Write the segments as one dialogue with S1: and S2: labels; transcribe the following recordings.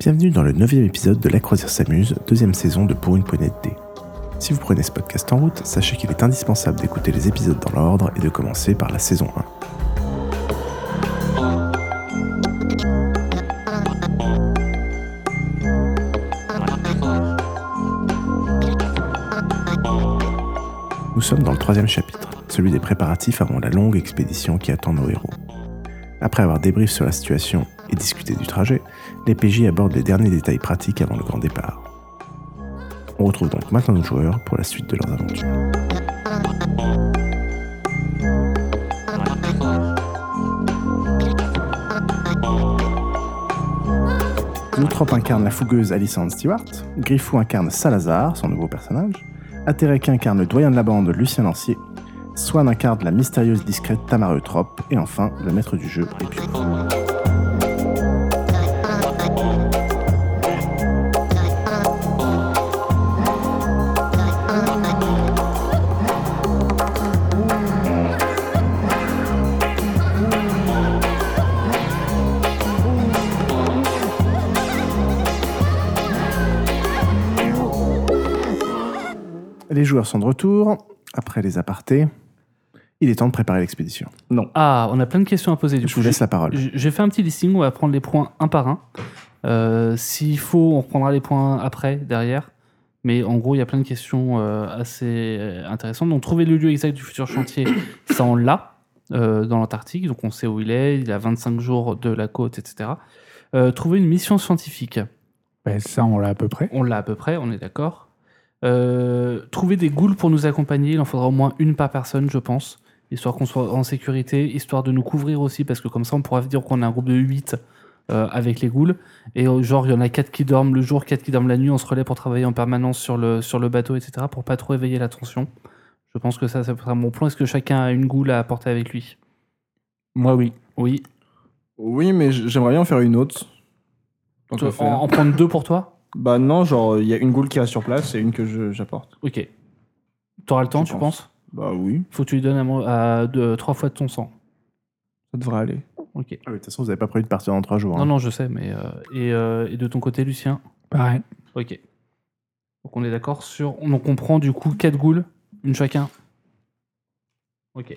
S1: Bienvenue dans le 9 épisode de La Croisière s'amuse, deuxième saison de Pour une poignée de thé. Si vous prenez ce podcast en route, sachez qu'il est indispensable d'écouter les épisodes dans l'ordre et de commencer par la saison 1. Nous sommes dans le troisième chapitre, celui des préparatifs avant la longue expédition qui attend nos héros. Après avoir débrief sur la situation et discuté du trajet, les PJ abordent les derniers détails pratiques avant le grand départ. On retrouve donc maintenant nos joueurs pour la suite de leurs aventures. Zootrope incarne la fougueuse Alison Stewart, Griffou incarne Salazar, son nouveau personnage, Atterek incarne le doyen de la bande Lucien Lancier, Swan incarne la mystérieuse discrète Tamara Eutrope, et enfin le maître du jeu Epion. Les joueurs sont de retour, après les apartés. Il est temps de préparer l'expédition.
S2: Non. Ah, on a plein de questions à poser du
S1: Je
S2: coup.
S1: vous laisse la parole.
S2: J- J'ai fait un petit listing, on va prendre les points un par un. Euh, S'il faut, on reprendra les points après, derrière. Mais en gros, il y a plein de questions euh, assez euh, intéressantes. Donc, trouver le lieu exact du futur chantier, ça on l'a euh, dans l'Antarctique, donc on sait où il est, il a 25 jours de la côte, etc. Euh, trouver une mission scientifique,
S3: Ben, ça, on l'a à peu près.
S2: on l'a à peu près, on est d'accord. Euh, trouver des ghouls pour nous accompagner, il en faudra au moins une par personne, je pense, histoire qu'on soit en sécurité, histoire de nous couvrir aussi, parce que comme ça, on pourra dire qu'on a un groupe de 8 euh, avec les ghouls. Et euh, genre, il y en a 4 qui dorment le jour, 4 qui dorment la nuit, on se relaie pour travailler en permanence sur le, sur le bateau, etc., pour pas trop éveiller l'attention. Je pense que ça, ça sera mon plan. Est-ce que chacun a une goule à apporter avec lui
S3: Moi, oui.
S2: Oui.
S4: Oui, mais j- j'aimerais bien en faire une autre. Tant qu'à
S2: en,
S4: faire.
S2: en prendre deux pour toi
S4: Bah non, genre, il y a une goule qui reste sur place et une que je- j'apporte.
S2: Ok. T'auras le temps,
S4: Je
S2: tu
S4: pense.
S2: penses
S4: Bah oui,
S2: Faut que tu lui donnes à, mo- à deux- trois fois de ton sang.
S4: ça devrait aller.
S2: Ok.
S1: Ah oui, de toute façon, vous n'avez pas prévu de partir dans trois jours.
S2: Non,
S1: hein.
S2: non, je sais, mais. euh, et, euh, et de ton côté, Lucien
S3: Pareil.
S2: Ok. Donc on est d'accord sur. Donc on prend du coup 4 goules, une chacun. Ok.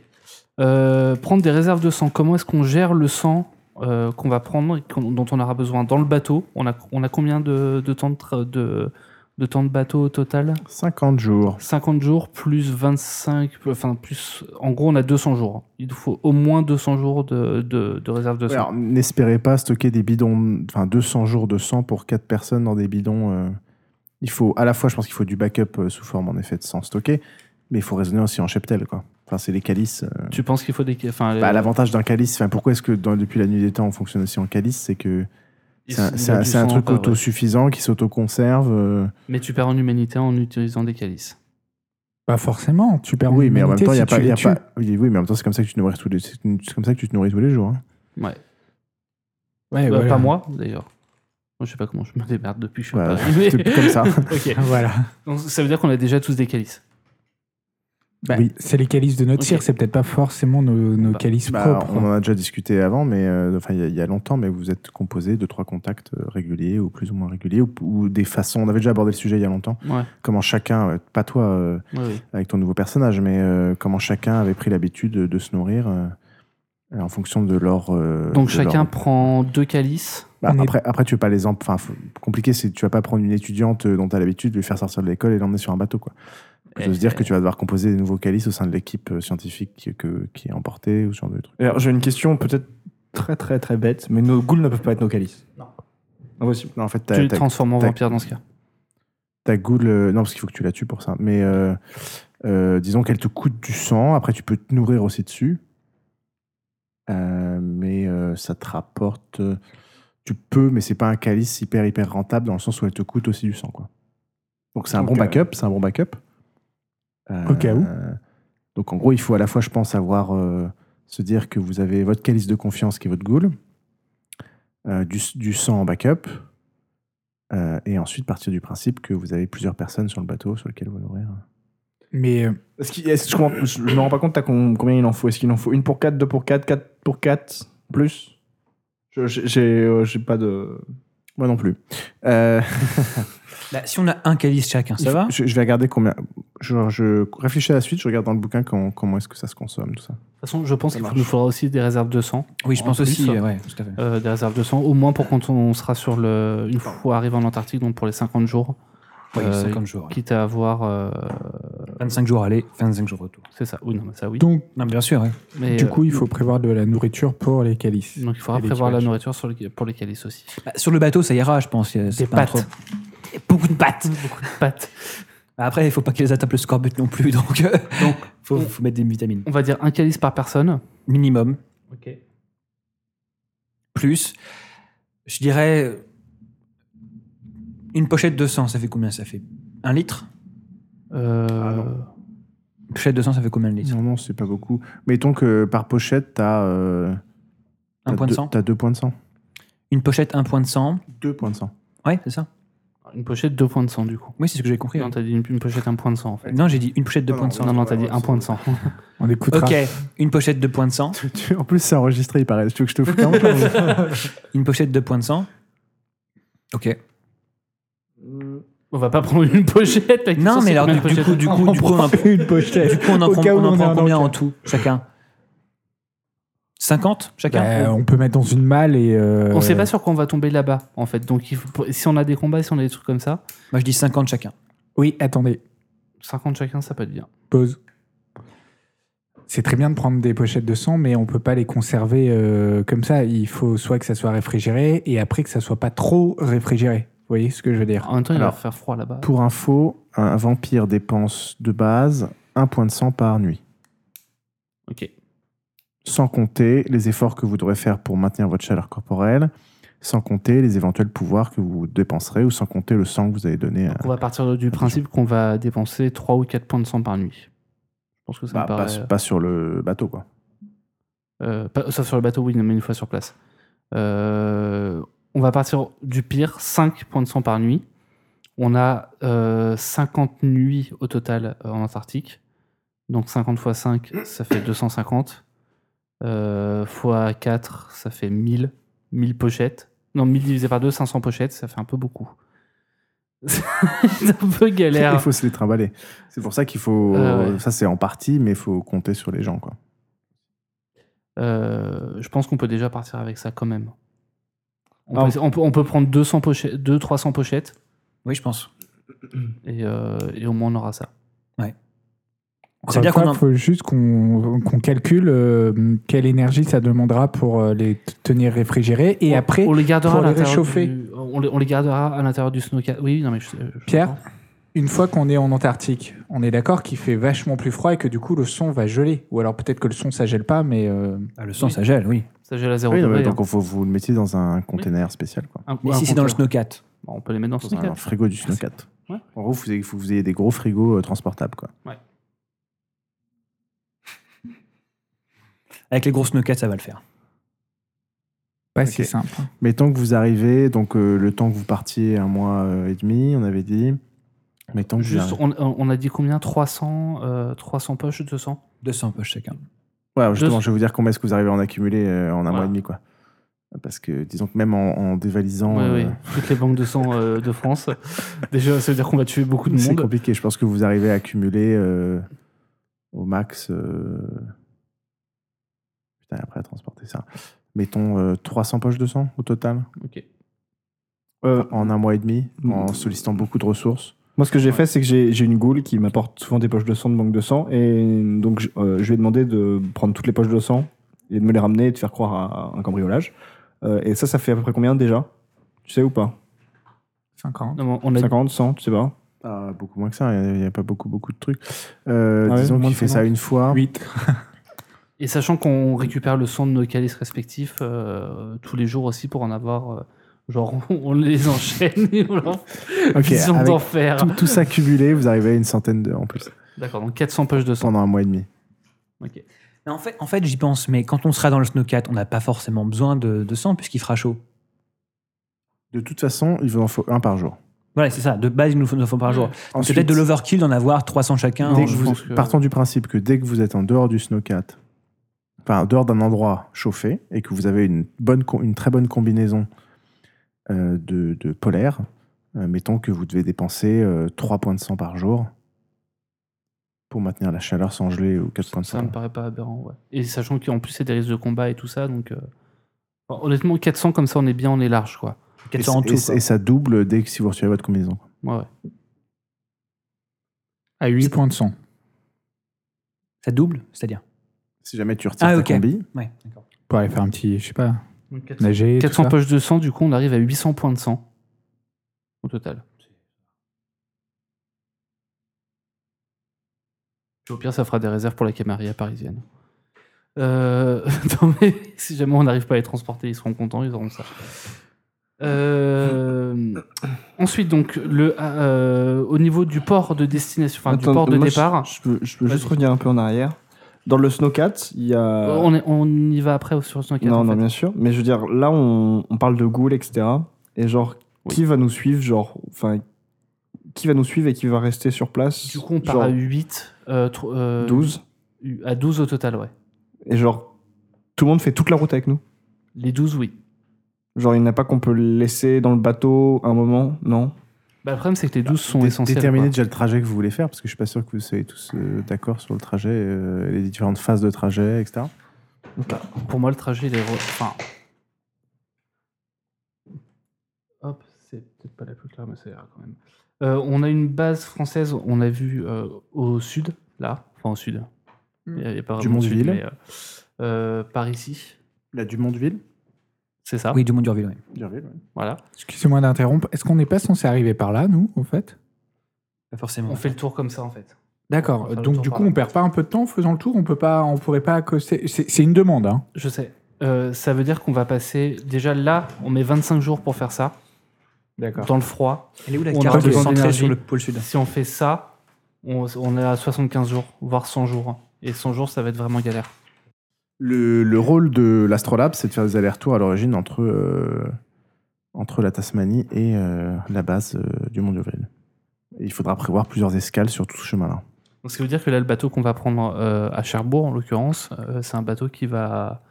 S2: Euh, prendre des réserves de sang. Comment est-ce qu'on gère le sang euh, qu'on va prendre et qu'on- dont on aura besoin dans le bateau on a, on a combien de, de temps de, tra- de, de temps de bateau au total
S1: 50 jours.
S2: 50 jours plus 25. Enfin, plus. En gros, on a 200 jours. Il nous faut au moins 200 jours de, de, de réserve de sang.
S1: Alors, n'espérez pas stocker des bidons, enfin 200 jours de sang pour 4 personnes dans des bidons. euh, Il faut, à la fois, je pense qu'il faut du backup euh, sous forme en effet de sang stocké, mais il faut raisonner aussi en cheptel, quoi. Enfin, c'est les calices. euh.
S2: tu penses qu'il faut des. Enfin,
S1: Bah, L'avantage d'un calice, enfin, pourquoi est-ce que dans- depuis la nuit des temps on fonctionne aussi en calice C'est que c'est un, c'est un- c'est un truc
S2: auto
S1: autosuffisant qui s'autoconserve. euh.
S2: Mais tu perds en humanité en utilisant des calices.
S3: Pas forcément. Tu perds
S1: Oui, mais en même
S3: l'humanité
S1: temps, il
S3: si
S1: y a
S3: tu
S1: pas.
S3: les
S1: y a
S3: tues.
S1: pas- Oui, oui, mais en même temps, c'est comme ça que tu te nourris tous les, c'est comme ça que tu te nourris tous les jours. hein.
S2: Ouais.
S5: Euh,
S3: Ouais,
S2: Bah,
S3: voilà.
S2: Pas moi, d'ailleurs. Moi, je sais pas comment je me démerde depuis que je suis
S1: Voilà,
S2: pas arrivé.
S1: c'est comme ça.
S2: Ok.
S3: Voilà.
S2: Donc, ça veut dire qu'on a déjà tous des calices.
S3: Bah,
S1: Oui.
S3: C'est les calices de notre
S2: Ok.
S3: cire, c'est peut-être pas forcément nos, nos
S2: Bah,
S3: calices
S1: Bah,
S3: propres.
S1: on en a déjà discuté avant, mais euh, enfin il y a- il y, a longtemps, mais vous êtes composé de trois contacts euh, réguliers ou plus ou moins réguliers ou, ou des façons. On avait déjà abordé le sujet il y a longtemps.
S2: Ouais.
S1: Comment chacun, euh, pas toi euh,
S2: Ouais, ouais.
S1: avec ton nouveau personnage, mais euh, comment chacun avait pris l'habitude de, de se nourrir euh, en fonction de leur. euh,
S2: Donc
S1: de
S2: chacun
S1: leur-
S2: prend deux calices.
S1: Bah,
S3: On est-
S1: après, après tu veux pas les emp- enfin faut- compliqué, c'est tu vas pas prendre une étudiante euh, dont tu as l'habitude de lui faire sortir de l'école et l'emmener sur un bateau quoi. Je
S2: Eh,
S1: veux dire
S2: eh.
S1: que tu vas devoir composer des nouveaux calices au sein de l'équipe euh, scientifique que, qui est emportée ou ce genre de trucs.
S4: Alors, j'ai une question peut-être très très très bête, mais nos ghouls ne peuvent pas être nos calices. Non. Impossible.
S1: Non, en fait,
S2: tu
S1: t'as-
S2: les
S1: t'as-
S2: transformes en
S1: tac.
S2: vampire dans ce cas.
S1: ta goule, euh, non parce qu'il faut que tu la tues pour ça, mais euh, euh, disons qu'elle te coûte du sang, après tu peux te nourrir aussi dessus, Euh, mais euh, ça te rapporte, euh, tu peux, mais c'est pas un calice hyper hyper rentable dans le sens où elle te coûte aussi du sang quoi. Donc c'est un bon
S4: Ok.
S1: backup, c'est un bon backup. Euh,
S3: Au cas où.
S1: Donc en gros il faut à la fois je pense avoir euh, se dire que vous avez votre calice de confiance qui est votre goule, euh, du, du sang en backup, euh, et ensuite partir du principe que vous avez plusieurs personnes sur le bateau sur lequel vous nourrir.
S3: Mais euh,
S4: Est-ce qu'il- est-ce que je, comprends- je- je me rends pas compte t'as com- combien il en faut Est-ce qu'il en faut une pour 4, deux pour 4, 4 pour 4, plus Je- J'ai j'ai, euh, j'ai pas de.
S1: Moi non plus. Euh,
S5: Bah, si on a un calice chacun, ça
S1: il-
S5: va
S1: je, je vais regarder combien. Je, je réfléchis à la suite, je regarde dans le bouquin quand- comment est-ce que ça se consomme, tout ça.
S2: toute façon, je pense
S1: Ça
S2: qu'il
S1: marche.
S2: nous faudra aussi des réserves de sang.
S5: Oui, je
S2: en
S5: pense
S2: plus,
S5: aussi.
S2: euh,
S5: ouais, tout à fait.
S2: euh, des réserves de sang, au moins pour quand on sera sur le. Une fois arrivé en Antarctique, donc pour les 50 jours,
S5: Oui,
S2: euh,
S5: 50 jours.
S2: quitte à avoir. euh,
S5: 25 jours aller, 25 jours retour.
S2: c'est ça, oui, non, mais ça oui.
S3: Donc,
S5: Non, mais bien sûr. ouais.
S2: Mais,
S3: du
S2: euh,
S3: coup, il faut prévoir de la nourriture pour les calices.
S2: Donc il faudra
S3: Et les
S2: prévoir la
S3: kiwakis.
S2: nourriture sur le- pour les calices aussi.
S5: Bah, sur le bateau, ça ira, je pense. euh, c'est
S2: Des
S5: pas un
S2: pâtes.
S5: Beaucoup de pâtes.
S2: Beaucoup de pâtes.
S5: Bah, Après, il faut pas qu'elles attrapent le scorbut non plus, donc il
S2: Donc,
S5: faut,
S2: on-
S5: faut mettre des vitamines.
S2: on va dire un calice par personne.
S5: Minimum,
S2: Ok.
S5: plus. Je dirais une pochette de sang, ça fait combien Ça fait un litre
S2: Euh,
S5: Ah Une pochette de sang, ça fait combien de litres
S1: Non, non, c'est pas beaucoup. Mettons que par pochette, t'as. euh,
S5: Un
S1: t'as
S5: point de
S1: deux-
S5: sang
S1: T'as deux points de sang.
S5: Une pochette, un point de sang.
S1: Deux points de sang.
S5: Ouais, c'est ça
S2: Une pochette, deux points de sang, du coup.
S5: Oui, c'est ce que j'ai compris.
S2: Non, t'as dit une, une pochette, un point de sang, en fait.
S5: Non, j'ai dit une pochette de
S1: Non,
S5: points de
S1: non,
S5: sang.
S2: Non, non, t'as dit
S1: ouais,
S2: un
S1: c'est
S2: point de
S1: bon.
S2: sang.
S3: On écoutera.
S5: Ok, une pochette de points de sang.
S1: en plus, c'est enregistré, il paraît. Tu veux que je te foute un peu
S5: Une pochette de points de sang. Ok.
S2: On va pas prendre une pochette. la question,
S5: Non, mais
S2: c'est
S5: alors,
S2: combien de
S5: du,
S2: pochettes
S5: du coup, du coup, du coup, on en,
S3: une pochette.
S5: du coup, on en
S3: Au
S5: prend,
S3: cas où
S5: on en
S3: on est
S5: prend
S3: en
S5: combien en
S3: enquête.
S5: tout, chacun 50 chacun
S3: Bah, on peut mettre dans une malle et. euh,
S2: On sait pas sur quoi on va tomber là-bas, en fait. Donc, il faut- si on a des combats, si on a des trucs comme ça,
S5: Moi, je dis 50 chacun.
S3: Oui, attendez,
S2: 50 chacun, ça peut être bien.
S3: pause. C'est très bien de prendre des pochettes de sang, mais on peut pas les conserver euh, comme ça. Il faut soit que ça soit réfrigéré et après que ça soit pas trop réfrigéré. Vous voyez ce que je veux dire
S2: En même temps, il va
S1: Alors,
S2: faire froid là-bas.
S1: Pour info, un, un vampire dépense de base un point de sang par nuit.
S2: Ok.
S1: Sans compter les efforts que vous devrez faire pour maintenir votre chaleur corporelle, sans compter les éventuels pouvoirs que vous dépenserez ou sans compter le sang que vous avez donné. euh, à-
S2: On va partir du principe qu'on va dépenser 3 ou 4 points de sang par nuit. Je pense que ça
S1: Bah,
S2: me
S1: pas,
S2: paraît.
S5: euh,
S1: pas sur le bateau, quoi.
S2: Euh, pas- sauf sur le bateau, oui, mais une fois sur place. Euh, on va partir du pire, 5 points de sang par nuit. On a euh, 50 nuits au total euh, en Antarctique. Donc 50 fois 5, ça fait 250. Euh, fois 4, ça fait 1000. 1000 pochettes. Non, 1000 divisé par 2, 500 pochettes, ça fait un peu beaucoup. C'est un peu
S1: Il
S2: galère.
S1: faut se les trimballer. C'est pour ça qu'il faut.
S2: Ah ouais.
S1: Ça, c'est en partie, mais il faut compter sur les gens, quoi.
S2: Euh, je pense qu'on peut déjà partir avec ça quand même. On,
S3: Ah.
S4: Alors-
S2: peut, on peut- on peut prendre 200 pochettes, 2 300 pochettes
S5: Oui, je pense.
S2: et, euh, et au moins on aura ça.
S5: Ça veut dire
S3: Encore
S5: qu'on
S3: une
S5: en-
S3: fois, faut juste qu'on qu'on calcule euh, quelle énergie ça demandera pour euh, les t- tenir réfrigérés et
S2: On-
S3: après
S2: on les gardera à
S3: pour les
S2: l'intérieur
S3: réchauffer.
S2: du- on, les, on les gardera à l'intérieur du snowcat. Oui, non mais je, je- je
S3: Pierre
S2: comprends.
S3: Une fois qu'on est en Antarctique, on est d'accord qu'il fait vachement plus froid et que du coup le son va geler. Ou alors peut-être que le son ça gèle pas, mais euh,
S5: Ah, le sang,
S2: Oui.
S5: ça gèle, oui.
S2: ça gèle à 0
S1: Oui, non, mais
S2: degré.
S1: donc
S2: hein.
S1: il faut vous le mettiez dans un container spécial, quoi.
S2: Un-
S5: Mais
S2: un
S5: si c'est dans le
S2: compteur.
S5: snowcat,
S2: Bon, on peut les mettre dans le
S1: Dans un
S2: snowcat.
S1: frigo du Snowcat.
S2: Ouais.
S1: En gros, il faut, que vous ayez des gros frigos euh, transportables, quoi.
S5: avec les gros snowcats, ça va le faire.
S3: pas
S1: Ok.
S3: si simple.
S1: Mais tant que vous arrivez, donc euh, le temps que vous partiez un mois euh, et demi, on avait dit. Mais tant que vous
S2: Juste,
S1: arrivez-
S2: on, on a dit combien 300, euh, 300 poches, 200
S5: 200 poches chacun.
S1: Ouais, justement,
S2: deux-
S1: je vais vous dire combien est-ce que vous arrivez à en accumuler euh, en un
S2: Voilà.
S1: mois et demi, quoi. Parce que disons que même en, en dévalisant,
S2: Oui,
S1: euh,
S2: oui. Toutes les banques de sang euh, de France. Déjà, ça veut dire qu'on va tuer beaucoup de
S1: c'est
S2: monde.
S1: compliqué. Je pense que vous arrivez à accumuler euh, au max. euh, Putain, après à transporter ça. Mettons euh, 300 poches de sang au total
S2: Ok.
S4: Euh,
S1: en un mois et demi,
S4: Mm.
S1: en sollicitant beaucoup de ressources.
S4: Moi, ce que j'ai fait, c'est que j'ai j'ai une goule qui m'apporte souvent des poches de sang de banque de sang. Et donc, je, euh, je lui ai demandé de prendre toutes les poches de sang et de me les ramener et de faire croire à un cambriolage. Euh, et ça, ça fait à peu près combien déjà Tu sais ou pas
S3: 50.
S2: Non, mais on a
S4: 50, 100, tu sais pas
S1: Ah, beaucoup moins que ça, il n'y a, pas beaucoup, beaucoup de trucs. Euh,
S4: Ah ouais,
S1: disons
S4: moins
S1: qu'il
S4: de
S1: fait ça
S4: 50.
S1: une fois.
S3: 8.
S2: Et sachant qu'on récupère le sang de nos calices respectifs euh, tous les jours aussi pour en avoir. euh, genre, on les enchaîne et on leur
S1: Ok,
S2: ils ont
S1: avec
S2: d'enfer.
S1: Tout, tout ça cumulé, vous arrivez à une centaine de, en plus
S2: D'accord, donc 400 poches de sang.
S1: pendant un mois et demi.
S2: Ok.
S5: Mais En fait, en fait j'y pense, mais quand on sera dans le snowcat, on n'a pas forcément besoin de, de sang puisqu'il fera chaud.
S1: De toute façon, il vous en faut un par jour.
S5: Voilà, c'est ça. De base, il nous faut- nous en faut par jour. C'est
S1: Ensuite,
S5: peut-être de l'overkill d'en avoir 300 chacun.
S1: dès
S2: Non,
S1: que
S2: je
S1: vous-
S2: pense que-
S1: partons du principe que dès que vous êtes en dehors du snowcat, enfin en dehors d'un endroit chauffé et que vous avez une bonne, co- une très bonne combinaison euh, de, de polaire, euh, mettons que vous devez dépenser 3 points de sang par jour pour maintenir la chaleur sans geler ou 4 points de
S2: Ça
S1: sang.
S2: me paraît pas aberrant, ouais. Et sachant qu'en plus, c'est des risques de combat et tout ça, donc... euh, bon, honnêtement, 400, comme ça, on est bien, on est large, quoi.
S5: 400 en
S1: Et-
S5: tout.
S1: et-
S5: quoi.
S1: et ça double dès que si vous retirez votre combinaison.
S2: Ouais, ouais. À
S3: 8
S2: 8,
S3: points de sang.
S5: Ça double, c'est-à-dire
S1: Si jamais tu retires
S5: Ah,
S1: ta
S5: ok.
S1: combi,
S5: Ouais, d'accord.
S3: Pour aller faire un petit, je sais pas,
S2: donc 400,
S3: nager. tout
S2: 400
S3: ça.
S2: poches de sang, du coup, on arrive à 800 points de sang au total. Puis Au pire, ça fera des réserves pour la Camarilla parisienne. Euh, non, mais si jamais on n'arrive pas à les transporter, ils seront contents, ils auront ça. Euh, ensuite, donc, le, euh, au niveau du port de destination, enfin du
S4: Attends,
S2: port de
S4: moi, je-
S2: départ,
S4: Je, peux, je peux
S2: Vas-y.
S4: juste
S2: Euh,
S4: revenir un peu en arrière. Dans le snowcat, il y a.
S2: on, est- on y va après au sur le 104,
S4: non,
S2: en
S4: non,
S2: fait.
S4: bien sûr. Mais je veux dire, là, on, on parle de Ghoul, etc. Et genre,
S2: Oui.
S4: qui va nous suivre Genre, enfin, qui va nous suivre et qui va rester sur place
S2: Du coup, on part
S4: Genre,
S2: à 8, euh, tro- euh,
S4: 12.
S2: À 12 au total, ouais.
S4: Et genre, tout le monde fait toute la route avec nous.
S2: Les 12, oui.
S4: Genre, il n'y en a pas qu'on peut laisser dans le bateau un moment, non
S2: Bah, le problème, c'est que les 12 sont
S1: dé-
S2: essentiels.
S1: déterminez
S2: quoi.
S1: déjà le trajet que vous voulez faire, parce que je suis pas sûr que vous soyez tous euh, d'accord sur le trajet, euh, les différentes phases de trajet, etc.
S2: Pour moi, le trajet, il est. re- Enfin. Hop, c'est peut-être pas la plus claire, mais ça ira quand même. Euh, on a une base française, on l'a vu euh, au sud, là. Enfin, au sud. Il y avait pas vraiment de sud,
S1: Dumontville.
S2: mais, euh, euh, par ici,
S1: La Dumontville
S2: c'est ça.
S5: Oui, du monde d'Urville, oui.
S2: Voilà.
S3: Excusez-moi d'interrompre. Est-ce qu'on n'est pas censé arriver par là, nous, en fait
S5: Pas forcément.
S2: On fait le tour comme ça, en fait. On va
S3: D'accord.
S2: faire le
S3: Donc
S2: tour
S3: du
S2: par
S3: coup,
S2: là.
S3: on perd pas un peu de temps en faisant le tour. On peut pas, on pourrait pas accoster. C'est c'est une demande. Hein.
S2: Je sais. Euh, ça veut dire qu'on va passer. Déjà là, on met 25 jours pour faire ça,
S3: D'accord.
S2: dans le froid.
S5: Elle est où la
S2: On
S5: carte
S3: aura besoin
S5: centrée
S2: d'énergie.
S5: sur le pôle sud
S2: Si on fait ça, on, on est à 75 jours, voire 100 jours. hein. Et 100 jours, ça va être vraiment galère.
S1: Le, le rôle de l'Astrolabe, c'est de faire des allers-retours à l'origine entre, euh, entre la Tasmanie et euh, la base euh, du Mont-Duvril. Il faudra prévoir plusieurs escales sur tout ce chemin-là.
S2: Donc, ce qui veut dire que là, le bateau qu'on va prendre euh, à Cherbourg, en l'occurrence, euh, c'est un bateau qui va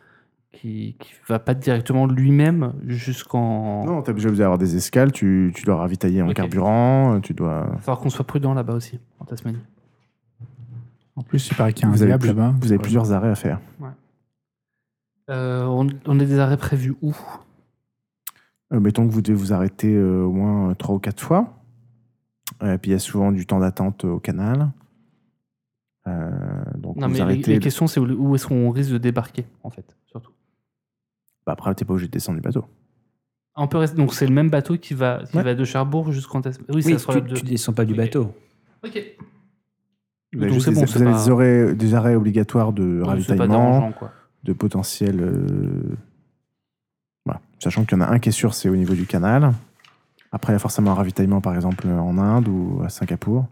S2: qui, qui va pas directement lui-même jusqu'en.
S1: Non, t'es obligé d'avoir des escales, tu, tu dois ravitailler en
S2: Ok.
S1: carburant, euh, tu dois...
S2: Il va falloir qu'on soit prudent là-bas aussi, en Tasmanie.
S3: En plus, il paraît qu'il y a un
S1: Vous avez
S3: diable
S1: plus-
S3: là-bas.
S1: Vous avez plusieurs arrêts à faire.
S2: Euh, on, on a des arrêts prévus où
S1: Euh, mettons que vous devez vous arrêter euh, au moins euh, trois ou quatre fois. Euh, puis il y a souvent du temps d'attente euh, au canal. Euh, donc
S2: Non,
S1: vous
S2: mais les,
S1: arrêtez.
S2: les questions, c'est où, où est-ce qu'on risque de débarquer, en fait, surtout.
S1: Bah, après, t'es pas obligé de descendre du bateau.
S2: On peut rester- Donc, c'est le même bateau qui va, qui
S1: Ouais.
S2: va de Cherbourg jusqu'en Tasmanie. Oui,
S5: Oui,
S2: ça sera
S5: tu,
S2: de...
S5: tu descends pas du
S2: Ok.
S5: bateau.
S2: Ok.
S1: Vous avez,
S2: Donc,
S1: juste
S2: c'est
S1: des,
S2: bon,
S1: vous
S2: c'est
S1: avez
S2: pas-
S1: des arrêts, des arrêts obligatoires de
S2: Donc, c'est pas
S1: ravitaillement,
S2: dérangeant, quoi.
S1: de potentiel. euh, voilà. Sachant qu'il y en a un qui est sûr, c'est au niveau du canal. Après, il y a forcément un ravitaillement, par exemple, en Inde ou à Singapour.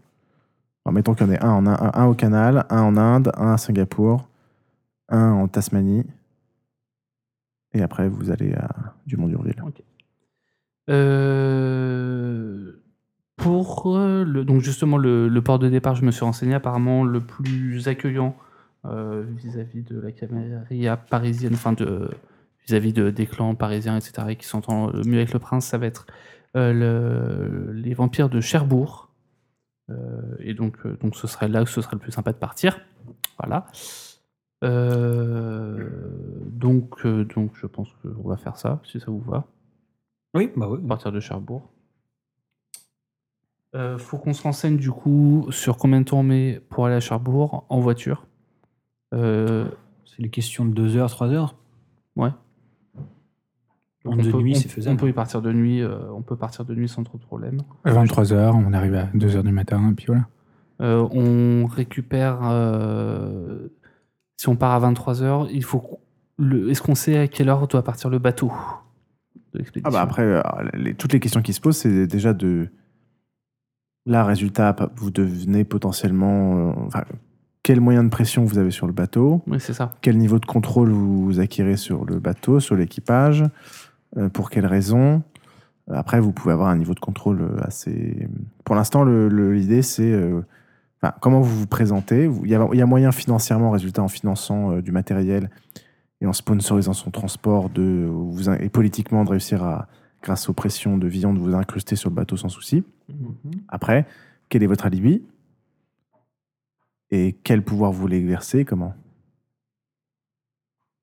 S1: Enfin, mettons qu'il y en ait un, en Inde- un au canal, un en Inde, un à Singapour, un en Tasmanie. Et après, vous allez à Dumont-Durville.
S2: Euh, pour euh, le, donc justement le, le port de départ, je me suis renseigné apparemment le plus accueillant euh, vis-à-vis de la camarilla parisienne, enfin de vis-à-vis de, des clans parisiens, etc., et qui s'entendent le mieux avec le prince, ça va être euh, le- les vampires de Cherbourg. Euh, et donc, euh, donc ce serait là où ce serait le plus sympa de partir. Voilà. Euh, donc, euh, donc je pense qu'on va faire ça, si ça vous va
S5: Oui, bah oui.
S2: à partir de Cherbourg. Euh, faut qu'on se renseigne du coup sur combien de temps on met pour aller à Cherbourg en voiture. Euh,
S5: C'est les questions de 2 heures, 3 heures.
S2: donc
S5: En de
S2: on peut-
S5: nuit,
S2: on-
S5: c'est faisable.
S2: On peut y partir de nuit, euh, on peut partir de nuit sans trop de problème.
S3: 23h, on arrive à 2h du matin, et puis voilà.
S2: Euh, on récupère. euh, si on part à 23h, il faut. qu'on- le- Est-ce qu'on sait à quelle heure doit partir le bateau de l'expédition
S1: Ah bah après, euh, les- toutes les questions qui se posent, c'est déjà de... Là, résultat, vous devenez potentiellement... euh, enfin, quel moyen de pression vous avez sur le bateau
S2: Oui, c'est ça.
S1: quel niveau de contrôle vous acquérez sur le bateau, sur l'équipage, euh, pour quelles raisons. Après, vous pouvez avoir un niveau de contrôle euh, assez. Pour l'instant, le- le- l'idée, c'est euh, enfin, comment vous vous présentez. Vous- Il y, a- il y a moyen financièrement, résultat, en finançant euh, du matériel et en sponsorisant son transport, de vous, et politiquement, de réussir à grâce aux pressions de viande, vous incrustez sur le bateau sans souci.
S2: Mhm.
S1: Après, quel est votre alibi Et quel pouvoir vous voulez exercer Comment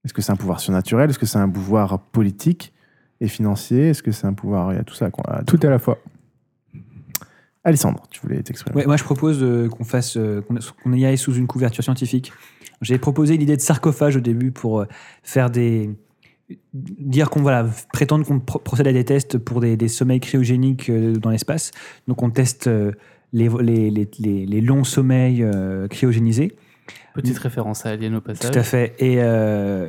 S1: Est-ce que c'est un pouvoir surnaturel Est-ce que c'est un pouvoir politique et financier Est-ce que c'est un pouvoir. Il y a tout ça. qu'on a-
S3: Tout à la fois.
S1: Alessandre, tu voulais t'exprimer.
S5: Ouais, moi, je propose euh, qu'on fasse, euh, qu'on qu'on y aille sous une couverture scientifique. J'ai proposé l'idée de sarcophage au début pour euh, faire des, dire qu'on voilà, prétendre qu'on pro- procède à des tests pour des, des sommeils cryogéniques euh, dans l'espace. Donc, on teste euh, les, les, les, les- les longs sommeils euh, cryogénisés.
S2: Petite référence à Alien au passage.
S5: Tout à fait. Et, euh,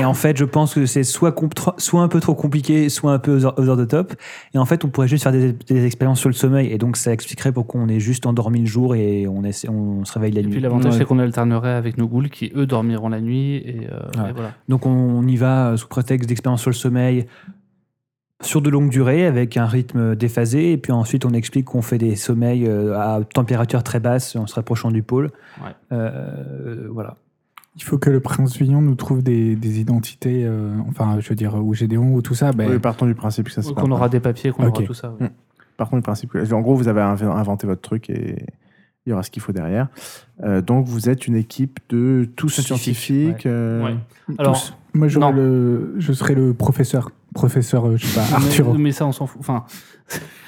S5: et en fait, je pense que c'est soit, comp- tro- soit un peu trop compliqué, soit un peu over over the top. Et en fait, on pourrait juste faire des, des expériences sur le sommeil. Et donc, ça expliquerait pourquoi on est juste endormi le jour et on, essaie, on se réveille la
S2: Et puis
S5: nuit.
S2: l'avantage,
S4: Ouais.
S2: c'est qu'on alternerait avec nos ghouls qui, eux, dormiront la nuit. Et, euh,
S5: Ouais.
S2: et voilà.
S5: Donc, on, on y va euh, sous prétexte d'expériences sur le sommeil sur de longues durées avec un rythme déphasé. Et puis ensuite, on explique qu'on fait des sommeils euh, à température très basse en se rapprochant du pôle.
S2: Ouais.
S5: Euh, voilà.
S3: Il faut que le prince Villon nous trouve des, des identités, euh, enfin, je veux dire, ou Gédéon, ou tout ça. ben,
S1: Oui, partons du principe que ça c'est
S2: Qu'on
S1: pas-
S2: aura des papiers, qu'on
S3: Ok.
S2: aura tout ça. ouais.
S1: Partons du principe que. En gros, vous avez inv- inventé votre truc et il y aura ce qu'il faut derrière. Euh, donc, vous êtes une équipe de tous
S5: Scientifiques,
S1: scientifiques. euh,
S2: Ouais. Alors,
S3: tous. Moi, j'aurais
S2: non.
S3: le, je serais le professeur, professeur, euh, je sais pas,
S2: mais-
S3: Arthur.
S2: Mais, ça, on s'en fout. Enfin,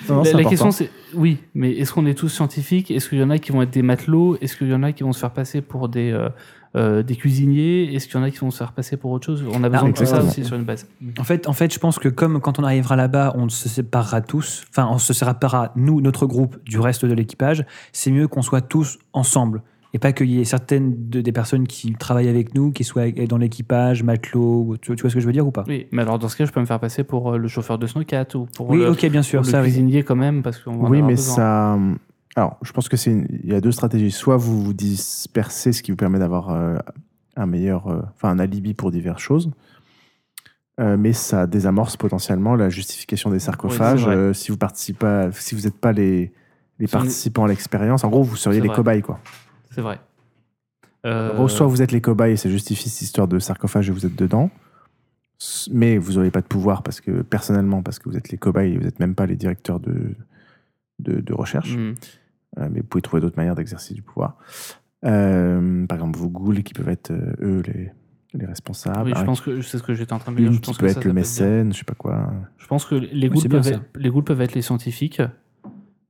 S1: non, non,
S2: la,
S1: c'est
S2: la
S1: important.
S2: question, c'est oui, mais est-ce qu'on est tous scientifiques Est-ce qu'il y en a qui vont être des matelots Est-ce qu'il y en a qui vont se faire passer pour des, euh, euh, des cuisiniers Est-ce qu'il y en a qui vont se faire passer pour autre chose On a besoin de
S1: Ah,
S2: ça
S1: exactement.
S2: aussi sur une base.
S5: En fait, en fait, je pense que comme quand on arrivera là-bas, on se séparera tous, enfin, on se séparera, nous, notre groupe, du reste de l'équipage, c'est mieux qu'on soit tous ensemble. Et pas qu'il y ait certaines de- des personnes qui travaillent avec nous, qui soient dans l'équipage, matelots, ou- tu, tu vois ce que je veux dire ou pas
S2: Oui, mais alors dans ce cas, je peux me faire passer pour euh, le chauffeur de Snowcat ou pour
S5: Oui,
S2: le,
S5: ok, bien
S2: pour
S5: sûr,
S2: le
S5: ça, oui.
S2: cuisinier quand même, parce qu'on va en
S1: Oui,
S2: avoir
S1: mais
S2: besoin.
S1: ça. euh, Alors, je pense que c'est. une- Il y a deux stratégies. Soit vous vous dispersez, ce qui vous permet d'avoir euh, un meilleur. euh, Enfin, un alibi pour diverses choses. Euh, mais ça désamorce potentiellement la justification des sarcophages
S2: c'est vrai.
S1: euh, si vous participez pas, si vous n'êtes pas les, les
S2: Si on est-
S1: participants à l'expérience. En gros, vous seriez
S2: C'est
S1: les
S2: vrai.
S1: cobayes, quoi.
S2: C'est vrai.
S1: En
S2: Euh,
S1: gros, soit vous êtes les cobayes et ça justifie cette histoire de sarcophage et vous êtes dedans, S- mais vous n'aurez pas de pouvoir parce que personnellement, parce que vous êtes les cobayes et vous n'êtes même pas les directeurs de, de, de recherche,
S2: Hmm.
S1: Euh, mais vous pouvez trouver d'autres manières d'exercer du pouvoir. Euh, par exemple, vos ghouls qui peuvent être euh, eux les, les responsables,
S2: oui, je
S1: Un-
S2: pense que c'est ce que j'étais en train de dire.
S1: Ah, bah une
S2: Je
S1: qui
S2: pense
S1: peut
S2: que
S1: être
S2: ça, ça
S1: le
S2: peut bien.
S1: mécène, je sais pas quoi.
S2: Je pense que les
S5: c'est
S2: ghouls,
S5: bien
S2: peuvent,
S5: ça.
S2: être, les ghouls peuvent être les scientifiques.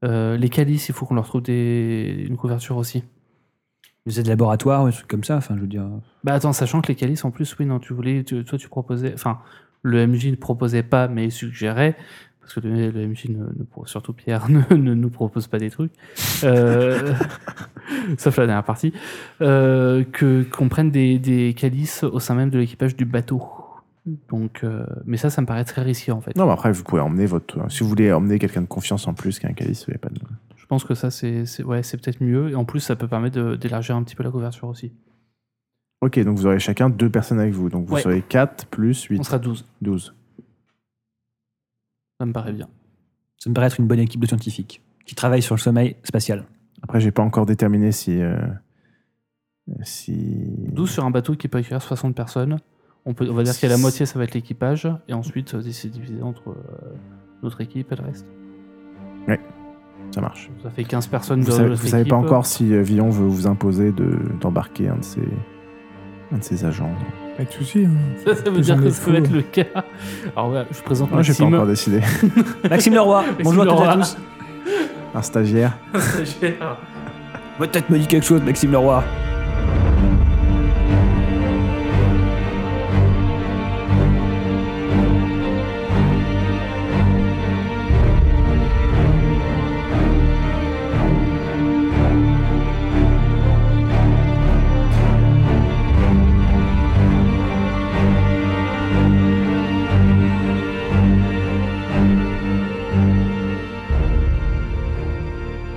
S2: Euh, les calices, il faut qu'on leur trouve des- une couverture aussi.
S5: Musée de laboratoire, ou des trucs comme ça, enfin, je veux dire.
S2: Bah attends, sachant que les calices, en plus, oui, non, tu voulais, tu- toi tu proposais, enfin, le MJ ne proposait pas, mais suggérait, parce que le, le MJ, ne, ne pro- surtout Pierre, ne, ne nous propose pas des trucs, euh, sauf la dernière partie, euh, que qu'on prenne des, des calices au sein même de l'équipage du bateau. Donc, euh, mais ça, ça me paraît très risqué en fait.
S1: Non, mais après, vous pouvez emmener votre. Si vous voulez emmener quelqu'un de confiance en plus qu'un calice, il n'y a pas de.
S2: Je pense que ça, c'est c'est- ouais, c'est peut-être mieux. Et en plus, ça peut permettre de- d'élargir un petit peu la couverture aussi.
S1: Ok, donc vous aurez chacun deux personnes avec vous. Donc vous
S2: Ouais.
S1: serez 4 plus 8,
S2: On sera 12.
S1: 12.
S2: Ça me paraît bien.
S5: Ça me paraît être une bonne équipe de scientifiques qui travaillent sur le sommeil spatial.
S1: Après, j'ai pas encore déterminé si. euh, si...
S2: 12 sur un bateau qui peut accueillir 60 personnes. On, peut, on va dire qu'à la moitié, ça va être l'équipage. Et ensuite, euh, c'est divisé entre euh, notre équipe et le reste.
S1: Ça marche.
S2: Ça fait 15 personnes
S1: Vous
S2: de
S1: savez,
S2: notre
S1: vous savez pas
S2: équipe.
S1: encore si euh, Villon veut vous imposer de- d'embarquer un, de ses- un de ses agents.
S3: Pas de souci. hein.
S2: Ça, ça veut
S3: Plus
S2: dire
S3: on
S2: que
S3: est
S2: ça
S3: fou,
S2: peut être
S3: ouais.
S2: le cas. Alors, voilà, je présente
S1: Moi, j'ai pas
S2: Maxime.
S1: encore décidé.
S5: Maxime Leroy, bonjour à toutes et à
S2: Leroy.
S5: tous.
S1: Un stagiaire.
S2: Stagiaire.
S5: Votre tête me dit quelque chose, Maxime Leroy.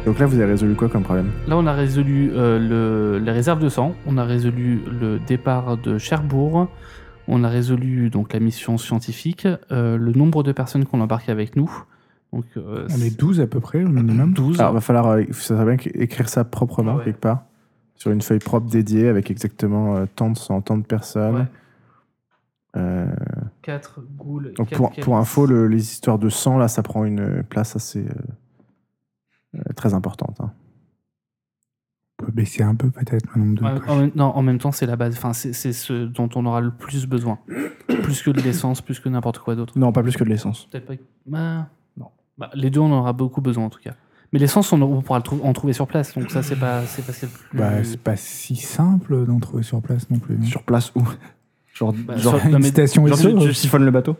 S1: Donc là, vous avez résolu quoi comme problème
S2: Là, on a résolu euh, le- les réserves de sang, on a résolu le départ de Cherbourg, on a résolu donc la mission scientifique, euh, le nombre de personnes qu'on embarque avec nous. Donc, euh,
S3: On est
S2: c'est
S3: 12 à peu près, au minimum.
S2: 12.
S4: Ah
S1: Alors, va falloir. euh, ça serait bien écrire ça proprement,
S2: Ouais.
S1: quelque part. Sur une feuille propre dédiée avec exactement euh, tant de sang, tant de personnes.
S2: Ouais.
S1: Euh,
S2: 4 ghouls.
S1: Donc
S2: quatre
S1: pour,
S2: calices.
S1: pour info, le- les histoires de sang, là, ça prend une place assez euh, euh, très importante. hein.
S3: On peut baisser un peu peut-être le nombre de
S2: Ouais,
S3: poches.
S2: en même- non, en même temps, c'est la base. Enfin, c'est c'est ce dont on aura le plus besoin. plus que de l'essence, plus que n'importe quoi d'autre.
S4: Non, pas plus que de l'essence.
S2: Peut-être pas. Bah,
S4: Non.
S2: Bah, les deux, on en aura beaucoup besoin en tout cas. Mais l'essence, on, on pourra le trou- en trouver sur place. Donc ça, c'est pas, c'est pas, c'est plus-
S3: Bah, c'est pas si simple d'en trouver sur place non plus.
S4: Sur place où Genre,
S2: Bah,
S4: genre,
S2: sur- non,
S3: Une
S2: mais-
S3: station
S4: genre,
S3: SO,
S4: tu, tu siphonnes le bateau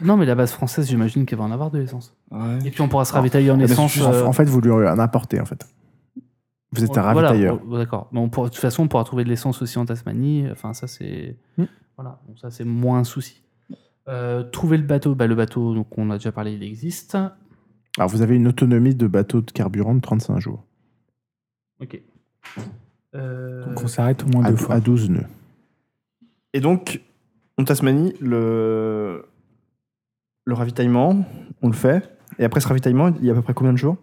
S2: non, mais la base française, j'imagine qu'elle va en avoir de l'essence.
S4: Ouais.
S2: Et puis on pourra se ravitailler en
S1: Ah, parce que
S2: essence.
S1: en-
S2: euh,
S1: en, fait, vous lui en apportez, en fait. Vous êtes un
S2: Voilà,
S1: ravitailleur.
S2: bon, D'accord. Mais on pourra- de toute façon, on pourra trouver de l'essence aussi en Tasmanie. Enfin, ça, c'est.
S5: Hmm.
S2: Voilà. Bon, ça, c'est moins un souci. Euh, trouver le bateau, bah, le bateau, donc on a déjà parlé, il existe.
S1: Alors, vous avez une autonomie de bateau de carburant de 35 jours,
S2: Ok. Euh,
S3: Donc on s'arrête au moins
S1: à,
S3: deux
S1: dou-
S3: fois.
S1: à 12 nœuds.
S4: Et donc, en Tasmanie, le... le ravitaillement, on le fait. Et après ce ravitaillement, il y a à peu près combien de jours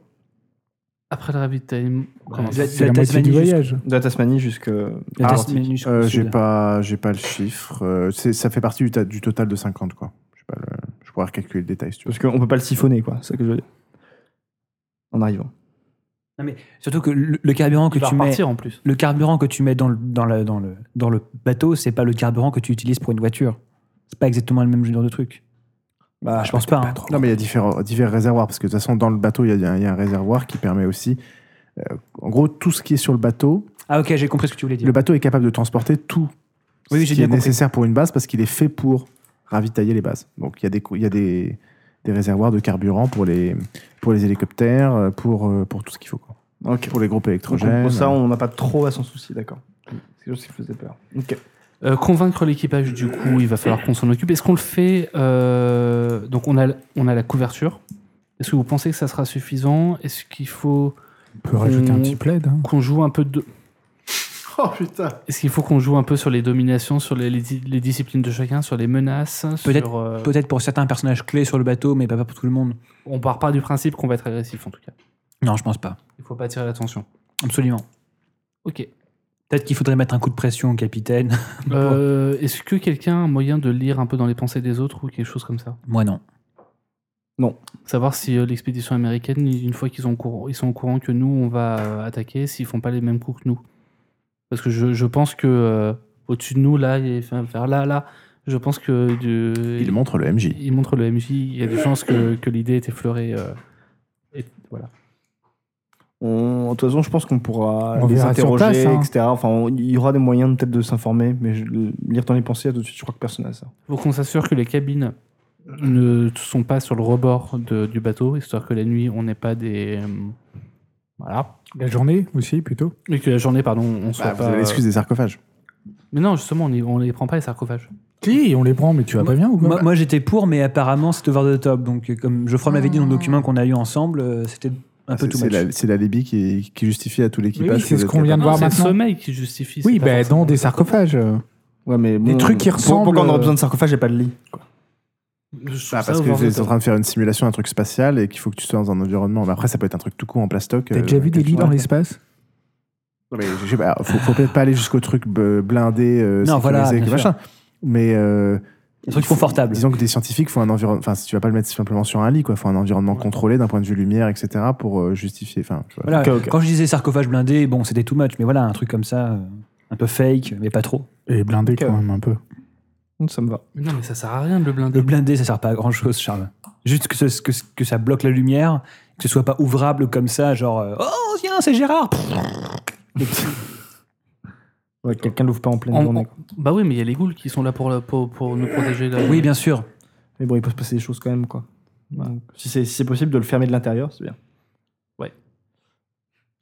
S2: Après le ravitaillement. comment
S5: vous êtes-
S3: C'est
S5: la
S3: la moitié
S5: Tasmanie
S3: du
S5: jusqu'au-
S3: voyage.
S4: De la Tasmanie jusqu'à.
S5: La
S1: Ah,
S5: tasse
S4: Arctique.
S5: minuscule
S1: Euh,
S5: sud.
S1: j'ai pas, j'ai pas le chiffre. Euh, c'est- ça fait partie du, ta- du total de 50, quoi. J'ai pas le- je pourrais recalculer le détail, si tu veux.
S4: Parce qu'on peut pas le siphonner, quoi, c'est ça que je veux dire. En arrivant.
S5: Surtout que le, le carburant que
S2: Il va
S5: tu mets,
S2: repartir en plus.
S5: le carburant que tu mets dans le, dans le, dans le, dans le bateau, c'est pas le carburant que tu utilises pour une voiture. C'est pas exactement le même genre de truc.
S4: Bah,
S5: je pense pas. hein.
S1: Non, mais il y a différents, divers réservoirs, parce que de toute façon, dans le bateau, il y a- il y, a- il y a un réservoir qui permet aussi. euh, en gros, tout ce qui est sur le bateau,
S5: Ah ok, j'ai compris ce que tu voulais dire.
S1: le bateau est capable de transporter tout
S5: Oui, oui,
S1: ce
S5: j'ai
S1: qui
S5: bien
S1: est
S5: compris.
S1: nécessaire pour une base, parce qu'il est fait pour ravitailler les bases. Donc, il y a des, cou- il y a des, des réservoirs de carburant pour les, pour les hélicoptères, euh, pour, euh, pour tout ce qu'il faut. quoi.
S4: ok.
S1: Pour les groupes
S4: Donc,
S1: électrogènes. euh,
S4: pour ça, on n'a pas trop à s'en soucier, d'accord. C'est quelque chose qui faisait peur. Ok.
S2: Euh, convaincre l'équipage, du coup, il va falloir qu'on s'en occupe. Est-ce qu'on le fait euh, Donc, on a, on a la couverture. Est-ce que vous pensez que ça sera suffisant Est-ce qu'il faut
S3: On peut rajouter un petit plaid. hein.
S2: qu'on joue un peu de.
S1: Oh putain
S2: Est-ce qu'il faut qu'on joue un peu sur les dominations, sur les, les di- les disciplines de chacun, sur les menaces
S5: Peut-être-
S2: sur, euh,
S5: Peut-être pour certains personnages clés sur le bateau, mais pas pas pour tout le monde.
S2: On part pas du principe qu'on va être agressif, en tout cas.
S5: Non, je pense pas.
S2: Il faut pas attirer l'attention.
S5: Absolument.
S2: Ok.
S5: Peut-être qu'il faudrait mettre un coup de pression au capitaine.
S2: Euh, Est-ce que quelqu'un a un moyen de lire un peu dans les pensées des autres ou quelque chose comme ça
S5: Moi non.
S2: Savoir si euh, l'expédition américaine, une fois qu'ils ont au courant- ils sont au courant que nous, on va euh, attaquer, s'ils font pas les mêmes coups que nous. Parce que je, je pense que euh, au-dessus de nous, là, et, enfin, vers là, là, je pense que. du-
S1: Il montre le
S4: Bah,
S1: MJ.
S2: Il montre le MJ, il y a des chances que, que l'idée est effleurée. euh, et voilà.
S4: On, de toute façon, je pense qu'on pourra
S3: On
S4: les
S3: verra sur
S4: interroger,
S3: place, hein.
S4: etc. Enfin, on- il y aura des moyens peut-être de s'informer, mais je- lire dans les pensées, tout de suite, je crois que personne n'a ça.
S2: Faut qu'on s'assure que les cabines ne sont pas sur le rebord de- du bateau, histoire que la nuit, on n'ait pas des. euh, voilà.
S3: La journée aussi, plutôt.
S2: Et que la journée, pardon, on soit
S1: Bah, vous
S2: pas.
S1: avez
S5: euh,
S1: l'excuse des sarcophages.
S2: Mais non, justement, on, y- on les prend pas les sarcophages.
S3: Si, on les prend, mais tu vas
S5: Moi-
S3: pas bien ou quoi
S5: Moi, moi, j'étais pour, mais apparemment c'est over the top. Donc euh, comme Geoffroy m'avait dit dans le document qu'on a eu ensemble, euh, c'était un peu
S1: C'est
S5: tout
S1: Ah, c'est
S5: much.
S1: la- c'est l'alibi qui, qui justifie à tout
S3: Mais
S1: l'équipage.
S3: oui,
S1: que
S3: c'est
S1: vous
S3: ce
S1: êtes
S3: qu'on vient de
S1: capable.
S2: Non,
S3: voir
S2: c'est le
S3: maintenant.
S2: sommeil qui justifie.
S3: Oui,
S2: c'est pas
S3: bah,
S2: forcément
S3: dans des
S2: le sarcophage.
S3: sarcophages.
S4: Ouais, mais
S3: Les trucs qui
S4: pour-
S3: ressemblent,
S4: Pourquoi on aurait
S3: euh,
S4: besoin de sarcophage J'ai pas de lit quoi.
S2: Je
S3: bah,
S2: trouve
S1: Ah,
S2: ça
S1: parce que
S2: over
S1: vous
S2: the
S1: êtes en
S2: top.
S1: train de faire une simulation d'un truc spatial et qu'il faut que tu sois dans un environnement. Mais après, ça peut être un truc tout court en plastoc.
S3: T'as
S1: euh,
S3: déjà vu des
S1: quelque
S3: lits
S1: chose.
S3: dans l'espace
S1: Non, mais je sais pas, faut, faut peut-être pas aller jusqu'au truc b- blindé, euh,
S5: Non,
S1: sécurisé,
S5: voilà, bien
S1: que
S5: sûr.
S1: machin. Mais euh,
S5: Un truc
S1: il faut-
S5: confortable.
S1: Disons que des scientifiques font un environnement. Enfin, si tu vas pas le mettre simplement sur un lit, quoi. Faut un environnement contrôlé d'un point de vue lumière, etc. pour euh, justifier. Enfin, tu vois.
S5: Voilà,
S4: Ok, ok.
S5: Quand je disais sarcophage blindé, bon c'était too much, mais voilà un truc comme ça, euh, un peu fake, mais pas trop.
S3: Et blindé
S4: Ok.
S3: quand même un peu.
S4: Donc, Ça me va.
S2: Mais Non, mais ça sert à rien de le blinder.
S5: Le blindé, ça sert pas à grand chose, Charles. Juste que, ce- que, que ça bloque la lumière, que ce soit pas ouvrable comme ça, genre euh, oh tiens c'est Gérard.
S4: Ouais, Quelqu'un l'ouvre pas en pleine
S2: En-
S4: journée.
S2: en-
S4: quoi.
S2: Bah oui, mais il y a les ghouls qui sont là pour, la- pour, pour nous protéger. Là.
S5: Oui bien sûr.
S4: Mais bon, il peut se passer des choses quand même quoi.
S2: Ouais.
S4: Donc, si c'est si c'est possible de le fermer de l'intérieur, c'est bien.
S2: Ouais.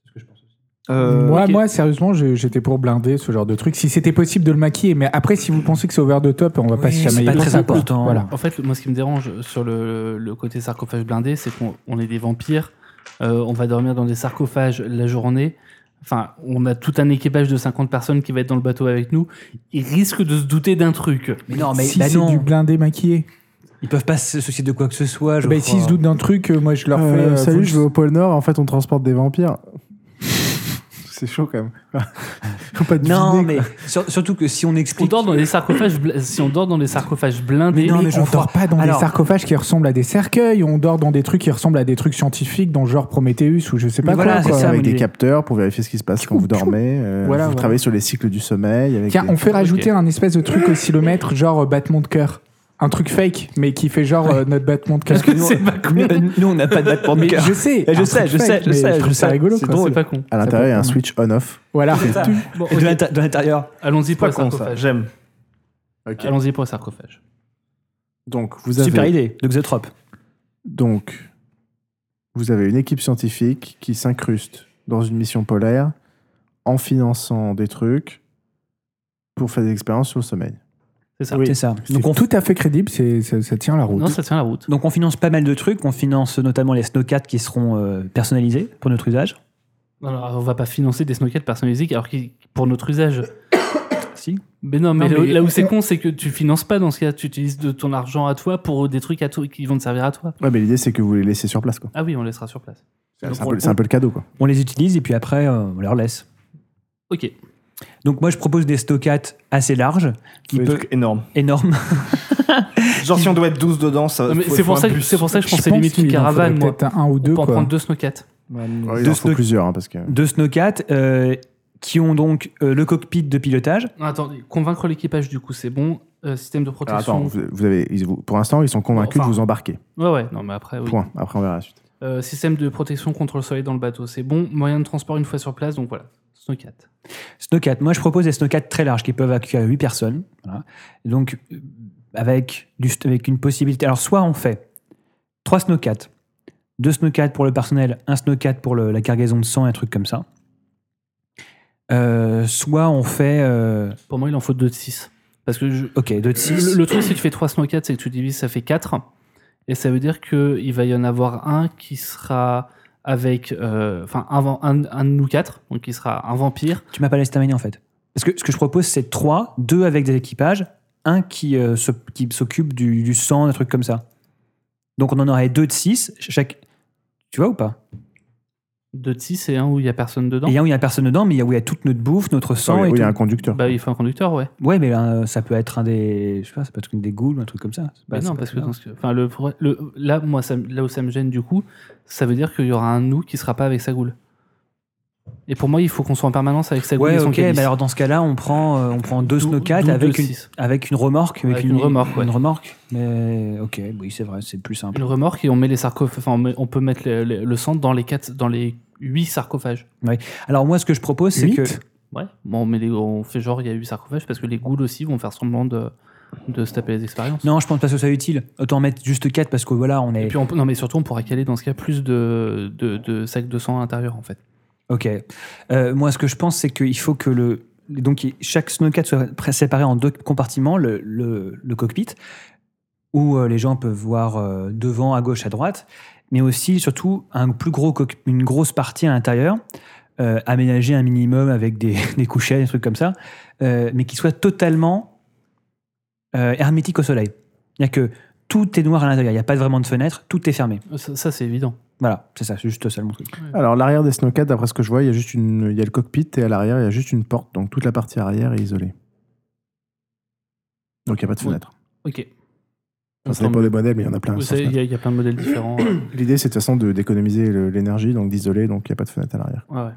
S4: C'est ce que je pense aussi. Euh,
S3: moi,
S2: ok.
S3: moi, sérieusement, je- j'étais pour blinder ce genre de truc. Si c'était possible de le maquiller, mais après, si vous pensez que c'est over the top, on va pas
S5: Oui,
S3: se
S5: c'est
S3: chamailler.
S5: pas
S3: dessus.
S5: très important.
S3: Voilà.
S2: En fait, moi, ce qui me dérange sur le, le côté sarcophage blindé, c'est qu'on on est des vampires. euh, on va dormir dans des sarcophages la journée. Enfin, on a tout un équipage de 50 personnes qui va être dans le bateau avec nous. Ils risquent de se douter d'un truc.
S5: Mais non mais
S3: si
S5: bah
S3: c'est
S5: non.
S3: du blindé maquillé,
S5: Ils peuvent pas se soucier de quoi que ce soit. Je
S3: bah, s'ils se doutent d'un truc, euh, moi je leur fais.
S1: Euh,
S3: euh,
S1: salut,
S3: vous-
S1: je vais au pôle Nord. En fait, on transporte des vampires. C'est chaud quand même. Faut pas deviner,
S5: Non,
S1: quoi.
S5: mais sur- surtout que si on
S2: On
S5: explique.
S2: dort dans des sarcophages, bl- si on dort dans des sarcophages blindés,
S5: Mais non, mais
S3: on
S5: j'en-
S3: dort pas dans
S5: Alors-
S3: des sarcophages qui ressemblent à des cercueils, on dort dans des trucs qui ressemblent à des trucs scientifiques, dans le genre Prometheus ou je sais
S5: Mais
S3: pas
S5: voilà,
S3: quoi.
S5: c'est
S3: quoi.
S5: ça,
S1: avec
S5: mon
S1: des
S5: idée.
S1: capteurs pour vérifier ce qui se passe quand vous dormez. euh,
S3: Voilà,
S1: vous
S3: voilà.
S1: travaillez sur les cycles du sommeil. Avec
S3: Tiens,
S1: des-
S3: on fait rajouter un espèce de truc au kilomètre, genre euh, battement de cœur. Un truc fake, mais qui fait genre euh, notre battement de cœur.
S2: parce que c'est pas con.
S5: Nous, euh, nous, on n'a pas de battement de
S2: Mais
S5: cœur.
S3: Je sais,
S5: Eh, je
S3: un
S5: sais,
S3: truc
S5: je sais,
S3: fake,
S5: je
S3: mais
S5: sais,
S3: Je trouve
S5: je
S3: ça
S5: sais.
S3: rigolo.
S5: C'est
S3: quoi.
S2: C'est pas con.
S1: À
S3: peut
S1: l'intérieur, il y a un
S3: être pas
S1: switch on-off.
S3: Voilà.
S2: Bon,
S5: Et
S2: ok.
S5: de l'inté- de l'intérieur.
S2: Allons-y pour
S4: Pas
S2: les
S4: con ça,
S2: sarcophages.
S4: j'aime.
S2: Allons-y pour les sarcophages.
S1: Donc vous avez
S5: Super idée, de Xotrop.
S1: donc vous avez une équipe scientifique qui s'incruste dans une mission polaire en finançant des trucs pour faire des expériences sur le sommeil.
S2: C'est ça.
S5: C'est ça. Donc on,
S3: tout à fait crédible, c'est- ça, ça tient la route.
S2: Non, ça tient la route.
S5: donc on finance pas mal de trucs. On finance notamment les snowcats qui seront euh, personnalisés pour notre usage.
S2: Non, non, on va pas financer des snowcats personnalisés alors qu'ils- pour notre usage.
S5: Si.
S2: Mais Ben non, mais,
S3: Non,
S2: là, où-
S3: mais-
S2: là où c'est con, c'est que tu finances pas dans ce cas. Tu utilises de ton argent à toi pour des trucs à toi qui vont te servir à toi.
S1: Ouais, mais l'idée c'est que vous les laissez sur place quoi.
S2: Ah oui, on laissera sur place.
S1: C'est
S5: Donc,
S1: un,
S5: on-
S1: peu- c'est un peu le cadeau quoi.
S5: On les utilise et puis après, euh, on leur laisse.
S2: Ok.
S4: Bah,
S5: Donc moi, je propose des snowcats assez larges, qui
S4: Des
S5: peuvent
S4: trucs énormes.
S5: énormes.
S4: Genre, si on doit être 12 dedans, ça.
S2: Non, mais
S4: faut-
S2: C'est
S4: faut
S2: pour,
S4: un
S2: ça que-
S4: bus.
S2: c'est pour ça que je pensais
S3: pense
S2: limite une
S3: qu'il en faudrait
S2: caravane, moi.
S3: Peut-être un ou
S2: On
S3: deux.
S2: peut en
S3: quoi.
S2: prendre deux snowcats.
S1: Ouais, il
S5: deux
S1: en faut
S5: snow-
S1: plusieurs hein, parce que
S5: Deux snowcats euh, qui ont donc euh, le cockpit de pilotage.
S2: Non, Attendez, convaincre l'équipage du coup, c'est bon. Euh, système
S4: Ah,
S2: de
S1: Alors,
S2: protection.
S1: attends, vous, vous avez ils- vous- pour l'instant ils sont convaincus
S2: Enfin,
S1: de vous embarquer.
S2: Ouais, ouais, non, mais après, oui.
S1: Point. Après on verra la suite.
S2: Euh, système de protection contre le soleil dans le bateau, c'est bon. Moyen de transport une fois sur place, donc voilà. Snowcat.
S5: Snowcat. Moi, je propose des snowcats très larges qui peuvent accueillir 8 personnes. Voilà. Donc, euh, avec, du, avec une possibilité. Alors, soit on fait 3 snowcats, 2 snowcats pour le personnel, 1 snowcat pour le- la cargaison de sang, un truc comme ça. Euh, soit on fait. euh,
S2: Pour moi, il en faut 2 de 6. Parce que je-
S5: ok, 2 de 6.
S2: le, le truc, si tu fais 3 snowcats, c'est que tu divises, ça fait 4. Et ça veut dire qu'il va y en avoir un qui sera avec. euh, Enfin, un van- un, un de nous quatre, donc qui sera un vampire.
S5: Tu m'as pas laissé terminer en fait. Parce que ce que je propose, c'est 3, 2 avec des équipages, un qui euh, se- qui s'occupe du, du sang, un truc comme ça. Donc, on en aurait 2 de 6. Chaque... Tu vois ou pas
S2: 2 de 6 et un où il n'y a personne dedans.
S5: Et il y a où il y a personne dedans, mais il y a où il y a toute notre bouffe, notre sang
S1: Enfin, oui,
S5: et
S1: oui, il y a un
S5: tout.
S1: conducteur.
S2: Bah, il faut un conducteur, ouais.
S5: Ouais, mais euh, ça peut être un des, je sais pas, ça peut être une des ghouls ou un truc comme ça. C'est
S2: Bah
S5: pas-
S2: non,
S5: c'est pas
S2: parce que,
S5: très
S2: dans ce- enfin, le, le- là, moi, ça, me- là où ça me gêne du coup, ça veut dire qu'il y aura un nous qui sera pas avec sa goule. Et pour moi, il faut qu'on soit en permanence avec sa goule
S5: Ouais,
S2: et son
S5: ok.
S2: calice.
S5: Mais alors dans ce cas-là, on prend, euh, on prend deux
S2: D'où-
S5: snowcats
S2: d'où
S5: avec
S2: deux
S5: une,
S2: six.
S5: avec une remorque,
S2: Avec une remorque, ouais.
S5: une remorque. Mais ok, oui, c'est vrai, c'est plus simple.
S2: Une remorque et on met les sarcophages. Enfin, on, met- on peut mettre le, le- le sang dans les quatre, dans les huit sarcophages.
S5: Alors moi, ce que je propose, c'est que
S3: Huit
S2: Ouais. Bon, on, met les- on fait genre il y a huit sarcophages parce que les goules aussi vont faire semblant de, de se taper les expériences.
S5: non, je pense pas que ce soit utile. Autant mettre juste quatre parce que voilà, on est.
S2: Et puis on, peut- non, mais surtout on pourra caler dans ce cas plus de, de, de sacs de sang à l'intérieur en fait.
S5: Ok. Euh, moi, ce que je pense, c'est qu'il faut que le. Donc, il- chaque snowcat soit pré- séparé en deux compartiments, le, le- le cockpit, où euh, les gens peuvent voir euh, devant, à gauche, à droite, mais aussi, surtout, un plus gros cock- une grosse partie à l'intérieur, euh, aménagée un minimum avec des, des couchettes, des trucs comme ça, euh, mais qui soit totalement euh, hermétique au soleil. C'est-à-dire que tout est noir à l'intérieur, il n'y a pas vraiment de fenêtre, tout est fermé.
S2: Ça, ça, c'est évident.
S5: Voilà, c'est ça, c'est juste ça mon truc.
S1: Alors l'arrière des snowcats, d'après ce que je vois, il y a juste une, il y a le cockpit et à l'arrière il y a juste une porte, donc toute la partie arrière est isolée. Donc il n'y a pas de
S2: Oui.
S1: fenêtre.
S2: Ok.
S1: Enfin, ça dépend des modèles, mais il y en a plein.
S2: Vous
S1: sans
S2: savez, Il
S1: fenêtre.
S2: y, a- il y a plein de modèles différents.
S1: L'idée c'est de toute façon de- d'économiser le- l'énergie, donc d'isoler, donc il n'y a pas de fenêtre à l'arrière.
S2: Ouais, ouais.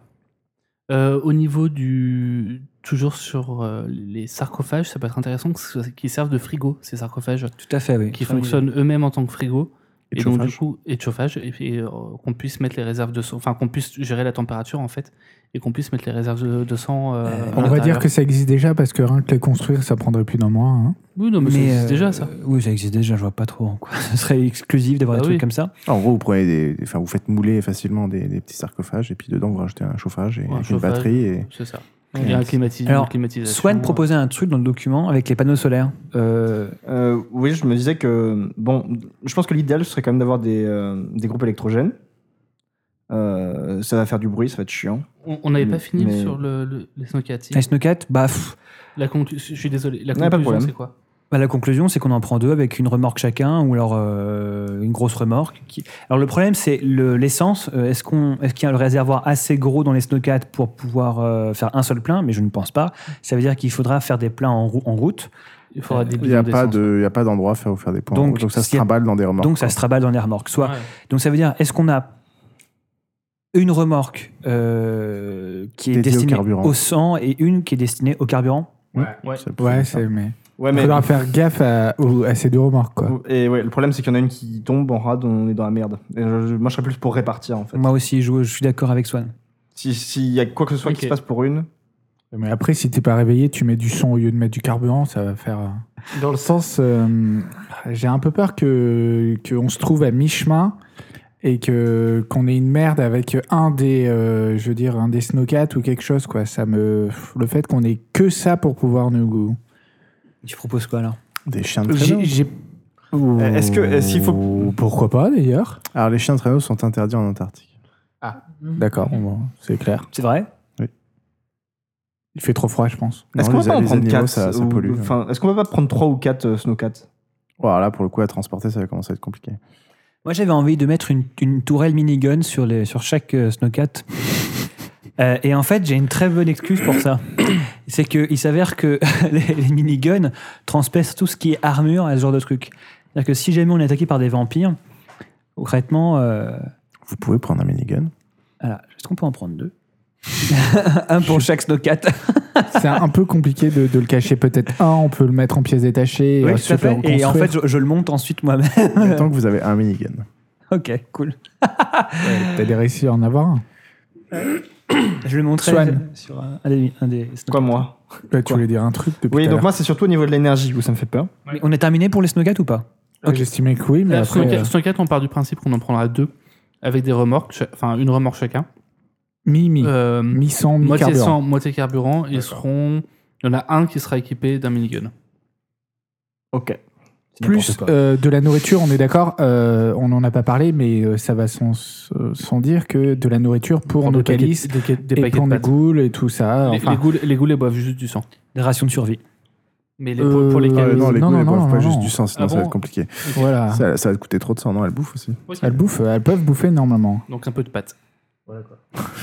S2: Euh, au niveau du. Toujours sur euh, les sarcophages, ça peut être intéressant que ce soit- qu'ils servent de frigo, ces sarcophages,
S5: Tout à fait, oui.
S2: qui
S5: Enfin,
S2: fonctionnent eux-mêmes en tant que frigo.
S1: Et
S2: Et,
S1: de
S2: donc,
S1: chauffage.
S2: du coup, et de chauffage, et puis euh, qu'on puisse mettre les réserves de sang, enfin qu'on puisse gérer la température en fait, et qu'on puisse mettre les réserves de, de sang. euh, à
S3: On va
S2: l'intérieur.
S3: dire que ça existe déjà parce que rien que les construire, ça prendrait plus d'un mois. hein.
S2: Oui, non, mais, ça existe
S5: euh,
S2: déjà ça.
S5: Oui, ça existe déjà, je vois pas trop en quoi. Ce serait exclusif d'avoir
S2: Bah
S5: des
S2: oui.
S5: trucs comme ça.
S1: En gros, vous prenez des, des- enfin vous faites mouler facilement des, des petits sarcophages et puis dedans vous rajoutez un chauffage et
S2: Ouais, un
S1: avec
S2: chauffage.
S1: une batterie et
S2: C'est ça. Il y a un climatisme.
S5: Alors,
S2: une climatisation, euh,
S5: Swan proposait un truc dans le document avec les panneaux solaires. Euh,
S4: Euh, oui, je me disais que. Bon, je pense que l'idéal, ce serait quand même d'avoir des, euh, des groupes électrogènes. Euh, ça va faire du bruit, ça va être chiant.
S2: On on n'avait pas fini
S4: Mais-
S2: sur le, le- les snowcats, si.
S5: les snowcats, bah, pff,
S2: La conclu- Je suis désolé. La
S4: Ouais, pas de
S2: conclusion,
S4: problème.
S2: c'est quoi
S5: Bah, la conclusion, c'est qu'on en prend deux avec une remorque chacun ou alors euh, une grosse remorque. qui- Alors le problème, c'est le- l'essence. Euh, Est-ce qu'on, est-ce qu'il y a le réservoir assez gros dans les snowcats pour pouvoir euh, faire un seul plein Mais je ne pense pas. Ça veut dire qu'il faudra faire des pleins en, rou- en route.
S2: Il faudra des
S1: Il n'y a,
S2: bidons
S1: pas
S2: d'essence.
S1: de- il y a pas d'endroit à faire, où faire des points.
S5: Donc,
S1: Donc, donc ça se
S5: s'il y a-
S1: trimballe dans des remorques.
S5: Donc ça se traballe dans les remorques. Soit
S2: Ouais.
S5: Donc ça veut dire, est-ce qu'on a une remorque euh, qui est
S1: Dédiée au
S5: destinée
S1: carburant.
S5: au sang et une qui est destinée au carburant
S2: Ouais.
S1: C'est plus
S3: Ouais,
S1: ça.
S3: c'est mais.
S4: Ouais,
S3: Il
S4: mais.
S3: faudra faire gaffe à, aux- à ces deux remorques, quoi.
S4: Et ouais, le problème, c'est qu'il y en a une qui tombe en rade, on est dans la merde. Et je- je- moi, je serais plus pour répartir, en fait.
S5: Moi aussi, je, je suis d'accord avec Swan.
S4: Si- S'il y a quoi que ce soit
S2: Ok.
S4: qui se passe pour une,
S3: Mais après, si t'es pas réveillé, tu mets du son au lieu de mettre du carburant, ça va faire. euh, Dans le sens, euh, j'ai un peu peur que qu'on se trouve à mi-chemin et que qu'on ait une merde avec un des, euh, je veux dire, un des snowcats ou quelque chose, quoi. Ça me, le fait qu'on ait que ça pour pouvoir nous.
S5: Tu proposes quoi alors
S1: Des chiens de traîneau.
S3: J'ai- j'ai-
S5: Euh,
S4: Eh, est-ce que- est-ce qu'il faut-
S3: Pourquoi pas d'ailleurs
S1: Alors, les chiens de traîneau sont interdits en Antarctique.
S3: D'accord, bon, c'est clair.
S5: C'est vrai
S3: Il fait trop froid, je pense.
S1: Non,
S4: est-ce qu'on
S1: les-
S4: peut pas en
S1: les
S4: prendre
S1: animaux,
S4: quatre
S1: ça, ça
S4: ou-
S1: pollue. hein.
S4: enfin, Est-ce qu'on peut pas prendre trois ou quatre euh, snowcats
S1: Voilà, là, pour le coup, à transporter, ça va commencer à être compliqué.
S5: Moi, j'avais envie de mettre une, une tourelle minigun sur, les, sur chaque euh, snowcat. Euh, et en fait, j'ai une très bonne excuse pour ça. C'est qu'il s'avère que les, les miniguns transpercent tout ce qui est armure et ce genre de truc. C'est-à-dire que si jamais on est attaqué par des vampires, concrètement, euh,
S1: Vous pouvez prendre un minigun.
S5: Alors, est-ce qu'on peut en prendre deux Un pour chaque snowcat.
S3: C'est un peu compliqué de, de le cacher. Peut-être un, on peut le mettre en pièces détachées. et,
S5: Oui,
S3: euh,
S5: tout à
S3: se
S5: fait.
S3: faire
S5: Et en
S3: reconstruire.
S5: fait, je, je le monte ensuite moi-même.
S1: Tant que vous avez un minigun.
S5: ok, cool.
S3: T'as des récits à en avoir un.
S5: Je le montrerai
S3: Swan.
S5: sur un, un des, un des snowcats.
S4: Quoi, moi
S3: Bah, tu voulais dire un truc depuis
S4: Oui,
S3: tout à
S4: donc
S3: l'heure.
S4: moi, c'est surtout au niveau de l'énergie où ça me fait peur.
S5: Mais on est terminé pour les snowcats ou pas
S3: Ouais, J'estimais que oui, mais
S2: Là,
S3: après,
S2: Snowcat,
S3: euh,
S2: Snowcat, on part du principe qu'on en prendra deux avec des remorques, cha- enfin une remorque chacun.
S3: mi mi
S2: Euh,
S3: mi sang, mi
S2: moitié
S3: carburant.
S2: sang, moitié carburant. Ils seront. Il y en a un qui sera équipé d'un minigun.
S4: Ok.
S5: C'est
S3: Plus
S5: n'importe quoi.
S3: euh, de la nourriture, on est d'accord. euh, on n'en a pas parlé, mais euh, ça va sans, euh, sans dire que de la nourriture pour nos
S2: des paquets-
S3: calices
S2: des, ca- des
S3: et
S2: paquets
S3: pour
S2: de
S3: nos
S2: pâtes.
S3: goules et tout ça.
S2: Les,
S3: enfin,
S2: les goules, les goules, elles boivent juste du sang.
S5: des rations de survie.
S2: Mais les, pour- pour les
S3: Euh,
S1: Euh,
S2: calices.
S1: non, les
S3: non,
S1: goules,
S3: non,
S1: elles
S3: non,
S1: boivent pas
S3: non,
S1: juste
S3: non. Ah.
S1: du sang, sinon
S2: Ah
S1: ça va
S2: bon
S1: être compliqué.
S3: voilà.
S1: Ça, ça va te coûter trop de sang. Non, elles bouffent aussi.
S2: Ok.
S3: Elles bouffent, elles peuvent bouffer normalement.
S2: Donc un peu de pâtes.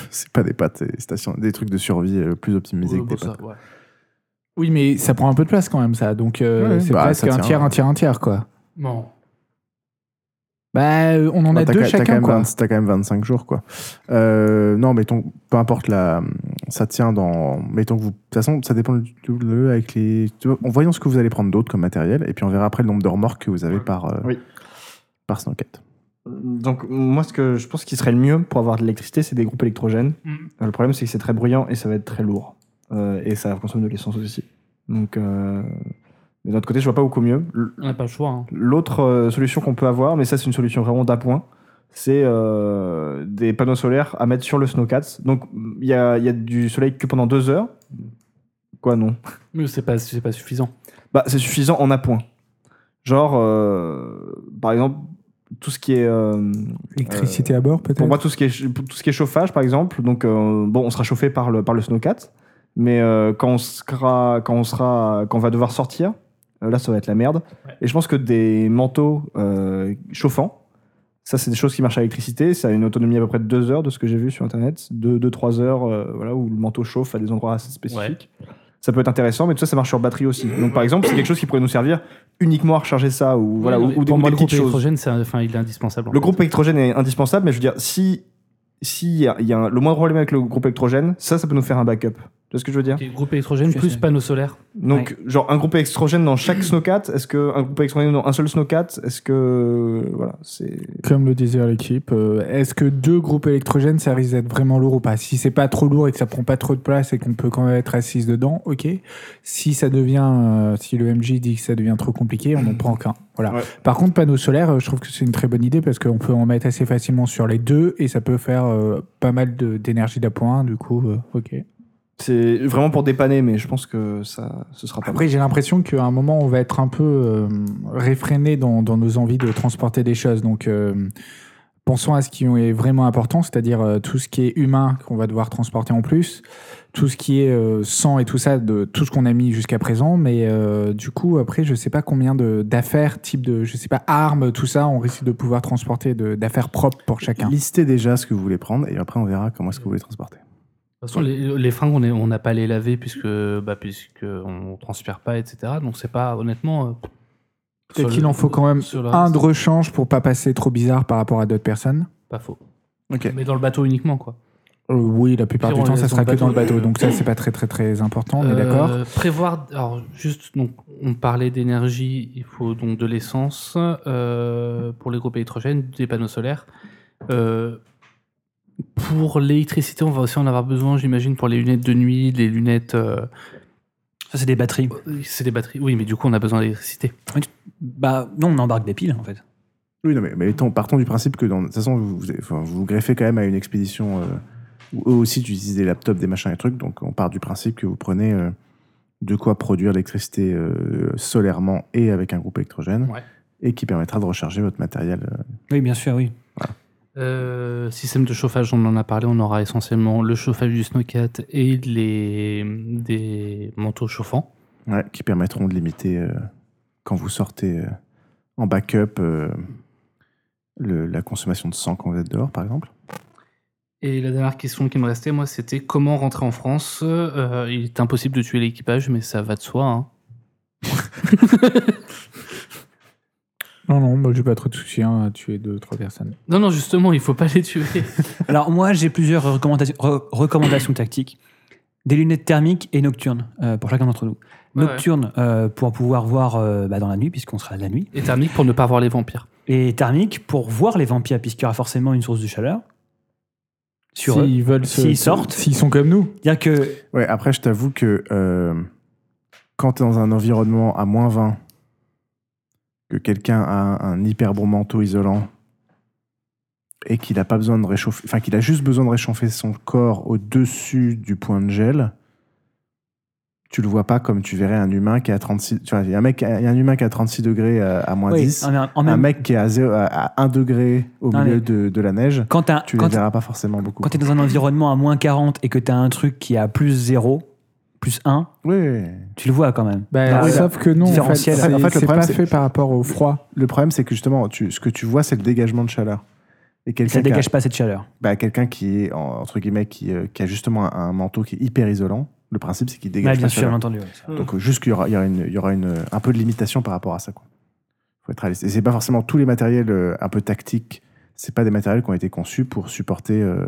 S1: C'est pas des pâtes, c'est station- des trucs de survie euh, plus optimisés
S2: Ouais,
S1: que
S2: bon,
S1: des
S2: ça,
S1: pâtes.
S2: ouais.
S3: Oui, mais ça prend un peu de place quand même, ça. Donc euh,
S1: Ouais,
S3: c'est
S1: bah,
S3: presque
S1: ça
S3: un
S1: tient.
S3: tiers, un tiers, un tiers, quoi.
S2: Non.
S3: Bah, euh, on en
S1: Bah,
S3: a
S1: t'as
S3: deux
S1: qu'à- t'as quand
S3: chacun,
S1: même
S3: quoi.
S1: 20 T'as quand même 25 jours, quoi. Euh, non, mettons, peu importe, la, ça tient dans. Mettons que vous. De toute façon, ça dépend du double avec les. tu vois, En voyant ce que vous allez prendre d'autres comme matériel, et puis on verra après le nombre de remorques que vous avez par, euh,
S4: Oui.
S1: par Snowcat.
S4: euh, Donc, moi, ce que je pense qui serait le mieux pour avoir de l'électricité, c'est des groupes électrogènes.
S2: Mm.
S4: Euh, Le problème, c'est que c'est très bruyant et ça va être très lourd. Euh, et ça consomme de l'essence aussi. Donc, euh, mais d'un autre côté, je vois pas beaucoup mieux. L-
S2: On n'a pas le choix. hein.
S4: L'autre euh, solution qu'on peut avoir, mais ça, c'est une solution vraiment d'appoint, c'est euh, des panneaux solaires à mettre sur le snowcat. Donc, il y a, il y a du soleil que pendant deux heures. Quoi, non
S2: Mais c'est pas, c'est pas suffisant.
S4: bah, c'est suffisant en appoint. Genre, euh, par exemple, tout ce qui est. euh,
S3: Électricité à bord, peut-être
S4: pour moi, tout ce qui est, ch- tout ce qui est chauffage, par exemple, donc, euh, bon, on sera chauffé par le, par le snowcat, mais euh, quand, on sera, quand, on sera, quand on va devoir sortir, euh, là, ça va être la merde. Et je pense que des manteaux euh, chauffants, ça, c'est des choses qui marchent à l'électricité. Ça a une autonomie à peu près de 2 heures de ce que j'ai vu sur Internet. 2-3 heures euh, voilà, où le manteau chauffe à des endroits assez spécifiques. Ça peut être intéressant, mais tout ça, ça marche sur batterie aussi. Donc, par exemple, c'est quelque chose qui pourrait nous servir uniquement à recharger ça ou, voilà,
S2: Ouais,
S4: ou,
S2: mais
S4: ou des,
S2: pour moi,
S4: des
S2: le groupe
S4: petites choses.
S2: électrogène, c'est un- enfin, il est indispensable. en
S4: Le
S2: fait.
S4: groupe électrogène est indispensable, mais je veux dire, si s'il y a, il y a un- le moindre problème avec le groupe électrogène, ça, ça peut nous faire un backup. Tu vois ce que je veux dire
S2: Ok, Groupe électrogène
S5: Je
S2: plus
S5: sais.
S2: panneau solaire.
S4: Donc, genre, un groupe électrogène dans chaque snowcat, est-ce que un groupe électrogène dans un seul snowcat, est-ce que voilà, c'est
S3: Comme le disait l'équipe, euh, est-ce que deux groupes électrogènes, ça risque d'être vraiment lourd ou pas Si c'est pas trop lourd et que ça prend pas trop de place et qu'on peut quand même être assis dedans, ok. Si ça devient, euh, si le MJ dit que ça devient trop compliqué, on en prend qu'un. Voilà.
S4: Ouais.
S3: Par contre, panneau solaire, euh, je trouve que c'est une très bonne idée parce qu'on peut en mettre assez facilement sur les deux et ça peut faire euh, pas mal de- d'énergie d'appoint. Du coup, euh, ok.
S4: c'est vraiment pour dépanner, mais je pense que ça ce sera pas
S3: Après, j'ai l'impression qu'à un moment, on va être un peu euh, réfréné dans, dans nos envies de transporter des choses. Donc, euh, Pensons à ce qui est vraiment important, c'est-à-dire euh, tout ce qui est humain qu'on va devoir transporter en plus, tout ce qui est euh, sang et tout ça, de tout ce qu'on a mis jusqu'à présent. Mais euh, du coup, après, je sais pas combien de- d'affaires, type de, je sais pas, armes, tout ça, on risque de pouvoir transporter de- d'affaires propres pour chacun.
S1: Listez déjà ce que vous voulez prendre et après on verra comment est-ce que vous les transportez.
S2: De toute façon, les, les fringues, on est- on n'a pas les laver puisque bah, puisque on transpire pas, etc. Donc c'est pas honnêtement. euh,
S3: Peut-être
S2: sur
S3: qu'il
S2: le-
S3: en faut quand même
S2: sur le
S3: Un
S2: reste,
S3: de rechange pour pas passer trop bizarre par rapport à d'autres personnes.
S2: Pas faux.
S1: Ok.
S2: Mais dans le bateau uniquement quoi.
S3: Euh, oui, la plupart
S2: Pire,
S3: du
S2: on
S3: temps,
S2: les
S3: ça
S2: laisse
S3: sera
S2: dans
S3: que
S2: le
S3: dans le
S2: bateau.
S3: bateau, donc ça, c'est pas très très très important, on est
S2: Euh,
S3: d'accord.
S2: Prévoir. Alors juste donc on parlait d'énergie, il faut donc de l'essence euh, pour les groupes électrogènes, des panneaux solaires. Euh, pour l'électricité, on va aussi en avoir besoin, j'imagine, pour les lunettes de nuit, les lunettes. euh,
S5: Ça, c'est des batteries.
S2: c'est des batteries. Oui, mais du coup, on a besoin d'électricité.
S5: Bah, non, on embarque des piles, en fait.
S1: Oui, non, mais, mais étant- partons du principe que dans, de toute façon, vous vous, enfin, vous vous greffez quand même à une expédition euh, où eux aussi tu utilises des laptops, des machins et trucs. Donc on part du principe que vous prenez euh, de quoi produire l'électricité euh, solairement et avec un groupe électrogène
S3: Mmh.
S2: Ouais.
S1: et qui permettra de recharger votre matériel. euh.
S5: Oui, bien sûr, oui.
S2: Euh, système de chauffage, on en a parlé, on aura essentiellement le chauffage du snowcat et les, des manteaux chauffants.
S1: euh, Ouais, qui permettront de limiter euh, quand vous sortez euh, en backup euh, le- la consommation de sang quand vous êtes dehors, par exemple.
S2: Et la dernière question qui me restait, moi, c'était comment rentrer en France Euh, Il est impossible de tuer l'équipage, mais ça va de soi. hein.
S3: Non, non, bah, j'ai pas trop de soucis hein, à tuer deux, trois personnes.
S2: Non, non, justement, il faut pas les tuer.
S5: Alors, moi, j'ai plusieurs recommandations, re- recommandations tactiques. Des lunettes thermiques et nocturnes euh, pour chacun d'entre nous.
S2: Ouais,
S5: Nocturnes euh, pour pouvoir voir euh, bah, dans la nuit, puisqu'on sera la nuit.
S2: Et thermique pour ne pas voir les vampires.
S5: Et thermiques pour voir les vampires, puisqu'il y aura forcément une source de chaleur sur eux.
S3: S'ils veulent se-
S5: S'ils sortent.
S3: S'ils sont comme nous.
S5: C'est-à-dire que
S1: Ouais, après, je t'avoue que euh, quand tu es dans un environnement à moins 20, que quelqu'un a un hyper bon manteau isolant et qu'il n'a pas besoin de réchauffer, enfin qu'il a juste besoin de réchauffer son corps au-dessus du point de gel, tu le vois pas comme tu verrais un humain qui est à 36, tu vois, il y a un mec, il y a un humain qui est à 36 degrés euh, à, à moins
S5: oui,
S1: 10,
S5: en même- en
S1: un
S5: même-
S1: mec qui est à, 1 degré au
S5: Non,
S1: milieu
S5: mais-
S1: de, de la neige,
S5: quand t'as-
S1: tu les
S5: quand
S1: verras pas forcément beaucoup.
S5: Quand tu es dans un environnement à moins 40 et que tu as un truc qui est à plus 0, plus 1,
S1: Oui, oui, oui.
S5: tu le vois quand même.
S3: Bah,
S1: Ah oui,
S3: sauf que non, en fait,
S5: différentiel.
S3: c'est
S1: En fait, le
S3: c'est
S1: problème,
S3: pas
S1: c'est-
S3: fait par rapport au froid.
S1: Le problème, c'est que justement, tu- ce que tu vois, c'est le dégagement de chaleur. Et
S5: Et ça
S1: quelqu'un qui, a-
S5: dégage pas cette chaleur.
S1: bah, quelqu'un qui est, en- entre guillemets, qui, euh, qui a justement un, un manteau qui est hyper isolant, le principe, c'est qu'il
S5: Ouais,
S1: dégage pas
S5: bien
S1: de
S5: sûr, bien
S1: chaleur.
S5: entendu. ouais, ça.
S1: Donc, euh, juste qu'il y aura, il y aura, une, il y aura une, un peu de limitation par rapport à ça. Quoi. Faut être réaliste. Et c'est pas forcément tous les matériels euh, un peu tactiques, c'est pas des matériels qui ont été conçus pour supporter euh,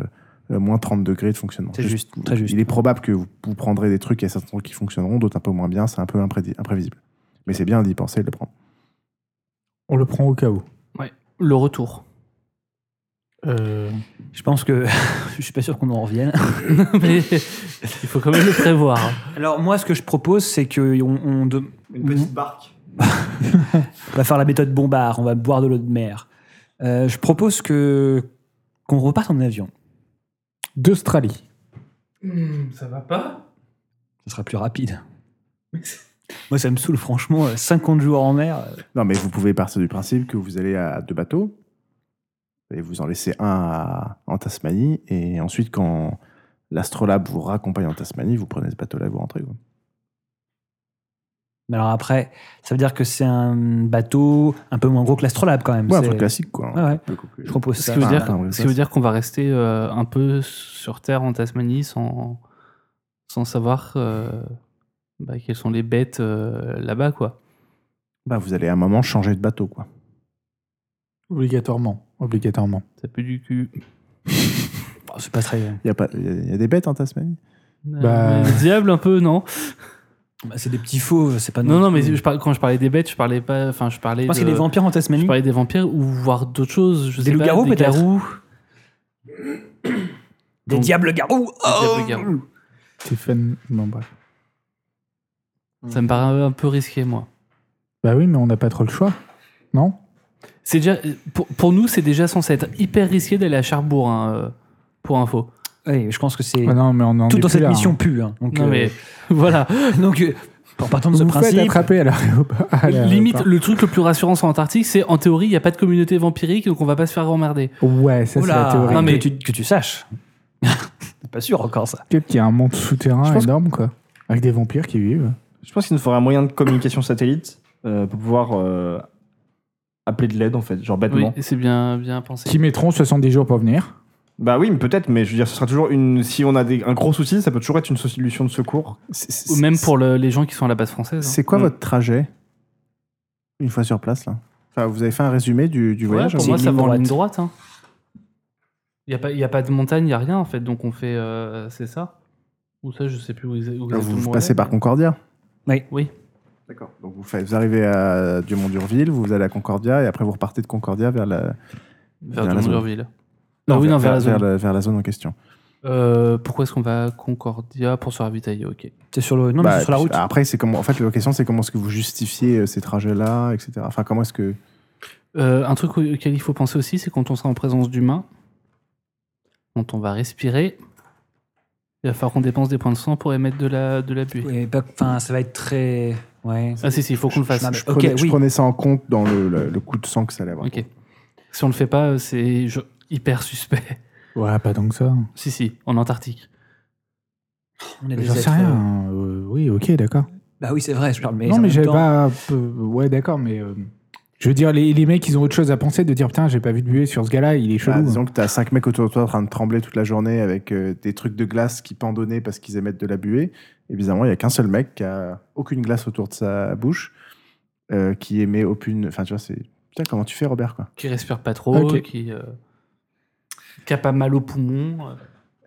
S1: euh, moins 30 degrés de fonctionnement.
S5: C'est
S1: Juste-
S5: juste, très juste.
S1: Il est probable que vous, vous prendrez des trucs, il y a certains trucs qui fonctionneront, d'autres un peu moins bien, c'est un peu imprédi- imprévisible. Mais c'est bien d'y penser et de le prendre.
S3: On le prend au cas où.
S2: Le retour. Euh,
S5: Je pense que je suis pas sûr qu'on en revienne.
S2: mais il faut quand même le prévoir. hein.
S5: Alors moi, ce que je propose, c'est que on, on de-
S4: Une
S5: petite
S4: barque.
S5: on va faire la méthode bombard, on va boire de l'eau de mer. Euh, je propose que qu'on reparte en avion.
S3: D'Australie.
S2: Hmm, ça va pas
S5: Ce sera plus rapide. Moi, ça me saoule franchement. euh, 50 jours en mer. euh,
S1: Non, mais vous pouvez partir du principe que vous allez à deux bateaux et vous en laissez un à- en Tasmanie. Et ensuite, quand l'astrolabe vous raccompagne en Tasmanie, vous prenez ce bateau-là et vous rentrez. quoi.
S5: Mais alors après, ça veut dire que c'est un bateau un peu moins gros que l'astrolabe quand même.
S1: Ouais, un
S5: C'est-
S1: truc classique, quoi.
S5: Ouais, ouais.
S1: Un peu coupé.
S5: Je propose
S2: Ce
S5: ça.
S2: qui veut
S1: Ah,
S2: dire,
S1: attends, oui,
S2: ce
S1: ça,
S2: qui
S1: c'est-
S2: veut dire qu'on va rester euh, un peu sur Terre en Tasmanie sans, sans savoir euh, bah, quelles sont les bêtes euh, là-bas, quoi.
S1: Bah, vous allez à un moment changer de bateau, quoi.
S3: Obligatoirement. Obligatoirement.
S2: Ça pue du cul.
S5: Bon, c'est pas très.
S1: Il y, a pas- il y a- il y a des bêtes en Tasmanie
S2: Euh,
S3: Bah.
S2: Le diable, un peu, non
S5: Bah, c'est des petits faux, c'est pas.
S2: Non, non, mais
S5: je,
S2: je par- quand je parlais des bêtes, je parlais pas. Enfin, je parlais.
S5: pense
S2: de-
S5: qu'il y a des vampires en
S2: Je
S5: Tasmanie.
S2: parlais des vampires ou voir d'autres choses. Je sais
S5: Des
S2: pas,
S5: loups-garous,
S2: des
S5: peut-être
S2: garous.
S5: Des
S2: Donc-
S5: diables garous. Oh
S2: diables garous.
S3: C'est fun. Bon, bref.
S2: Ça me paraît un peu risqué, moi.
S3: Bah oui, mais on n'a pas trop le choix. Non
S2: C'est déjà, pour, pour nous, c'est déjà censé être hyper risqué d'aller à Cherbourg, hein, euh, pour info.
S5: Oui, je pense que c'est
S3: Ah Non, mais on en
S5: tout
S3: est
S5: dans
S3: plus
S5: cette
S3: là,
S5: mission
S3: hein.
S5: pue. hein. Donc,
S2: Non,
S5: euh,
S2: mais voilà.
S5: donc euh, En partant de
S3: Vous
S5: ce
S3: vous faites
S5: principe,
S3: attraper à l'aéroport. à
S2: Limite,
S3: l'aéroport.
S2: le truc le plus rassurant en Antarctique, c'est en théorie, il n'y a pas de communauté vampirique, donc on va pas se faire emmerder.
S3: Ouais, ça c'est
S5: Oula,
S3: la théorie.
S2: Non, mais-
S5: que, tu, que tu saches. C'est pas sûr encore ça.
S3: Peut-être qu'il y a un monde
S4: Je
S3: souterrain
S4: pense que-
S3: énorme, quoi. Avec des vampires qui vivent.
S4: Je pense qu'il nous faudrait un moyen de communication satellite euh, pour pouvoir euh, appeler de l'aide, en fait, genre
S2: Oui,
S4: bêtement.
S2: c'est bien, bien pensé.
S3: Qui mettront 70 jours pour venir.
S4: Bah oui, mais peut-être, mais je veux dire, ce sera toujours une. Si on a des- un gros souci, ça peut toujours être une solution de secours.
S2: Ou même pour le- les gens qui sont à la base française. hein.
S1: C'est quoi
S4: Mm.
S1: votre trajet une fois sur place là Enfin, vous avez fait un résumé du, du
S2: Ouais,
S1: voyage.
S2: pour
S1: hein
S2: moi,
S5: une
S2: ça
S5: ligne
S2: va en ligne
S5: droite.
S2: droite. Il n'y a, pas- y a pas de montagne, il n'y a rien en fait, donc on fait. euh, c'est ça Ou ça, je sais plus où, ils- où
S1: Ah, vous
S2: exactement on
S1: passez
S2: est,
S1: par
S2: mais-
S1: Concordia.
S2: Oui.
S1: D'accord. Donc vous, faites- vous arrivez à Dumont-Durville, vous allez à Concordia et après vous repartez de Concordia vers la, Vers
S2: Vers
S1: la zone. Ah,
S2: Durville. Non, oui,
S1: vers-
S2: non, vers la
S1: vers-
S2: zone.
S1: vers la- vers la zone en question.
S2: Euh, pourquoi est-ce qu'on va à Concordia pour se ravitailler Ok.
S5: C'est sur le, non, mais
S1: Bah,
S5: c'est sur la
S1: puis,
S5: route.
S1: Après, c'est comment En fait, la question, c'est comment est-ce que vous justifiez euh, ces trajets-là, etc. Enfin, comment est-ce que
S2: Euh, un truc au- auquel il faut penser aussi, c'est quand on sera en présence d'humains, quand on va respirer, il va falloir qu'on dépense des points de sang pour émettre de la, de la buée.
S5: Et pas- Enfin, ça va être très. Ouais.
S2: Ah si, si, il faut qu'on le fasse.
S5: Non, mais-
S1: je,
S5: Ok,
S1: prenais, je
S5: oui.
S1: prenais ça en compte dans le, le- le coup de sang que ça allait avoir
S2: Ok. Si on le fait pas, c'est je- hyper suspect.
S3: Ouais, pas donc ça.
S2: si, si, en Antarctique.
S5: On est des
S3: J'en sais
S5: êtres, euh,
S3: rien. Euh, oui, ok, d'accord.
S5: Bah oui, c'est vrai, je parle. Mais
S3: Non,
S5: en
S3: mais
S5: même
S3: j'avais
S5: temps-
S3: pas. peu- Ouais, d'accord, mais. euh, Je veux dire, les, les mecs, ils ont autre chose à penser de dire putain, j'ai pas vu de buée sur ce gars-là, il est
S1: Bah,
S3: chelou. hein.
S1: disons que t'as cinq mecs autour de toi en train de trembler toute la journée avec euh, des trucs de glace qui pendonnaient parce qu'ils émettent de la buée. Et bizarrement, il n'y a qu'un seul mec qui a aucune glace autour de sa bouche, euh, qui émet aucune. Enfin, tu vois, c'est. Putain, comment tu fais, Robert, quoi
S2: Qui respire pas trop,
S3: Ok.
S2: qui, euh, qui a pas mal au poumon.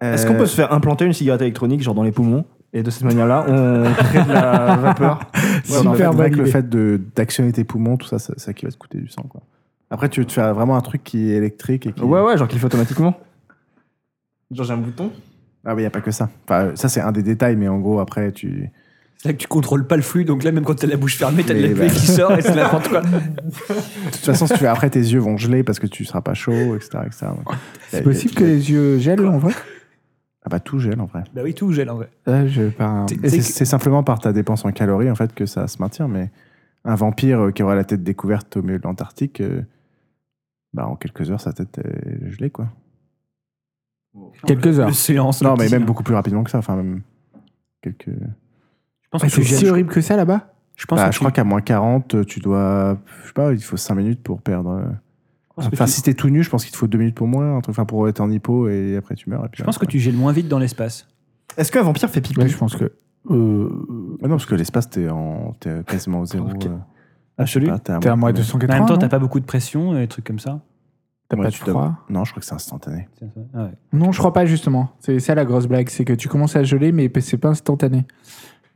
S2: euh.
S4: Est-ce qu'on peut se faire implanter une cigarette électronique, genre dans les poumons Et de cette manière-là, on crée de la vapeur.
S1: Ouais, mais en fait,
S3: Super bonne
S1: avec le
S3: idée.
S1: fait de- d'actionner tes poumons, tout ça, ça, ça qui va te coûter du sang, quoi. Après, tu veux te faire vraiment un truc qui est électrique et qui.
S4: Ouais, ouais, genre qu'il fait automatiquement. Genre j'ai un bouton.
S1: Ah oui, il n'y a pas que ça. Enfin, euh, ça, c'est un des détails, mais en gros, après, tu.
S5: C'est là que tu contrôles pas le flux, donc là, même quand t'as la bouche fermée, t'as de la
S1: Mais
S5: buée
S1: bah.
S5: qui sort et c'est n'importe quoi. Bah
S1: De toute façon, si tu fais après, tes yeux vont geler parce que tu seras pas chaud, etc. etc. Donc, y a-
S3: C'est possible que les yeux gèlent en vrai
S1: Ah bah, tout gèle en vrai.
S5: Bah oui, tout gèle en vrai.
S3: Là, je pars.
S5: T'es-
S1: Et
S5: t'es-
S1: c'est c'est simplement par ta dépense en calories, en fait, que ça se maintient. Mais un vampire euh, qui aurait la tête découverte au milieu de l'Antarctique, euh, bah, en quelques heures, sa tête est gelée, quoi.
S3: Quelques heures.
S5: Le silence.
S1: Non, mais
S5: le petit hein.
S1: même
S5: silence.
S1: beaucoup plus rapidement que ça. Enfin, même quelques.
S5: Je pense
S3: Ah,
S5: que tu
S3: c'est si
S5: gèles.
S3: horrible que ça là-bas
S5: Je pense
S1: Bah,
S5: que
S1: je
S5: tu-
S1: crois qu'à moins 40, euh, tu dois. Je sais pas, il te faut 5 minutes pour perdre. euh,
S5: je pense que
S1: Enfin,
S5: tu-
S1: si t'es tout nu, je pense qu'il te faut 2 minutes pour moi, un truc, enfin, pour être en hypo et après tu meurs. et puis
S5: je pense que
S1: voilà,
S5: tu gèles moins vite dans l'espace.
S4: Est-ce qu'un vampire fait pipi
S3: Ouais, je pense que. euh,
S1: quoi. Ah non, parce que l'espace, t'es en... t'es quasiment au zéro.
S5: Ok.
S1: euh,
S5: Absolu.
S1: je sais pas,
S3: T'es à moins
S1: combien.
S3: 280.
S5: Mais en même temps,
S3: non
S5: t'as pas beaucoup de pression et des trucs comme ça.
S3: T'as
S1: Ouais,
S3: pas de
S1: tu dois-
S3: froid
S1: Non, je crois que c'est instantané.
S5: C'est ça. Ah ouais.
S3: Non, je crois pas justement. C'est ça la grosse blague, c'est que tu commences à geler, mais c'est pas instantané.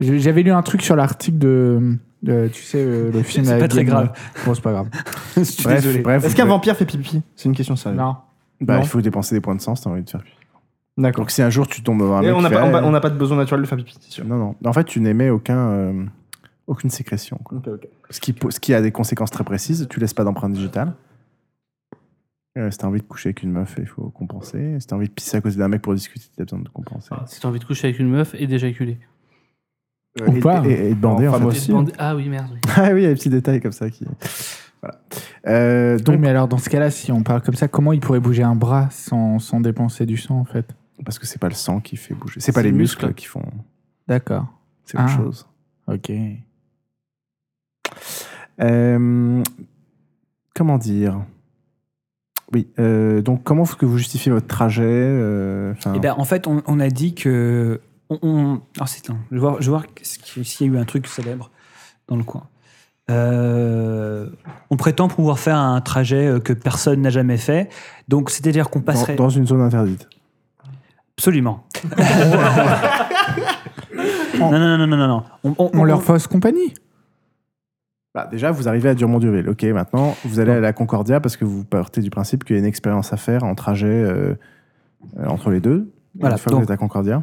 S3: Je- J'avais lu un truc sur l'article de, de- tu sais, euh, le film.
S5: C'est
S3: avec
S5: pas très
S3: Game-
S5: grave.
S3: Bon, c'est pas grave.
S5: Je suis
S1: Bref,
S5: désolé.
S1: bref,
S4: Est-ce
S1: vous
S4: qu'un
S1: pouvez-
S4: vampire fait pipi C'est une question sérieuse.
S3: Non.
S1: bah,
S4: Non.
S1: il faut dépenser des points de sens, t'as envie de faire pipi.
S4: D'accord.
S1: Donc si un jour tu tombes dans un
S4: Et
S1: mec
S4: on
S1: qui
S4: n'a
S1: fait,
S4: pas, on
S1: eh,
S4: a- on n'a pas de besoin naturel de faire pipi, c'est sûr.
S1: Non, non. En fait, tu n'émets aucun, euh, aucune sécrétion. quoi.
S4: Ok, ok.
S1: Ce qui, po- ce qui a des conséquences très précises. Tu laisses pas d'empreinte digitale. Euh, si t'as envie de coucher avec une meuf, il faut compenser. Si t'as envie de pisser à côté d'un mec pour discuter, t'as besoin de compenser.
S2: Ah, si t'as envie de coucher avec une meuf et d'éjaculer.
S1: Euh,
S3: Ou
S1: et,
S3: pas.
S1: et- et de bander,
S4: Enfin,
S1: en fait.
S4: moi aussi. hein.
S2: Et demander- Ah oui, merde. oui.
S1: Ah oui, il y a des petits détails comme ça qui. Voilà. Euh,
S3: Oui,
S1: donc,
S3: mais alors dans ce cas-là, si on parle comme ça, comment il pourrait bouger un bras sans, sans dépenser du sang en fait
S1: parce que c'est pas le sang qui fait bouger, c'est pas
S2: C'est
S1: les
S2: le
S1: muscles
S2: muscle.
S1: qui font,
S3: D'accord.
S1: c'est autre
S3: Ah.
S1: chose.
S3: Ok.
S1: Euh, comment dire Oui. euh, donc, comment est-ce que vous justifiez votre trajet euh, enfin,
S5: Eh ben, en fait, on, on a dit que. On, on- alors, c'est- attends, je vais voir, je vais voir qu'est-ce qui- s'il y a eu un truc célèbre dans le coin. Euh, on prétend pouvoir faire un trajet euh, que personne n'a jamais fait. Donc, c'est-à-dire qu'on
S1: dans,
S5: passerait.
S1: dans une zone interdite.
S5: Absolument. non, non, non, non, non, non. On, on-
S3: On
S5: on-
S3: leur fausse compagnie
S1: Bah, déjà, vous arrivez à Durmont-Durville. Ok, maintenant, vous allez à la Concordia parce que vous partez du principe qu'il y a une expérience à faire en trajet euh, euh, entre les deux. Et
S5: Voilà,
S1: une fois que
S5: donc-
S1: vous êtes à Concordia,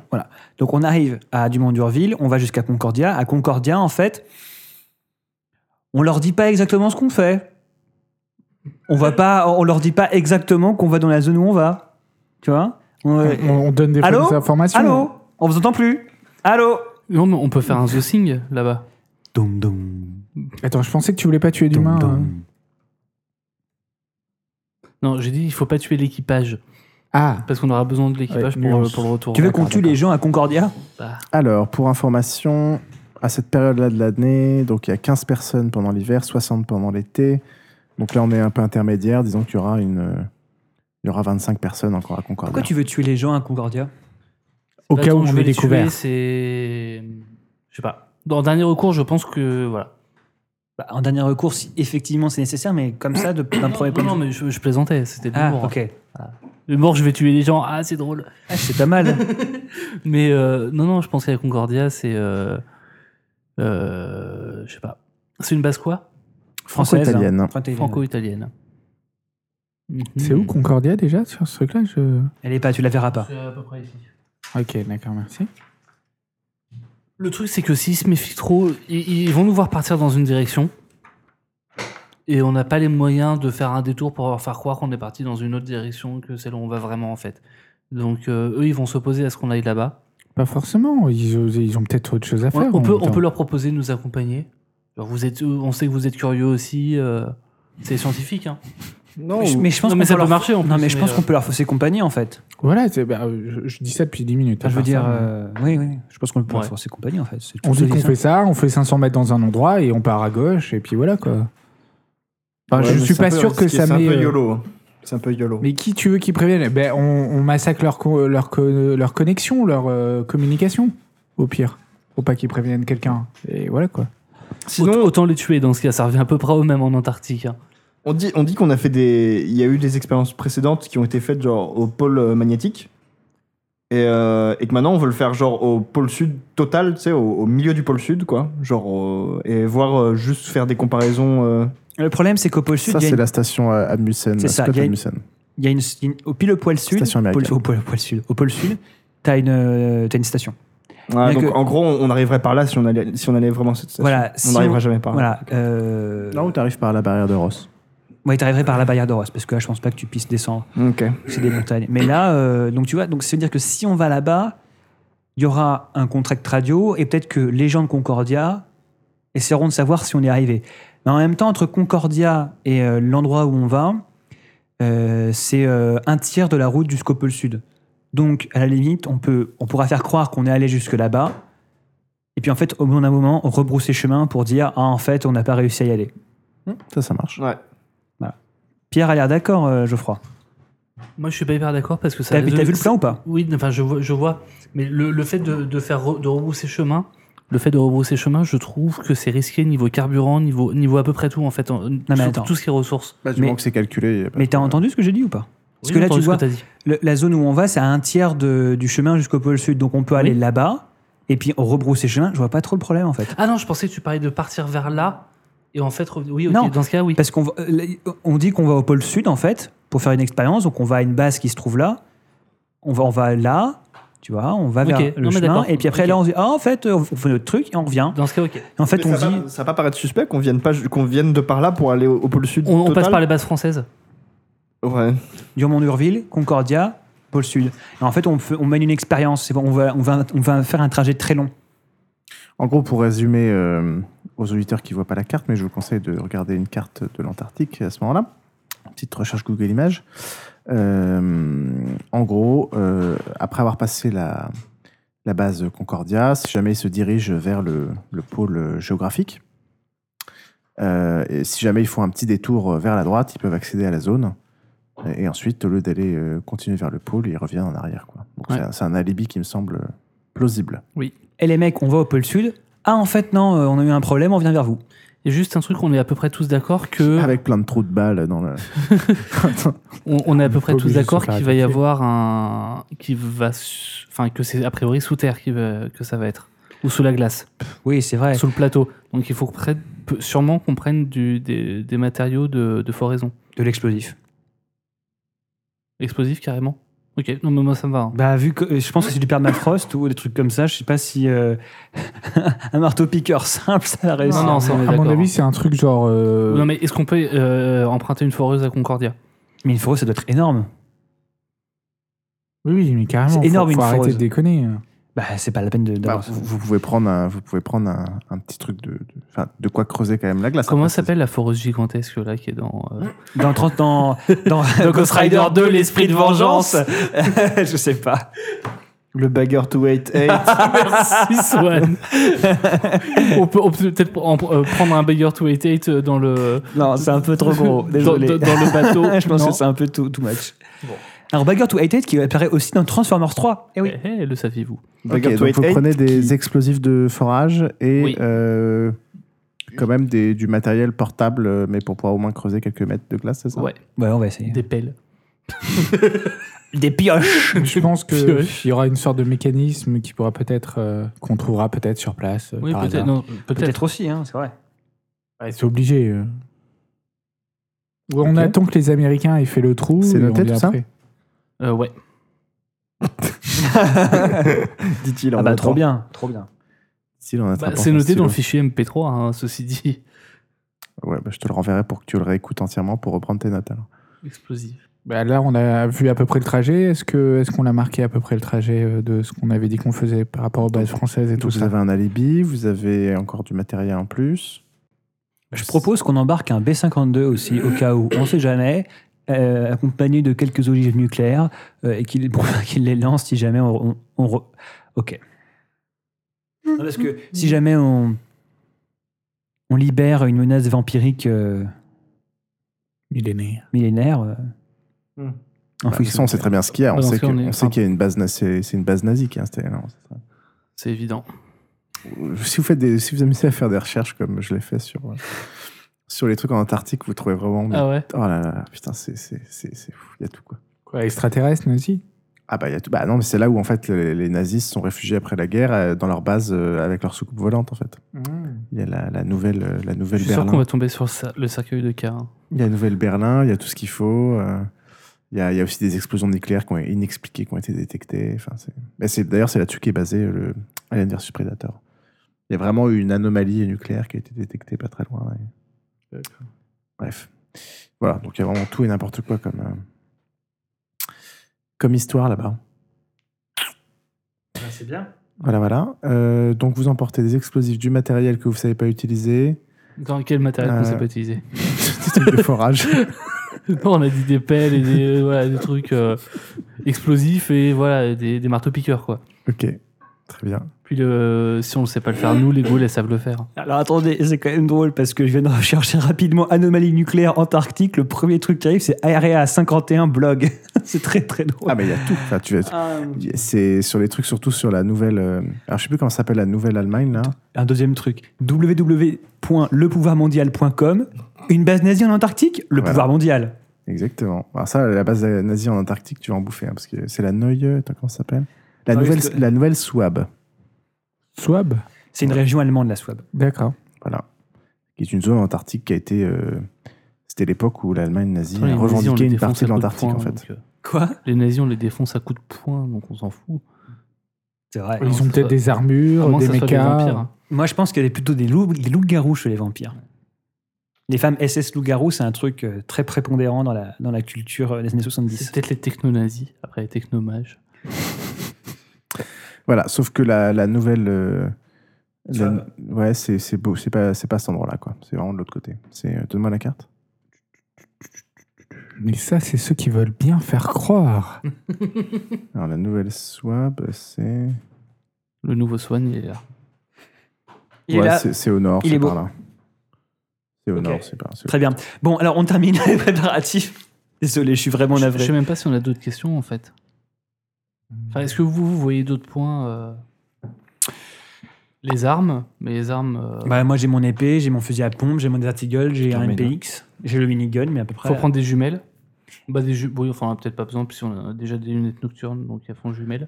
S5: Donc on arrive à Dumont-d'Urville, on va jusqu'à Concordia. À Concordia, en fait, on leur dit pas exactement ce qu'on fait. On va pas, on leur dit pas exactement qu'on va dans la zone où on va. Tu vois On- euh,
S3: on, on donne des
S5: Allô
S3: fausses informations.
S5: Allô On vous entend plus Allô
S2: Non, mais on peut faire un The Thing là-bas.
S5: Dong dong.
S3: Attends, je pensais que tu voulais pas tuer
S5: dong,
S3: d'humains.
S5: dong.
S3: hein.
S2: Non, j'ai dit, il faut pas tuer l'équipage.
S3: Ah,
S2: Parce qu'on aura besoin de l'équipage
S3: Ouais,
S2: pour,
S3: nuance.
S2: euh, pour le retour.
S5: Tu veux
S2: D'accord,
S5: qu'on tue
S2: d'accord.
S5: les gens à Concordia
S2: Bah,
S1: Alors, pour information, à cette période-là de l'année, donc il y a 15 personnes pendant l'hiver, 60 pendant l'été. Donc là, on est un peu intermédiaire. Disons qu'il y aura une. euh, Il y aura 25 personnes encore à Concordia.
S5: Pourquoi tu veux tuer les gens à Concordia
S3: au
S2: bah,
S3: cas où
S2: attends, je
S3: on
S2: vais
S3: est
S2: les tuer,
S3: découvert.
S2: C'est. Je sais pas. Dans dernier recours, je pense que. Voilà.
S5: Bah, En dernier recours, si effectivement c'est nécessaire, mais comme ça, de- d'un
S2: Non,
S5: premier point de
S2: non,
S5: vue.
S2: mais je, je plaisantais. C'était de
S5: Ah,
S2: l'humour.
S5: ok.
S2: L'humour, je vais tuer les gens. Ah, c'est drôle.
S5: Ah, c'est pas mal.
S2: Mais euh, non, non, je pense qu'à Concordia, c'est. euh, euh, je sais pas. C'est une base quoi
S5: Française.
S1: Franco-italienne.
S5: hein. Franco-italienne.
S2: Franco-italienne. Mhm.
S3: C'est où Concordia déjà sur ce truc-là je...
S5: Elle est pas, tu la verras pas.
S2: C'est à peu près ici.
S3: Ok, d'accord, merci.
S2: Le truc, c'est que s'ils se méfient trop, ils, ils vont nous voir partir dans une direction. Et on n'a pas les moyens de faire un détour pour leur faire croire qu'on est parti dans une autre direction que celle où on va vraiment, en fait. Donc, euh, eux, ils vont s'opposer à ce qu'on aille là-bas.
S3: Pas forcément, ils, ont- ils ont peut-être autre chose à
S2: On,
S3: faire.
S2: on
S3: en
S2: peut,
S3: même
S2: on
S3: temps.
S2: peut leur proposer de nous accompagner. Alors, vous êtes, euh, on sait que vous êtes curieux aussi. euh, c'est scientifique, hein.
S4: Oh, Non,
S5: Je- Mais je pense
S2: Non, mais
S5: qu'on
S2: ça
S5: peut
S2: peut
S5: leur-
S2: marcher, en
S5: Non,
S2: plus,
S5: mais je
S2: mais,
S5: pense
S2: euh,
S5: qu'on peut leur fausser compagnie en fait.
S3: Voilà, c'est- bah, je, je dis ça depuis 10 minutes. hein,
S5: Enfin, je veux
S3: à part
S5: dire,
S3: ça, mais-
S5: euh, oui, oui, je pense qu'on peut leur
S2: Ouais.
S5: fausser compagnie en fait. C'est tout
S3: On
S5: ce que
S3: dit
S5: je
S3: qu'on
S5: dis, ça.
S3: fait ça, on fait 500 mètres dans un endroit et on part à gauche, et puis voilà quoi. Enfin,
S4: Ouais,
S3: je
S4: mais
S3: suis
S4: c'est un
S3: pas
S4: peu
S3: sûr que
S4: risqué,
S3: ça
S4: C'est un
S3: met.
S4: peu
S3: euh,
S4: YOLO. hein. C'est un peu YOLO.
S3: Mais qui tu veux qui prévienne ben, on, on massacre leur, co- leur, co- leur connexion, leur euh, communication, au pire. Faut pas qu'ils préviennent quelqu'un. Et voilà quoi.
S2: Aut-
S4: Sinon,
S2: autant les tuer dans ce cas. Ça revient à peu près au même en Antarctique. hein.
S4: on dit on dit qu'on a fait des. Il y a eu des expériences précédentes qui ont été faites genre au pôle euh, magnétique. Et, euh, et que maintenant on veut le faire genre au pôle sud total, tu sais, au, au milieu du pôle sud, quoi. Genre, au- et voir euh, juste faire des comparaisons. euh,
S5: Le problème, c'est qu'au pôle sud,
S1: Ça,
S5: il y a
S1: c'est
S5: une-
S1: la station euh, Amundsen.
S5: C'est ça,
S1: Scott
S5: il y a une-
S1: Amundsen.
S5: il y a une, il y a une- au pile au poil sud,
S1: Station
S5: pôle-
S1: américaine.
S5: au pôle, au pôle sud, au pôle sud, t'as une, euh, t'as une station.
S4: ouais,
S5: Bien
S4: donc
S5: que-
S4: en gros, on on arriverait par là si on allait, si on allait vraiment à cette station.
S5: Voilà,
S4: on
S5: si
S4: n'arrivera
S5: on-
S4: jamais par là.
S5: Voilà. Euh,
S1: Là où tu arrives par la barrière de Ross.
S5: ouais, t'arriverais par la barrière d'Oros, parce que là, je pense pas que tu puisses descendre.
S4: Ok.
S5: C'est des montagnes. Mais là, euh, donc tu vois, donc ça veut dire que si on va là-bas, il y aura un contract radio et peut-être que les gens de Concordia essaieront de savoir si on est arrivé. Mais en même temps, entre Concordia et euh, l'endroit où on va, euh, c'est euh, un tiers de la route jusqu'au pôle sud. Donc, à la limite, on, peut, on pourra faire croire qu'on est allé jusque là-bas. Et puis, en fait, au bon moment, rebrousser chemin pour dire Ah, en fait, on n'a pas réussi à y aller.
S1: Ça, ça marche.
S4: Ouais.
S5: Pierre a l'air d'accord, euh, Geoffroy.
S2: Moi, je suis pas hyper d'accord parce que ça.
S5: T'as t'as vu le plan ou pas
S2: Oui, enfin, je vois, je vois. Mais le, le fait de, de faire re- de rebrousser chemin, le fait de rebrousser chemin, je trouve que c'est risqué niveau carburant, niveau, niveau à peu près tout en fait, en-
S5: mais
S2: surtout
S5: attends.
S2: tout ce qui est ressources.
S1: Bah, du
S5: Mais-
S1: moment que c'est calculé. y a pas
S5: Mais
S1: de
S5: t'as
S1: problème.
S5: entendu ce que j'ai dit ou pas Parce
S2: Oui,
S5: que là,
S2: j'ai
S5: tu
S2: entendu ce
S5: vois-
S2: que t'as dit.
S5: Le- la zone où on va, c'est à un tiers de- du chemin jusqu'au pôle sud. Donc on peut aller là-bas et puis rebrousser chemin. Je vois pas trop le problème en fait.
S2: Ah non, je pensais que tu parlais de partir vers là et en fait revenir. Oui, ok,
S5: Non.
S2: dans ce cas, oui.
S5: Parce qu'on va- euh, là, on dit qu'on va au pôle sud en fait pour faire une expérience. Donc on va à une base qui se trouve là. On va, on va là, tu vois, on va
S2: Ok,
S5: vers le
S2: non, mais
S5: chemin.
S2: d'accord.
S5: Et puis après
S2: Ok.
S5: là, on se dit, ah en fait, on fait notre truc et on revient.
S2: Dans ce cas, ok.
S5: Et en fait,
S4: Mais
S5: on
S4: ça,
S5: dit.
S4: va, ça va pas paraître suspect qu'on vienne, pas, qu'on vienne de par là pour aller au, au pôle sud.
S2: On, on
S4: total
S2: passe par les bases françaises.
S4: Ouais.
S5: Durmont-Urville, Concordia, pôle sud. Et en fait, on, fait- on mène une expérience. C'est bon, On va, on, va, on va faire un trajet très long.
S1: En gros, pour résumer euh, aux auditeurs qui ne voient pas la carte, mais je vous conseille de regarder une carte de l'Antarctique à ce moment-là. Petite recherche Google Images. Euh, en gros, euh, après avoir passé la, la base Concordia, si jamais ils se dirigent vers le, le pôle géographique, euh, et si jamais ils font un petit détour vers la droite, ils peuvent accéder à la zone. Et et ensuite, au lieu d'aller euh, continuer vers le pôle, ils reviennent en arrière. Quoi. Donc,
S2: Ouais.
S1: c'est un- c'est un alibi qui me semble euh, plausible.
S5: Et les mecs, on va au pôle sud. Ah en fait, non, euh, on a eu un problème, on vient vers vous.
S2: Et juste un truc, on est à peu près tous d'accord que.
S5: Ah
S1: Avec plein de trous de balles dans le.
S2: On, on est à peu près
S3: Pas
S2: tous
S3: obligé de se
S2: d'accord
S3: faire
S2: qu'il va y
S3: attaquer.
S2: avoir un. Qui va. su- Enfin, que c'est a priori sous terre qui va- que ça va être. Ou sous la glace,
S5: Oui, c'est vrai.
S2: sous le plateau. Donc il faut qu'on prenne- peu- sûrement qu'on prenne du- des, des matériaux de, de foraison.
S5: De l'explosif.
S2: Explosif carrément. Ok, non, mais moi ça me va. hein.
S5: Bah, vu que euh, je pense que c'est du permafrost ou des trucs comme ça, je sais pas si euh, un marteau piqueur simple ça va réussir.
S2: Non, non, ça, on est
S3: à mon
S2: d'accord, hein.
S3: avis, c'est un truc genre. euh,
S2: Non, mais est-ce qu'on peut euh, emprunter une foreuse à Concordia
S5: Mais une foreuse, ça doit être énorme.
S3: Oui, oui, mais carrément.
S5: C'est énorme,
S3: faut,
S5: une
S3: faut arrêter
S5: foreuse.
S3: de déconner.
S5: Bah, c'est pas la peine de-
S1: Bah,
S5: d'avoir ça.
S1: vous, vous pouvez prendre, un, vous pouvez prendre un, un petit truc de, de, enfin, de quoi creuser quand même la glace.
S2: Comment
S1: Après,
S2: s'appelle la foreuse gigantesque là qui est dans. euh,
S5: Dans, 30 dans, dans
S2: Dans Ghost Rider 2, l'esprit de vengeance.
S5: Je sais pas.
S4: Le bagger to wait
S2: Merci Swan On peut, on peut peut-être en- euh, prendre un Bagger to 88 euh, dans le,
S5: Non, c'est un peu trop gros.
S2: dans,
S5: Désolé.
S2: dans- dans le bateau.
S5: Je pense
S2: Non.
S5: que c'est un peu too, too much. Alors, Bagger to 88 qui apparaît aussi dans Transformers 3. Eh oui.
S2: Eh, eh, le saviez-vous
S1: Ok,
S4: Bagger to
S1: donc vous
S4: 88,
S1: prenez des
S4: qui-
S1: explosifs de forage et
S2: Oui.
S1: euh, quand même des, du matériel portable, euh, mais pour pouvoir au moins creuser quelques mètres de glace, c'est ça
S2: Ouais,
S5: Ouais, on va essayer.
S2: des pelles.
S5: Des pioches.
S3: Je pense
S2: Pioche.
S3: qu'il y aura une sorte de mécanisme qui pourra peut-être euh, qu'on trouvera peut-être sur place. euh,
S2: Oui,
S3: par
S2: peut-être.
S3: hasard.
S2: non, peut-être.
S5: Peut-être aussi, hein, c'est vrai.
S3: Ouais, c'est obligé. euh. Ou on
S1: Ok.
S3: attend que les Américains aient fait le trou.
S1: C'est
S3: et on
S1: noté,
S3: vient
S1: tout ça
S3: après.
S2: Euh, ouais.
S1: Dit-il en
S5: Ah bah,
S1: mettant-
S5: Ah trop bien. Trop bien.
S1: dit-il en
S2: Bah,
S1: attrapant
S2: c'est
S1: son
S2: noté dans
S1: stylo.
S2: le fichier MP3, hein, ceci dit.
S1: Ouais, bah, je te le renverrai pour que tu le réécoutes entièrement pour reprendre tes notes. alors.
S2: Explosif.
S3: Bah, là, on a vu à peu près le trajet. Est-ce que est-ce qu'on a marqué à peu près le trajet euh, de ce qu'on avait dit qu'on faisait par rapport aux bases françaises et
S1: Donc,
S3: tout
S1: vous
S3: ça
S1: avez un alibi, vous avez encore du matériel en plus.
S5: Je propose qu'on embarque un B-52 aussi, au cas où, on sait jamais, euh, accompagné de quelques ogives nucléaires, euh, et qu'il pour- qu'il les lance si jamais on... on- on re- Ok. Non, parce que si jamais on, on libère une menace vampirique euh,
S3: Millénaire.
S5: millénaire... euh,
S4: Hmm.
S5: en
S1: Bah, de
S5: fait,
S1: toute façon, on sait très bien ce qu'il y a.
S2: Bah,
S1: on,
S2: dans
S1: sait
S2: ce cas,
S1: que-
S2: on est-
S1: on sait qu'il y a une base, na- c'est c'est une base nazie qui est installée. là, on sait très
S2: C'est évident.
S1: bien. Euh, Si vous faites, des, si vous amusez à faire des recherches comme je l'ai fait sur euh, sur les trucs en Antarctique, vous trouvez vraiment.
S2: Ah ouais
S1: Oh là là, putain, c'est c'est c'est c'est fou. Il y a tout quoi.
S3: Quoi, extraterrestre, nazi
S1: Ah bah, il y a tout. bah non, mais c'est là où en fait les, les nazis se sont réfugiés après la guerre euh, dans leur base euh, avec leur soucoupe volante en fait.
S3: Hmm.
S1: Il y a la, la nouvelle euh, la
S2: Je
S1: nouvelle
S2: suis sûr
S1: Berlin.
S2: qu'on va tomber sur le sa- le cercueil de K. hein.
S1: Il y a nouvelle Berlin, il y a tout ce qu'il faut. euh, Il y, a, il y a aussi des explosions nucléaires qui ont inexpliquées, qui ont été détectées. Enfin, c'est- mais c'est- D'ailleurs, c'est là-dessus qu'est basé euh, le Alien vs Predator. Il y a vraiment eu une anomalie nucléaire qui a été détectée pas très loin. et- Bref. Voilà, donc il y a vraiment tout et n'importe quoi comme, euh, comme histoire là-bas.
S5: c'est bien.
S1: Voilà, voilà. Euh, donc vous emportez des explosifs, du matériel que vous savez pas utiliser,
S2: Dans quel matériel
S1: Euh.
S2: qu'on s'est pas utilisé
S1: des trucs de forage.
S2: Non, on a dit des pelles et des, euh, voilà, des trucs euh, explosifs et voilà, des, des marteaux-piqueurs, quoi.
S1: ok, très bien.
S2: Puis le, si on ne sait pas le faire, nous, les Gaules, elles savent le faire.
S5: Alors attendez, c'est quand même drôle parce que je viens de rechercher rapidement anomalie nucléaire Antarctique. Le premier truc qui arrive, c'est Area 51 blog. c'est très très drôle.
S1: Ah, mais il y a tout. Enfin, tu, vas- C'est sur les trucs, surtout sur la nouvelle. euh, alors, je sais plus comment ça s'appelle la nouvelle Allemagne, là.
S5: Un deuxième truc, www.lepouvoirmondial.com, une base nazie en Antarctique, le
S1: Voilà.
S5: pouvoir mondial.
S1: Exactement. Alors, ça, la base nazie en Antarctique, tu vas en bouffer, hein, parce que c'est la Neue. Attends, comment ça s'appelle la,
S5: Non,
S1: nouvelle,
S5: juste-
S1: la nouvelle Souabe,
S3: Swab
S5: C'est une région allemande, la Swab.
S3: D'accord.
S1: voilà. Qui est une zone antarctique qui a été. euh, C'était l'époque où l'Allemagne nazie
S2: Les
S1: a
S2: nazis, on les
S1: revendiqué une
S2: défonce
S1: partie
S2: à
S1: de
S2: coups
S1: l'Antarctique,
S2: poing,
S1: en fait.
S2: donc, euh,
S5: Quoi
S2: les nazis, on les défonce à coups de poing, donc on s'en fout.
S1: Oh,
S5: C'est vrai.
S2: Oui.
S3: Ils ont
S2: ça-
S3: peut-être des armures,
S2: Comment
S3: des
S2: ça soit des vampires
S3: mechas.
S2: hein.
S5: Moi, je pense qu'il y a plutôt des loups, des loups-garous chez les vampires. Les femmes SS loups-garous, c'est un truc euh, très prépondérant dans la, dans la culture euh, des années 70.
S2: C'est peut-être les techno-nazis, après les technomages.
S1: Voilà, sauf que la, la nouvelle. euh, la-
S4: Souabe.
S1: ouais, c'est c'est beau. C'est pas, c'est pas cet endroit-là, quoi. C'est vraiment de l'autre côté. C'est euh, Donne-moi la carte.
S3: Mais ça, c'est ceux qui veulent bien faire croire.
S1: Alors, la nouvelle Souabe, c'est.
S2: Le nouveau Swan, il est là.
S5: Il est
S1: Ouais,
S5: là.
S1: c'est c'est au nord,
S5: Il
S1: c'est
S5: est beau.
S1: par là. C'est au
S5: Ok.
S1: nord, c'est par c'est-
S5: Très bien. Bon, alors on termine les préparatifs. Désolé, je suis vraiment
S2: je, je sais
S5: navré.
S2: même pas si on a d'autres questions, en fait. Enfin, est-ce que vous, vous voyez d'autres points euh, Les armes, mais les armes... euh,
S5: Bah, moi, j'ai mon épée, j'ai mon fusil à pompe, j'ai mon Desert Eagle, j'ai
S1: Non,
S5: un
S1: mais non.
S5: MPX, j'ai le minigun, mais à peu près.
S2: faut prendre des jumelles. Bah, des ju- oui, enfin, on en a peut-être pas besoin, puisque on a déjà des lunettes nocturnes, donc elles font jumelles.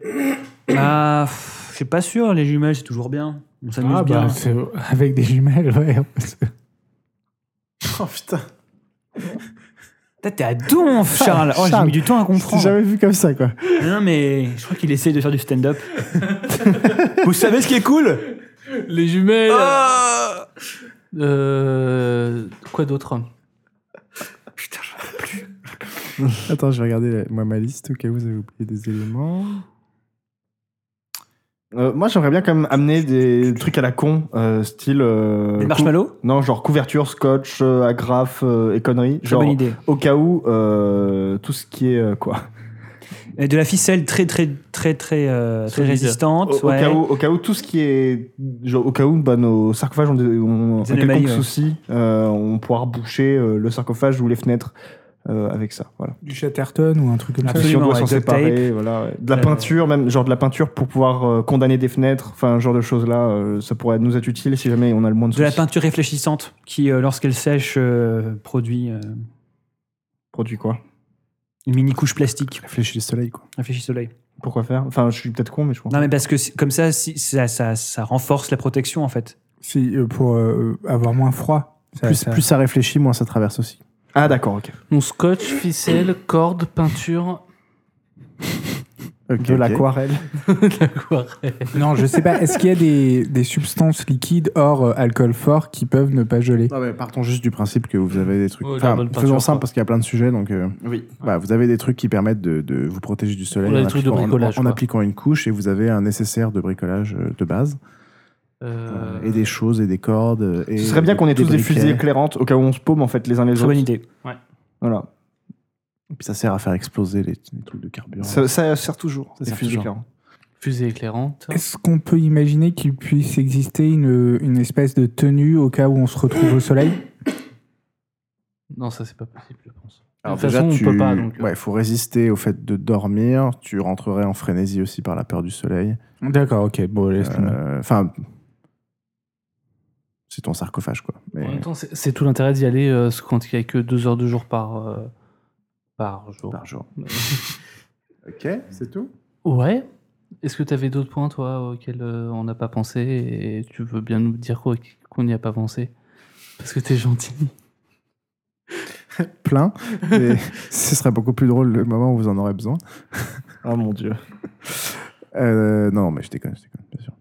S5: Ah, pff, je suis pas sûr, les jumelles, c'est toujours bien. On s'amuse
S3: Ah,
S5: bien.
S3: bah, c'est- avec des jumelles, ouais.
S1: Oh putain,
S5: Putain, T'es à donf, Charles. Oh, j'ai
S1: Charles,
S5: mis du temps à
S1: je t'ai
S5: comprendre.
S1: jamais vu comme ça, quoi.
S5: Non, mais je crois qu'il essaie de faire du stand-up. Vous savez ce qui est cool
S2: Les jumelles Euh, Quoi d'autre
S1: Attends, je vais regarder la- moi ma liste au cas où vous avez oublié des éléments.
S4: Euh, moi, j'aimerais bien quand même amener des trucs à la con, euh, style. euh,
S5: Des
S4: cou-
S5: marshmallows
S4: Non, genre couverture, scotch, euh, agrafe euh, et conneries.
S5: Très
S4: Genre,
S5: bonne idée.
S4: au cas où, euh, tout ce qui est euh, quoi
S5: Et de la ficelle très, très, très, très, euh, très
S2: Solide.
S5: résistante.
S4: au, au
S5: ouais.
S4: cas où, au cas où, tout ce qui est. Genre, au cas où, bah, nos sarcophages ont, des, ont un
S5: Des anomalies,
S4: quelconque
S5: ouais.
S4: souci, euh, on pourra boucher euh, le sarcophage ou les fenêtres euh, avec ça. Voilà.
S3: Du Chatterton ou un truc comme ça.
S5: Absolument.
S4: si on doit
S5: ouais,
S4: s'en
S5: duct
S4: séparer, voilà. ouais. De la
S5: Euh,
S4: peinture, même genre de la peinture pour pouvoir euh, condamner des fenêtres, enfin, ce genre de choses-là, euh, ça pourrait nous être utile si jamais on a le moins de
S5: De
S4: soucis.
S5: la peinture réfléchissante qui, euh, lorsqu'elle sèche, euh, produit euh,
S4: Produit quoi
S5: une mini couche plastique.
S1: Réfléchis les soleils, quoi.
S5: Réfléchis soleil.
S4: Pourquoi faire Enfin, je suis peut-être con, mais je pense.
S5: Non, mais parce que si- comme ça, si- ça, ça, ça renforce la protection, en fait.
S3: Si, euh, pour euh, avoir moins froid. Ça-
S1: Plus
S3: ça-
S1: plus ça réfléchit, moins ça traverse aussi.
S4: Ah, d'accord, ok.
S2: Donc scotch, ficelle, corde, peinture,
S1: Ok,
S4: de
S1: ok.
S4: l'aquarelle.
S2: d'aquarelle.
S3: Non, je sais pas. Est-ce qu'il y a des, des substances liquides hors euh, alcool fort qui peuvent ne pas geler
S1: Non, mais partons juste du principe que vous avez des trucs.
S2: Ouais, de la
S1: enfin,
S2: bonne
S1: faisons
S2: peinture,
S1: simple
S2: quoi.
S1: parce qu'il y a plein de sujets. Donc, euh,
S4: Oui.
S1: voilà, vous avez des trucs qui permettent de, de vous protéger du soleil
S2: On a
S1: en,
S2: des trucs de
S1: appliquant- en-
S2: bricolage,
S1: en
S2: quoi.
S1: appliquant une couche et vous avez un nécessaire de bricolage euh, de base euh, et des choses et des cordes. euh, Et
S4: Ce serait bien qu'on ait tous des
S1: briquets.
S4: fusées éclairantes au cas où on se paume en fait les uns les
S5: Très
S4: autres.
S5: bonne idée.
S4: Voilà.
S1: Et Puis ça sert à faire exploser les, les trucs de carburant.
S4: Ça, ça sert toujours.
S1: Ça
S4: les
S1: sert
S4: fusées
S1: toujours.
S4: éclairantes.
S2: Fusée éclairante.
S3: Est-ce qu'on peut imaginer qu'il puisse exister une, une espèce de tenue au cas où on se retrouve au soleil
S2: Non, ça c'est pas possible, je pense.
S1: Alors
S2: de toute façon, on
S1: tu-
S2: peut pas, donc, euh.
S1: ouais, faut résister au fait de dormir. Tu rentrerais en frénésie aussi par la peur du soleil.
S3: D'accord, ok. Bon, laisse tomber.
S1: Euh, Enfin, c'est ton sarcophage, quoi. Mais-
S2: En même temps, c'est c'est tout l'intérêt d'y aller euh, quand il n'y a que deux heures de jour par, euh, par jour.
S1: par jour. ok, c'est tout.
S2: Ouais. Est-ce que tu avais d'autres points, toi, auxquels euh, on n'a pas pensé et tu veux bien nous dire quoi qu'on n'y a pas pensé Parce que t'es gentil.
S1: plein. mais ce serait beaucoup plus drôle le moment où vous en aurez besoin.
S4: Ah mon dieu.
S1: Euh, non, mais je déconne, je déconne, bien sûr.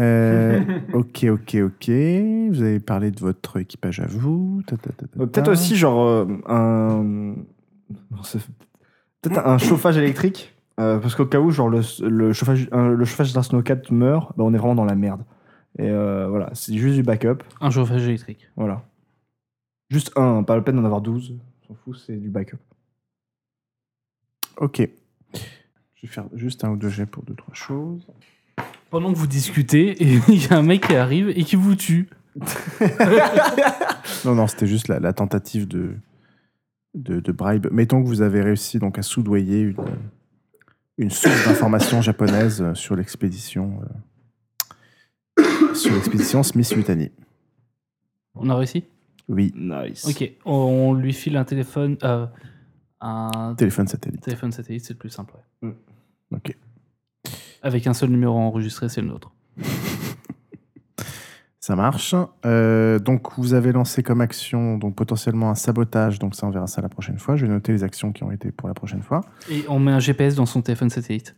S1: Euh, ok, ok, ok. Vous avez parlé de votre équipage à vous. ta, ta, ta, ta,
S4: Euh, Peut-être
S1: ta.
S4: aussi genre euh, un. non, c'est- Peut-être un chauffage électrique. euh, parce qu'au cas où genre le, le chauffage un- le chauffage d'un snowcat meurt, bah, on est vraiment dans la merde. Et euh, voilà, c'est juste du backup.
S2: Un chauffage électrique.
S4: Voilà. Juste un, hein, pas la peine d'en avoir 12. On s'en fout, c'est du backup.
S1: Ok. Je vais faire juste un ou deux jets pour deux, trois choses.
S2: Pendant que vous discutez, et il y a un mec qui arrive et qui vous tue.
S1: Non, non, c'était juste la, la tentative de, de, de bribe. Mettons que vous avez réussi donc à soudoyer une, une source d'information japonaise euh, sur l'expédition euh, sur l'expédition Smith-Mutiny.
S2: On a réussi
S1: Oui,
S4: Nice.
S2: Ok. On lui file un téléphone. euh, un
S1: téléphone satellite.
S2: téléphone satellite, c'est le plus simple. ouais.
S1: Hmm. Ok.
S2: Avec un seul numéro enregistré, c'est le nôtre.
S1: Ça marche. Euh, donc, vous avez lancé comme action donc potentiellement un sabotage. Donc, ça, on verra ça la prochaine fois. Je vais noter les actions qui ont été pour la prochaine fois.
S2: Et on met un GPS dans son téléphone satellite.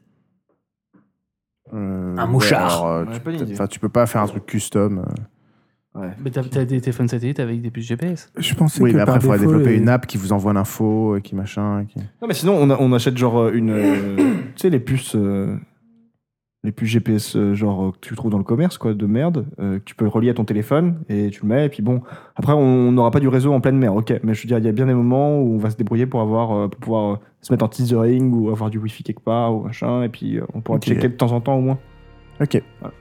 S1: Euh,
S5: Un mouchard.
S1: alors, euh,
S4: Ouais,
S1: tu,
S4: bonne
S1: peux-
S4: idée.
S1: enfin, tu peux pas faire un truc custom. euh.
S2: Mais t'as t'as des téléphones satellites avec des puces GPS.
S3: Je pensais
S1: Oui,
S3: que
S1: mais après, il
S3: par
S1: faudrait
S3: défaut, euh,
S1: développer
S3: les-
S1: une app qui vous envoie l'info, euh, qui machin. Qui...
S4: Non, mais sinon, on, a- on achète genre euh, une. euh, tu sais, les puces. euh, les puces GPS, euh, genre, euh, que tu trouves dans le commerce, quoi, de merde, euh, que tu peux relier à ton téléphone et tu le mets. Et puis bon, après, on n'aura pas du réseau en pleine mer, ok. Mais je veux dire, il y a bien des moments où on va se débrouiller pour, avoir, euh, pour pouvoir euh, se mettre en teasering ou avoir du wifi quelque part ou machin. Et puis, euh, on pourra
S1: Ok.
S4: checker de temps en temps au moins.
S1: Ok.
S4: Voilà.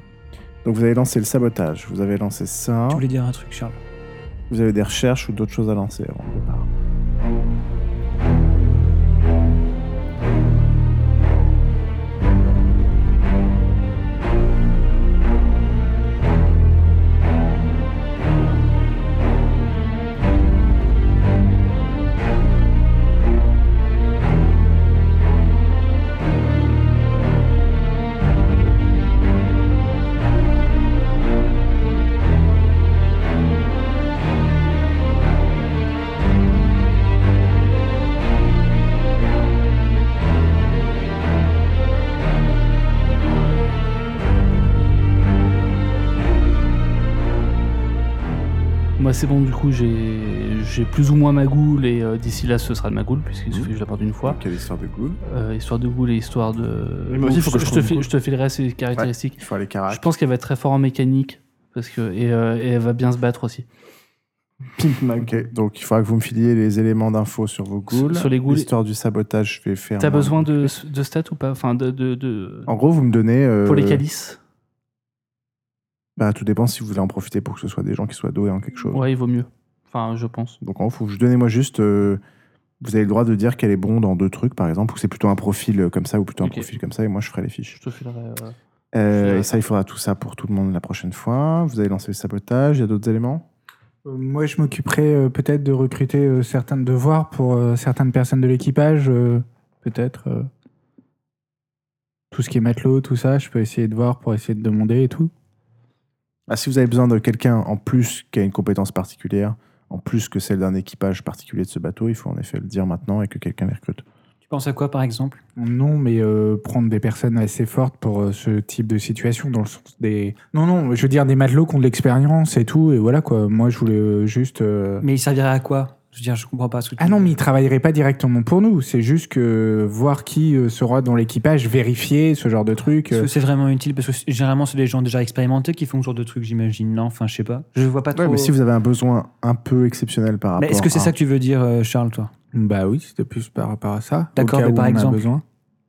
S1: Donc, vous avez lancé le sabotage. Vous avez lancé ça.
S5: Tu voulais dire un truc, Charles
S1: Vous avez des recherches ou d'autres choses à lancer avant le départ.
S2: moi, c'est bon, du coup, j'ai j'ai plus ou moins ma goule, et euh, d'ici là, ce sera de ma goule, puisqu'il suffit que je l'apporte une fois.
S1: Quelle histoire de goût
S2: Euh, histoire de goule et histoire de.
S4: Mais moi aussi,
S2: Donc,
S4: faut que je
S2: je, te
S4: trouve
S2: file-
S4: une goule.
S2: je te filerai ses caractéristiques.
S1: Il faut aller
S2: Je
S1: carac.
S2: pense qu'elle va être très fort en mécanique, parce que, et, euh, et elle va bien se battre aussi.
S4: Pimp ma gueule.
S1: Ok, donc il faudra que vous me filiez les éléments d'info sur vos ghouls.
S2: Sur les ghouls.
S1: L'histoire du sabotage, je vais faire.
S2: T'as
S1: un-
S2: besoin de, de stats ou pas Enfin, de. de, de-
S1: En gros, vous me donnez. euh,
S2: Pour les calices
S1: bah, tout dépend si vous voulez en profiter pour que ce soit des gens qui soient doués en quelque chose.
S2: Ouais, il vaut mieux. Enfin, je pense.
S1: Donc en gros, faut que je- donnez-moi juste. euh, vous avez le droit de dire qu'elle est bon dans deux trucs, par exemple, ou que c'est plutôt un profil euh, comme ça ou plutôt un
S2: Ok.
S1: profil comme ça, et moi je ferai les fiches.
S2: Je te filerai. euh,
S1: Euh,
S2: Je-
S1: et ça, il faudra tout ça pour tout le monde la prochaine fois. Vous avez lancé le sabotage, il y a d'autres éléments
S3: Euh, Moi, je m'occuperai euh, peut-être de recruter euh, certains devoirs pour euh, certaines personnes de l'équipage, euh, peut-être. euh, tout ce qui est matelot, tout ça, je peux essayer de voir pour essayer de demander et tout.
S1: Ah, Si vous avez besoin de quelqu'un en plus qui a une compétence particulière, en plus que celle d'un équipage particulier de ce bateau, il faut en effet le dire maintenant et que quelqu'un les recrute.
S5: Tu penses à quoi, par exemple
S3: Non, mais euh, prendre des personnes assez fortes pour euh, ce type de situation, dans le sens des. Non, non, je veux dire des matelots qui ont de l'expérience et tout, et voilà quoi. Moi, je voulais euh, juste. euh,
S5: Mais il servirait à quoi Je veux dire, je comprends pas. ce que tu-
S3: Ah non, mais ils travailleraient pas directement pour nous. C'est juste que voir qui euh, sera dans l'équipage, vérifier ce genre de truc.
S5: Est-ce
S3: euh,
S5: que c'est vraiment utile Parce que c- généralement, c'est des gens déjà expérimentés qui font ce genre de trucs, j'imagine. Non, enfin, je sais pas. Je vois pas trop.
S1: Ouais, mais si vous avez un besoin un peu exceptionnel par
S5: Mais
S1: rapport
S5: est-ce que c'est
S1: à-
S5: ça que tu veux dire, euh, Charles, toi
S3: Bah oui, c'était plus par rapport à ça.
S5: D'accord,
S3: au cas
S5: mais
S3: où
S5: par
S3: on a
S5: exemple
S3: besoin.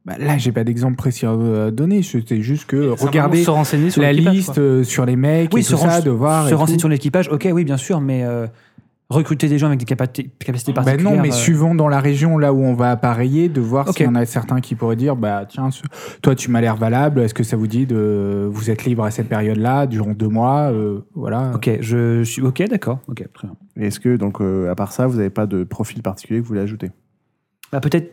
S3: Bah là, j'ai pas d'exemple précis à euh, donner. C'était juste que
S2: simplement
S3: regarder
S2: se renseigner sur
S3: la
S2: l'équipage,
S3: liste
S2: quoi.
S3: euh, sur les mecs et tout ça, de voir.
S5: se
S3: et
S5: renseigner
S3: tout.
S5: sur l'équipage, ok, oui, bien sûr, mais euh, recruter des gens avec des capacités, capacités
S3: Bah
S5: particulières.
S3: non, mais
S5: euh,
S3: suivant dans la région là où on va appareiller, de voir
S5: Ok.
S3: s'il y en a certains qui pourraient dire bah tiens, ce- toi tu m'as l'air valable, est-ce que ça vous dit de vous êtes libre à cette période-là durant deux mois, euh, voilà.
S5: Ok, je suis ok, d'accord. Ok, très bien.
S1: Et Est-ce que, donc, euh, à part ça, vous n'avez pas de profil particulier que vous voulez ajouter
S5: Bah, peut-être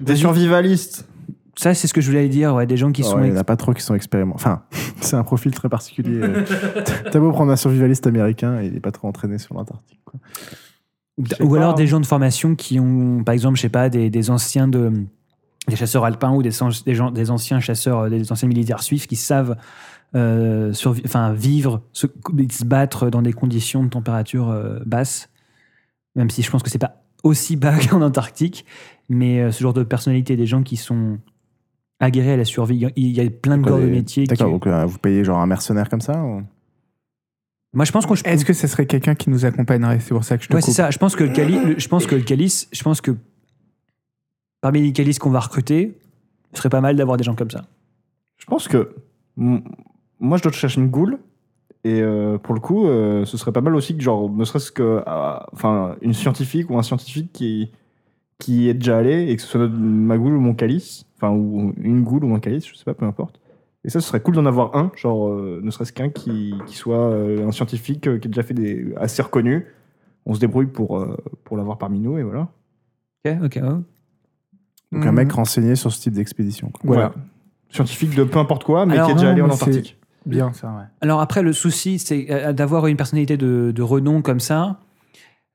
S4: Des survivalistes.
S5: ça, c'est ce que je voulais dire. Ouais, des gens qui
S1: Ouais,
S5: sont
S1: Oh, Il n'y en a pas trop qui sont expérimentés. Enfin, c'est un profil très particulier. euh. T'as beau prendre un survivaliste américain, il n'est pas trop entraîné sur l'Antarctique. quoi.
S5: Ou,
S1: Je sais
S5: ou
S1: pas,
S5: alors
S1: hein.
S5: des gens de formation qui ont, par exemple, je sais pas, des, des anciens de des chasseurs alpins ou des, sans- des gens, des anciens chasseurs, euh, des anciens militaires suisses qui savent euh, survi- enfin, vivre, se, se battre dans des conditions de température euh, basse, même si je pense que c'est pas aussi bas qu'en Antarctique, mais euh, ce genre de personnalité, des gens qui sont aguerris à la survie. Il y a plein de
S1: Quoi,
S5: corps de
S1: des-
S5: métier. qui-
S1: D'accord, donc euh, vous payez genre un mercenaire comme ça ou-
S5: Moi, je pense qu'on
S3: Est-ce que ça serait quelqu'un qui nous accompagnerait C'est pour ça que je te
S5: Ouais, c'est
S3: coupe.
S5: ça. Je pense que le cali- le- je pense que le calice, je pense que parmi les calices qu'on va recruter, ce serait pas mal d'avoir des gens comme ça.
S4: Je pense que m- moi, je dois chercher une goule. Et euh, pour le coup, euh, ce serait pas mal aussi que, genre, ne serait-ce que, euh, enfin, une scientifique ou un scientifique qui qui est déjà allé et que ce soit ma goule ou mon calice, enfin ou une goule ou un calice, je sais pas, peu importe. Et ça, ce serait cool d'en avoir un, genre, euh, ne serait-ce qu'un qui, qui soit euh, un scientifique euh, qui a déjà fait des assez reconnu. On se débrouille pour euh, pour l'avoir parmi nous et voilà.
S5: Ok, ok. ouais.
S1: Donc un mec renseigné sur ce type d'expédition. quoi.
S3: Voilà.
S4: Ouais. Scientifique de peu importe quoi, mais
S5: Alors,
S4: qui est déjà
S3: non,
S4: allé en
S3: mais c'est-
S4: Antarctique.
S3: Bien ça, ouais.
S5: Alors après, le souci, c'est euh, d'avoir une personnalité de, de renom comme ça.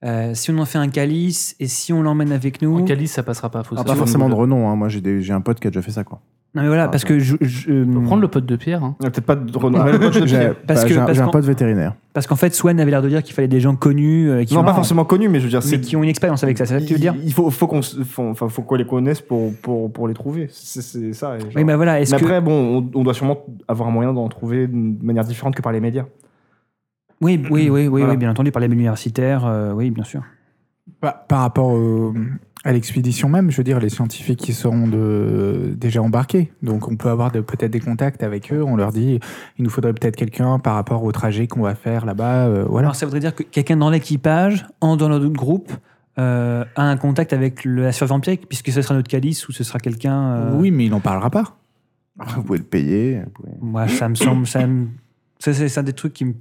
S5: euh, si on en fait un calice et si on l'emmène avec nous.
S2: En calice, ça passera pas. Faut
S1: Ah,
S2: ça.
S1: pas forcément de renom, hein. moi j'ai des- j'ai un pote qui a déjà fait ça. quoi.
S5: Non mais voilà, parce que je- je- euh,
S2: On peut prendre le pot de pierre. hein.
S4: Il y a Peut-être pas de renom. Ouais, le pote de
S1: J'ai
S4: Pierre.
S5: Parce
S1: bah,
S5: que-
S1: j'ai un,
S5: parce
S1: j'ai un
S5: qu'en-
S1: pote vétérinaire.
S5: parce qu'en fait, Swan avait l'air de dire qu'il fallait des gens connus euh, qui
S4: Non,
S5: ont,
S4: pas forcément connu, mais je veux dire,
S5: mais
S4: c'est
S5: qui ont une expérience avec ça. C'est ça que tu veux dire
S4: Il il faut, faut qu'on se- faut- enfin, faut qu'on les connaisse pour, pour, pour les trouver. C'est- C'est ça. et genre-
S5: Oui, mais voilà. Est-ce
S4: mais
S5: que
S4: après, bon, on, on doit sûrement avoir un moyen d'en trouver de manière différente que par les médias.
S5: oui, oui, oui, oui,
S4: Voilà.
S5: oui, bien entendu, par les universitaires, euh, oui, bien sûr.
S3: Bah, par rapport au- à l'expédition même, je veux dire, les scientifiques qui seront de- déjà embarqués. Donc, on peut avoir de- peut-être des contacts avec eux. On leur dit, il nous faudrait peut-être quelqu'un par rapport au trajet qu'on va faire là-bas. euh, voilà.
S5: Alors ça voudrait dire que quelqu'un dans l'équipage, en dans notre groupe, euh, a un contact avec le, la survie empirique, puisque ce sera notre calice ou ce sera quelqu'un. euh,
S3: Oui, mais il n'en parlera pas.
S1: Ah, Vous pouvez le payer. vous pouvez-
S5: Moi, ça me semble. Ça, me- ça, c'est c'est un des trucs qui me.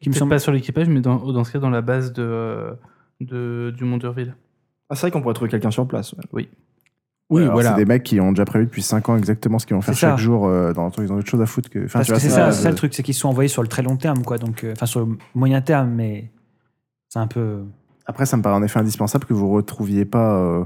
S5: Qui me
S2: Peut-être
S5: semble.
S2: pas sur l'équipage, mais dans, dans ce cas, dans la base de, euh, de, du Mont d'Urville.
S4: Ah, c'est vrai qu'on pourrait trouver quelqu'un sur place. ouais.
S3: Oui,
S1: Alors,
S3: voilà.
S1: C'est des mecs qui ont déjà prévu depuis 5 ans exactement ce qu'ils vont faire
S5: C'est ça.
S1: chaque jour euh, dans le temps. Ils ont autre chose à foutre que. Enfin,
S5: Parce
S1: tu
S5: que
S1: vois,
S5: c'est ça,
S1: euh,
S5: c'est ça le truc, c'est qu'ils sont envoyés sur le très long terme, quoi. Donc, euh, enfin, sur le moyen terme, mais c'est un peu.
S1: Après, ça me paraît en effet indispensable que vous ne retrouviez pas euh,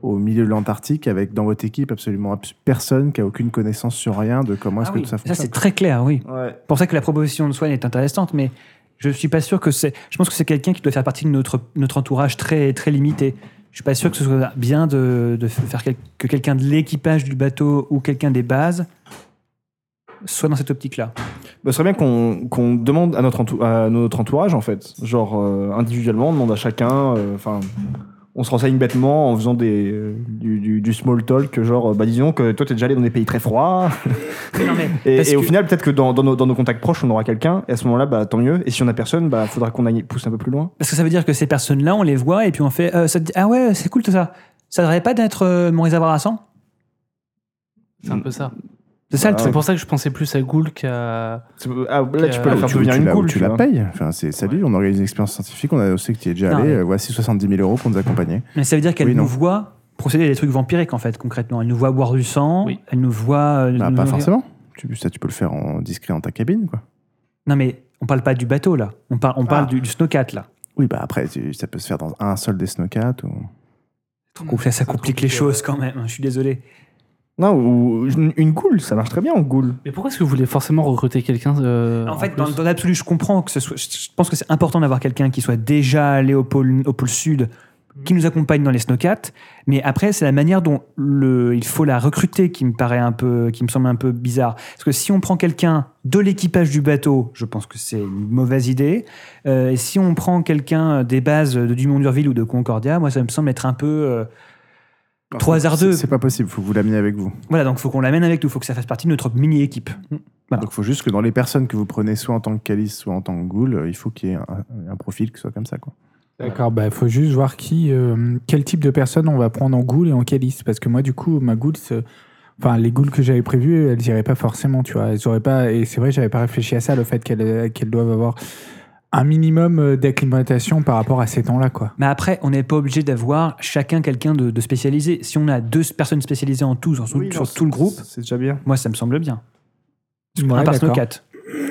S1: au milieu de l'Antarctique avec dans votre équipe absolument abs- personne qui a aucune connaissance sur rien de comment est-ce
S5: Ah
S1: que
S5: oui,
S1: tout ça
S5: ça,
S1: fonctionne.
S5: c'est très clair, oui.
S4: Ouais.
S5: C'est pour ça que la proposition de Swan est intéressante, mais Je suis pas sûr que c'est. Je pense que c'est quelqu'un qui doit faire partie de notre, notre entourage très, très limité. Je suis pas sûr que ce soit bien de, de faire quel- que quelqu'un de l'équipage du bateau ou quelqu'un des bases soit dans cette optique-là.
S4: Bah, ce serait bien qu'on qu'on demande à notre, entou- à notre entourage, en fait. Genre, euh, individuellement, on demande à chacun. euh, Enfin, on se renseigne bêtement en faisant des, euh, du, du- du small talk. Genre, euh, bah, disons que toi, t'es déjà allé dans des pays très froids.
S5: Non, mais
S4: Et,
S5: parce
S4: et au
S5: que-
S4: final, peut-être que dans, dans nos, dans nos contacts proches, on aura quelqu'un. Et à ce moment-là, bah, tant mieux. Et si on a personne, bah, faudra qu'on aille pousser un peu plus loin.
S5: Parce que ça veut dire que ces personnes-là, on les voit et puis on fait euh, ça te dit- Ah ouais, c'est cool tout ça. Ça devrait pas d'être euh, mon réservoir à 100
S2: C'est
S1: Mm.
S2: un peu ça.
S5: C'est ça le
S4: Ah
S2: C'est
S5: truc.
S2: pour ça que je pensais plus à Goul qu'à.
S4: C'est- ah, là, tu peux
S2: Euh,
S4: la faire
S1: tu,
S4: devenir
S1: tu
S4: une
S1: la,
S4: cool.
S1: tu la payes. Enfin, c'est, salut, on organise une expérience scientifique. On a, on sait que tu y es déjà
S5: Non,
S1: allé.
S5: mais-
S1: euh, voici 70 000 euros pour nous accompagner.
S5: Mais ça veut dire qu'elle
S1: Oui, non.
S5: nous voit procéder à des trucs vampiriques en fait, concrètement. Elle nous voit boire du sang,
S2: Oui.
S5: elle nous voit. euh,
S1: Bah,
S5: nous
S1: pas
S5: nourrir.
S1: forcément. Tu, ça, tu peux le faire en discret dans ta cabine, quoi.
S5: Non mais on parle pas du bateau là, on, parle on parle du, du snowcat là.
S1: Oui, bah après, tu- ça peut se faire dans un seul des snowcats. Ou...
S5: Donc ça, ça complique
S2: compliqué,
S5: les choses quand même, hein, je suis désolé.
S4: Non, ou une, une cool, ça marche très bien en cool.
S2: Mais pourquoi est-ce que vous voulez forcément recruter quelqu'un euh,
S5: en fait,
S2: plus
S5: dans, dans l'absolu, je comprends que ce soit. Je je pense que c'est important d'avoir quelqu'un qui soit déjà allé au pôle, au pôle sud, qui nous accompagne dans les snowcats. Mais après, c'est la manière dont le, il faut la recruter qui me paraît un peu, qui me semble un peu bizarre. Parce que si on prend quelqu'un de l'équipage du bateau, je pense que c'est une mauvaise idée. Euh, et si on prend quelqu'un des bases de Dumont d'Urville ou de Concordia, moi, ça me semble être un peu. euh, Trop hasardeux.
S1: C'est, c'est pas possible. Faut que vous l'amener avec vous.
S5: voilà, donc faut qu'on l'amène avec nous, faut que ça fasse partie de notre mini équipe. Voilà.
S1: Donc, faut juste que dans les personnes que vous prenez, soit en tant que calice, soit en tant que ghoul, euh, il faut qu'il y ait un, un profil qui soit comme ça, quoi.
S3: D'accord, bah faut juste voir qui, euh, quel type de personne on va prendre en ghoul et en calice. Parce que moi, du coup, ma ghoul, c'est- enfin, les ghouls que j'avais prévues, elles iraient pas forcément, tu vois. Elles auraient pas, et c'est vrai, j'avais pas réfléchi à ça, le fait qu'elles euh, qu'elles doivent avoir un minimum euh, d'acclimatation par rapport à ces temps-là, quoi.
S5: Mais après, on n'est pas obligé d'avoir chacun quelqu'un de, de spécialisé. Si on a deux personnes spécialisées en tout, sur, sur tout le groupe,
S4: C'est déjà bien.
S5: moi, ça me semble bien.
S3: Ouais,
S5: un par
S3: Ah, d'accord.
S5: snowcat.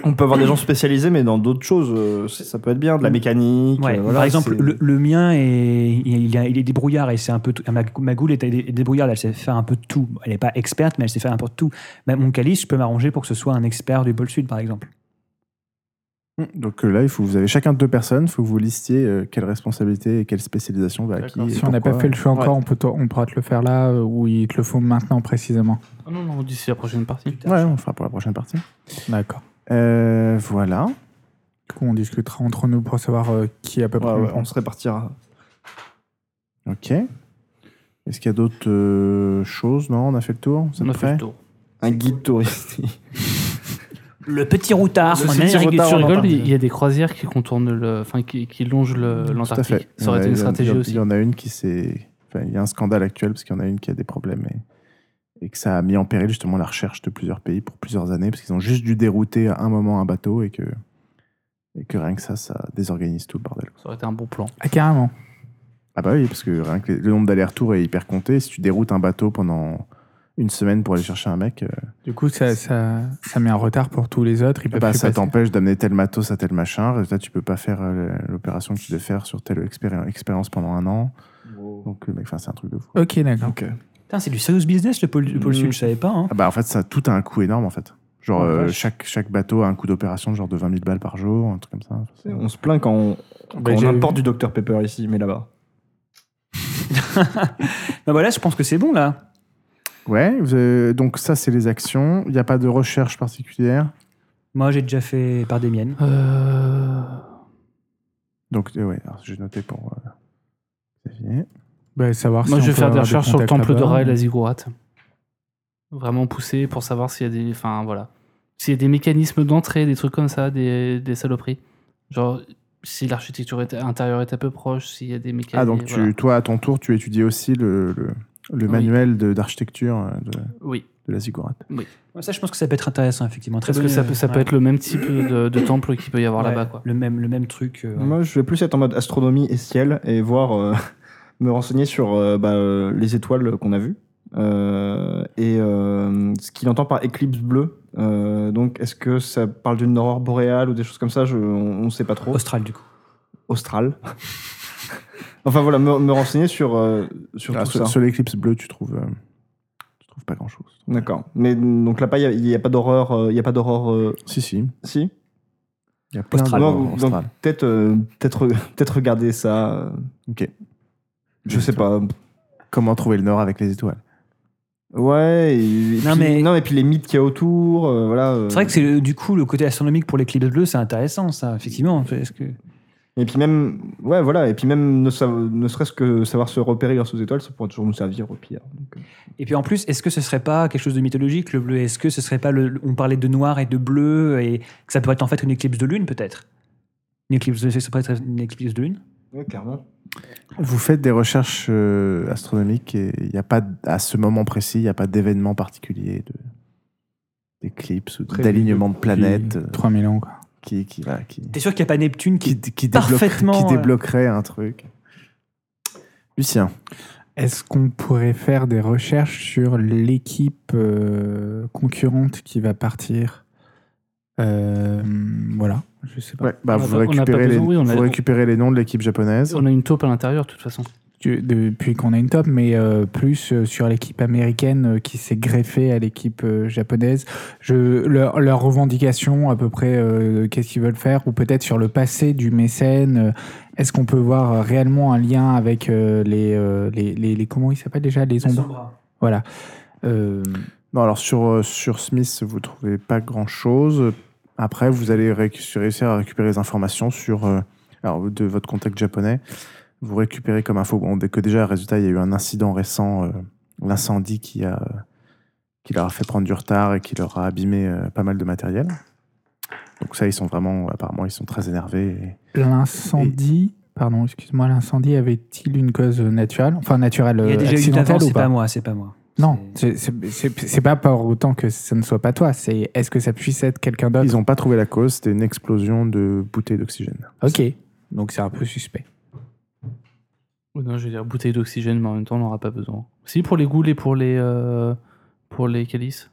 S4: On peut avoir des gens spécialisés, mais dans d'autres choses. euh, ça ça peut être bien, de la mécanique.
S5: Ouais.
S4: euh, voilà,
S5: par exemple,
S4: c'est-
S5: le, le mien, est, il, a- il est débrouillard et c'est un peu tout. Ma, ma goule est est débrouillarde, elle sait faire un peu de tout. Elle n'est pas experte, mais elle sait faire un peu de tout. Mais mon calice, je peux m'arranger pour que ce soit un expert du pôle sud, par exemple.
S1: Donc euh, là, il faut, vous avez chacun deux personnes. Il faut que vous listiez euh, quelle responsabilité et quelle spécialisation va à qui.
S2: D'accord.
S1: et
S3: Si on n'a pas
S1: pourquoi.
S3: fait le choix
S4: Ouais.
S3: encore, on, peut t- on pourra te le faire là, euh, ou il te le faut maintenant précisément.
S2: Ah non, non, d'ici la prochaine partie.
S1: Ouais, on le fera pour la prochaine partie.
S3: D'accord.
S1: Euh, voilà.
S3: Du coup, on discutera entre nous pour savoir euh, qui à peu près
S4: Ouais,
S3: on
S4: ouais,
S3: prend.
S4: on se répartira.
S1: Ok. Est-ce qu'il y a d'autres euh, choses Non, on a fait le tour. ça
S2: On
S1: te
S2: a fait
S1: plaît
S2: le tour.
S4: Un guide touristique.
S5: Le petit routard,
S4: Le
S5: on
S4: petit
S5: est-
S4: routard.
S2: Tu
S4: retard en
S2: rigoles, mais
S4: Antarctique.
S2: il y a des croisières qui contournent le, enfin qui, qui longent le-
S1: Tout à fait.
S2: Euh, l'Antarctique.
S1: Il y
S2: Ça
S1: en
S2: aurait
S1: a-
S2: été
S1: il y en- il y
S2: une stratégie
S1: en- Il y
S2: aussi.
S1: en a une qui s'est. Enfin, il y a un scandale actuel parce qu'il y en a une qui a des problèmes et, et que ça a mis en péril justement la recherche de plusieurs pays pour plusieurs années parce qu'ils ont juste dû dérouter à un moment un bateau et que, et que rien que ça, ça désorganise tout le bordel.
S2: Ça aurait été un bon plan.
S3: Ah, carrément.
S1: Ah bah oui, parce que rien que le nombre d'allers-retours est hyper compté. Si tu déroutes un bateau pendant une semaine pour aller chercher un mec, euh,
S3: Du coup, ça, ça, ça met un retard pour tous les autres. Ils peuvent
S1: bah,
S3: plus
S1: ça
S3: passer.
S1: t'empêche d'amener tel matos à tel machin. Résultat, tu peux pas faire euh, l'opération que tu devais faire sur telle expéri- expérience pendant un an. Donc, euh, mec, enfin, c'est un truc de fou.
S3: Ok, d'accord.
S5: Putain, c'est du serious business, le pôle, le pôle
S4: Mm.
S5: sud, je savais pas. hein.
S1: Ah bah en fait, ça tout a un coût énorme en fait. Genre
S5: Oh la
S1: euh,
S5: vache.
S1: chaque, chaque bateau a un coût d'opération de genre de 20 000 balles par jour, un truc comme ça.
S4: On se plaint quand on, quand
S3: Bah,
S4: on
S3: j'ai-
S4: importe du Dr Pepper ici, mais là-bas.
S5: Bah voilà, je pense que c'est bon là.
S1: Ouais, vous avez- donc ça c'est les actions. Il n'y a pas de recherche particulière.
S5: Moi, j'ai déjà fait par des miennes.
S2: Euh...
S1: Donc euh, ouais, alors, j'ai noté pour... euh, Xavier.
S3: Bah, savoir
S2: Moi,
S3: si
S2: je vais
S3: on peut
S2: faire des
S3: avoir
S2: recherches sur le
S3: contacts
S2: temple de
S3: là-bas. euh,
S2: Raël à Ziggurat. Vraiment poussé pour savoir s'il y a des. Enfin, voilà. S'il y a des mécanismes d'entrée, des trucs comme ça, des, des saloperies. Genre, si l'architecture est- intérieure est un peu proche, s'il y a des mécanismes.
S1: Ah donc tu,
S2: voilà.
S1: toi à ton tour tu étudies aussi le, le, le
S2: Oui.
S1: manuel de- d'architecture euh, de,
S2: Oui.
S1: de la ziggourate.
S5: Ouais, Ça, je pense que ça peut être intéressant, effectivement. Très
S2: Parce que
S5: bonne-
S2: ça peut, ça peut
S5: ouais.
S2: être le même type de, de temple qu'il peut y avoir
S5: Ouais,
S2: là-bas, quoi.
S5: Le même, le même truc. euh,
S4: Moi, je vais plus être en mode astronomie et ciel et voir, euh, me renseigner sur euh, bah, euh, les étoiles qu'on a vues euh, et euh, ce qu'il entend par éclipse bleue. Euh, donc, est-ce que ça parle d'une aurore boréale ou des choses comme ça je, On ne sait pas trop.
S5: austral, du coup.
S4: Austral. enfin, voilà, me, me renseigner sur, euh, sur
S1: Ah,
S4: tout
S1: sur
S4: ça.
S1: sur l'éclipse bleue tu trouves, euh, tu trouves pas grand chose.
S4: D'accord. Mais donc là-bas, il n'y a, pas d'horreur. euh, Il n'y a pas d'horreur. euh,
S1: Si si.
S4: si
S1: Il y a plein
S5: Austral.
S1: de
S4: Non,
S1: morts
S4: donc,
S1: australes.
S4: peut-être euh, peut-être peut-être regarder ça. euh,
S1: Ok.
S4: Je sais pas.
S1: Comment trouver le nord avec les étoiles
S4: Ouais. et- et
S5: Non,
S4: puis-
S5: mais-
S4: non mais puis les mythes qu'il y a autour, euh, voilà. euh,
S5: C'est vrai que c'est le- du coup le côté astronomique pour l'éclipse bleue, c'est intéressant ça, effectivement. Est-ce que...
S4: Et puis même ouais voilà et puis même ne, sa- ne serait-ce que savoir se repérer grâce aux étoiles, ça pourrait toujours nous servir au pire. Donc, euh,
S5: Et puis en plus, est-ce que ce serait pas quelque chose de mythologique le bleu Est-ce que ce serait pas le, le- on parlait de noir et de bleu et que ça pourrait être en fait une éclipse de lune peut-être Une éclipse, de- ça pourrait être une éclipse de lune
S4: ouais, clairement.
S1: Vous faites des recherches euh, astronomiques et il n'y a pas, d- à ce moment précis, il n'y a pas d'événement particulier, de- d'éclipse ou
S4: Prévu
S1: d'alignement de planètes euh,
S3: 3000 ans, quoi.
S1: qui, qui, voilà, qui,
S5: T'es sûr qu'il n'y a pas Neptune qui,
S1: qui, qui débloque-
S5: parfaitement,
S1: qui
S5: euh,
S1: débloquerait un truc. Lucien,
S3: Est-ce qu'on pourrait faire des recherches sur l'équipe euh, concurrente qui va partir Euh, Voilà, je sais pas.
S1: ouais, bah,
S2: On a
S1: vous,
S2: pas- on a pas
S1: récupérez les,
S2: besoin, oui, on a-
S1: vous récupérez les noms de l'équipe japonaise.
S2: On a une taupe à l'intérieur, de toute façon.
S3: Tu- depuis qu'on a une top, mais euh, plus euh, sur l'équipe américaine euh, qui s'est greffée à l'équipe euh, japonaise. Je, leur, leurs revendications, à peu près, euh, qu'est-ce qu'ils veulent faire, ou peut-être sur le passé du mécène. euh, Est-ce qu'on peut voir euh, réellement un lien avec euh, les, euh, les, les, les- Comment ils s'appellent déjà Les ombres. Voilà. Euh,
S1: Non, alors sur, euh, sur Smith, vous ne trouvez pas grand-chose. Après, vous allez récu- réussir à récupérer des informations sur, euh, alors, de votre contact japonais. Vous récupérez comme info bon, dès que déjà, résultat, il y a eu un incident récent, euh, l'incendie qui, a, qui leur a fait prendre du retard et qui leur a abîmé euh, pas mal de matériel. Donc ça, ils sont vraiment, apparemment, ils sont très énervés. et-
S3: l'incendie. Pardon, excuse-moi, l'incendie avait-il une cause naturelle Enfin, naturelle,
S5: Il y a
S3: euh,
S5: déjà eu
S3: accidentelle
S5: d'avance,
S3: ou
S5: c'est
S3: pas,
S5: pas moi, c'est pas moi.
S3: Non,
S5: C'est-
S3: c'est- c'est c'est- c'est pas pour autant que ce ne soit pas toi. C'est est-ce que ça puisse être quelqu'un d'autre
S1: Ils n'ont pas trouvé la cause, c'était une explosion de bouteilles d'oxygène.
S3: Ok, donc c'est un peu suspect.
S2: Ou non, je vais dire bouteille d'oxygène, mais en même temps, on n'aura pas besoin. Si, pour les goules et pour les, euh, pour les calices.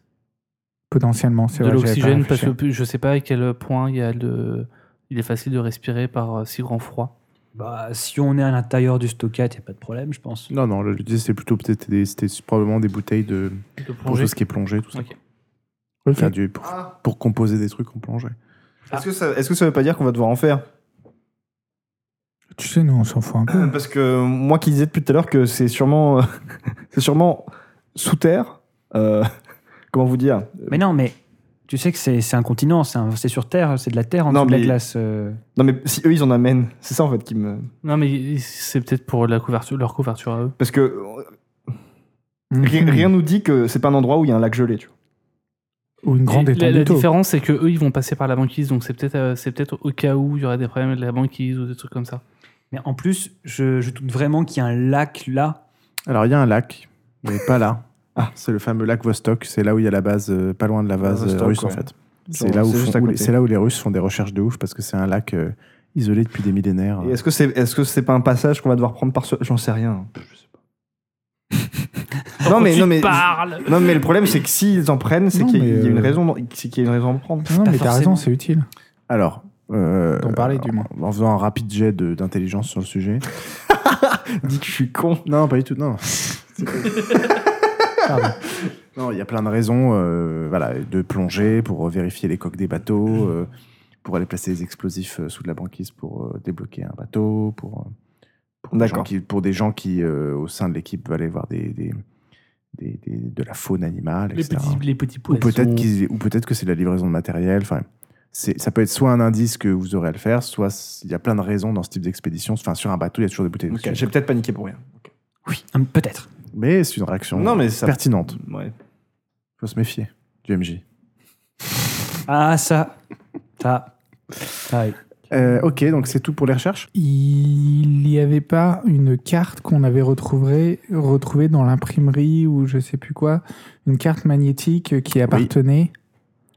S3: Potentiellement, c'est
S2: De
S3: vrai, j'avais pas
S2: l'oxygène, parce
S3: réfléchi.
S2: que je sais pas à quel point il, y a le... il est facile de respirer par euh, si grand froid.
S5: Bah, si on est à l'intérieur du stockade, il n'y a pas de problème, je pense.
S1: Non, non, le disais, c'était plutôt peut-être des- c'était probablement des bouteilles de
S2: De
S1: pour
S2: plonger.
S1: tout ce qui est plongé, tout ça.
S2: Ok.
S1: Pour faire du- pour,
S4: Ah.
S1: pour composer des trucs en plongée.
S4: Est-ce que ça est-ce que ça veut pas dire qu'on va devoir en faire
S3: Tu sais, nous, on s'en fout un peu.
S4: Euh, Parce que moi qui disais depuis tout à l'heure que c'est sûrement, euh, c'est sûrement sous terre. euh, comment vous dire
S5: Mais non, mais tu sais que c'est c'est un continent, c'est un- c'est sur Terre, c'est de la Terre en
S4: Non,
S5: dessous
S4: mais-
S5: de la glace. euh.
S4: Non, mais si eux ils en amènent, c'est ça en fait qui me.
S2: Non, mais c'est peut-être pour la couverture, leur couverture à eux.
S4: Parce que euh, rien, rien nous dit que c'est pas un endroit où il y a un lac gelé, tu vois.
S3: Ou une grande
S2: Et la,
S3: étendue
S2: la
S3: d'eau.
S2: différence, c'est que eux, ils vont passer par la banquise, donc c'est peut-être euh, c'est peut-être au cas où il y aurait des problèmes de la banquise ou des trucs comme ça.
S5: Mais en plus, je, je doute vraiment qu'il y a un lac là.
S1: Alors, il y a un lac, mais pas là. C'est le fameux lac Vostok, c'est là où il y a la base, euh, pas loin de la base euh,
S4: Vostok,
S1: russe en
S4: ouais.
S1: fait.
S4: Genre,
S1: C'est là, où
S4: c'est
S1: font-
S4: juste à
S1: où les-
S4: côté.
S1: c'est là où les Russes font des recherches de ouf parce que c'est un lac euh, isolé depuis des millénaires.
S4: Et est-ce que c'est est-ce que c'est pas un passage qu'on va devoir prendre par ce. J'en sais rien. Je sais pas. non, mais,
S2: Tu
S4: non, mais,
S2: parles
S4: non, mais le problème c'est que s'ils en prennent, c'est
S3: Non,
S4: qu'il y, a-
S3: mais,
S4: il y a une
S3: euh,
S4: raison, c'est qu'il y a une raison à en prendre.
S3: Non,
S5: pas
S3: mais t'as
S5: forcément.
S3: raison, c'est utile.
S1: Alors, euh,
S3: T'en parlais, du moins.
S1: en- en faisant un rapide jet de- d'intelligence sur le sujet.
S4: Dis que je suis con.
S1: Non, pas du tout, non.
S3: Pardon.
S1: Non, il y a plein de raisons euh, voilà, de plonger pour vérifier les coques des
S4: Mm.
S1: bateaux, euh, pour aller placer des explosifs euh, sous de la banquise pour euh, débloquer un bateau, pour, euh, pour, des, gens
S4: D'accord.
S1: qui, pour des gens qui, euh, au sein de l'équipe, veulent aller voir des, des, des- des- de la faune animale,
S2: les
S1: etc.
S2: petits, les petits
S1: ou
S2: poissons.
S1: peut-être qu'ils- ou peut-être que c'est de la livraison de matériel. Enfin, c'est- ça peut être soit un indice que vous aurez à le faire, soit s- il y a plein de raisons dans ce type d'expédition. Enfin, sur un bateau, il y a toujours des bouteilles.
S4: Ok,
S1: d'oxygène.
S4: J'ai peut-être paniqué pour rien.
S5: Oui, hum, peut-être.
S1: Mais c'est une réaction
S4: Non, mais ça.
S1: pertinente.
S4: Ouais.
S1: faut se méfier du MJ.
S5: Ah, ça. Ça. ça, oui.
S1: Euh, ok, donc c'est tout pour les recherches
S3: Il n'y avait pas une carte qu'on avait retrouvée, retrouvée dans l'imprimerie ou je sais plus quoi, une carte magnétique qui appartenait.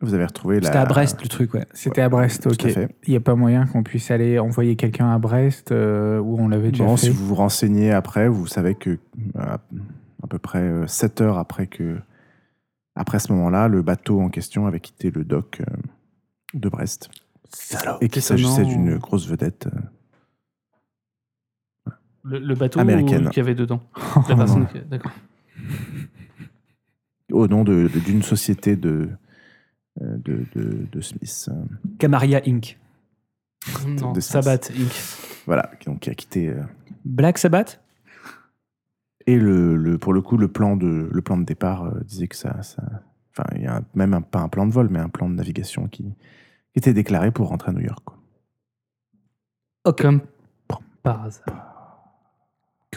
S1: Vous avez retrouvé la.
S5: C'était à Brest le truc, ouais.
S3: C'était à Brest,
S1: Tout
S3: ok.
S1: à fait.
S3: Il n'y a pas moyen qu'on puisse aller envoyer quelqu'un à Brest euh, où on l'avait déjà
S1: Bon,
S3: fait.
S1: si vous vous renseignez après, vous savez que euh, à, peu près euh, 7 heures après que. Après ce moment-là, le bateau en question avait quitté le dock euh, de Brest. Et qu'il s'agissait
S2: Étonnant.
S1: d'une grosse vedette. euh,
S2: Le, le bateau
S1: Américaine.
S2: ou- qu'il y avait dedans. La personne qui- D'accord.
S1: au nom de- de- d'une société de, euh, de, de, de Smith. euh,
S5: Camaria Inc.
S2: Non,
S1: de sens.
S2: Sabbath Inc.
S1: Voilà, donc qui a quitté. euh,
S5: Black Sabbath
S1: Et le, le- pour le coup, le plan de, le plan de départ euh, disait que ça. ça enfin, il y a un- même un- pas un plan de vol, mais un plan de navigation qui était déclaré pour rentrer à New York. quoi.
S2: Ok. Comme par hasard.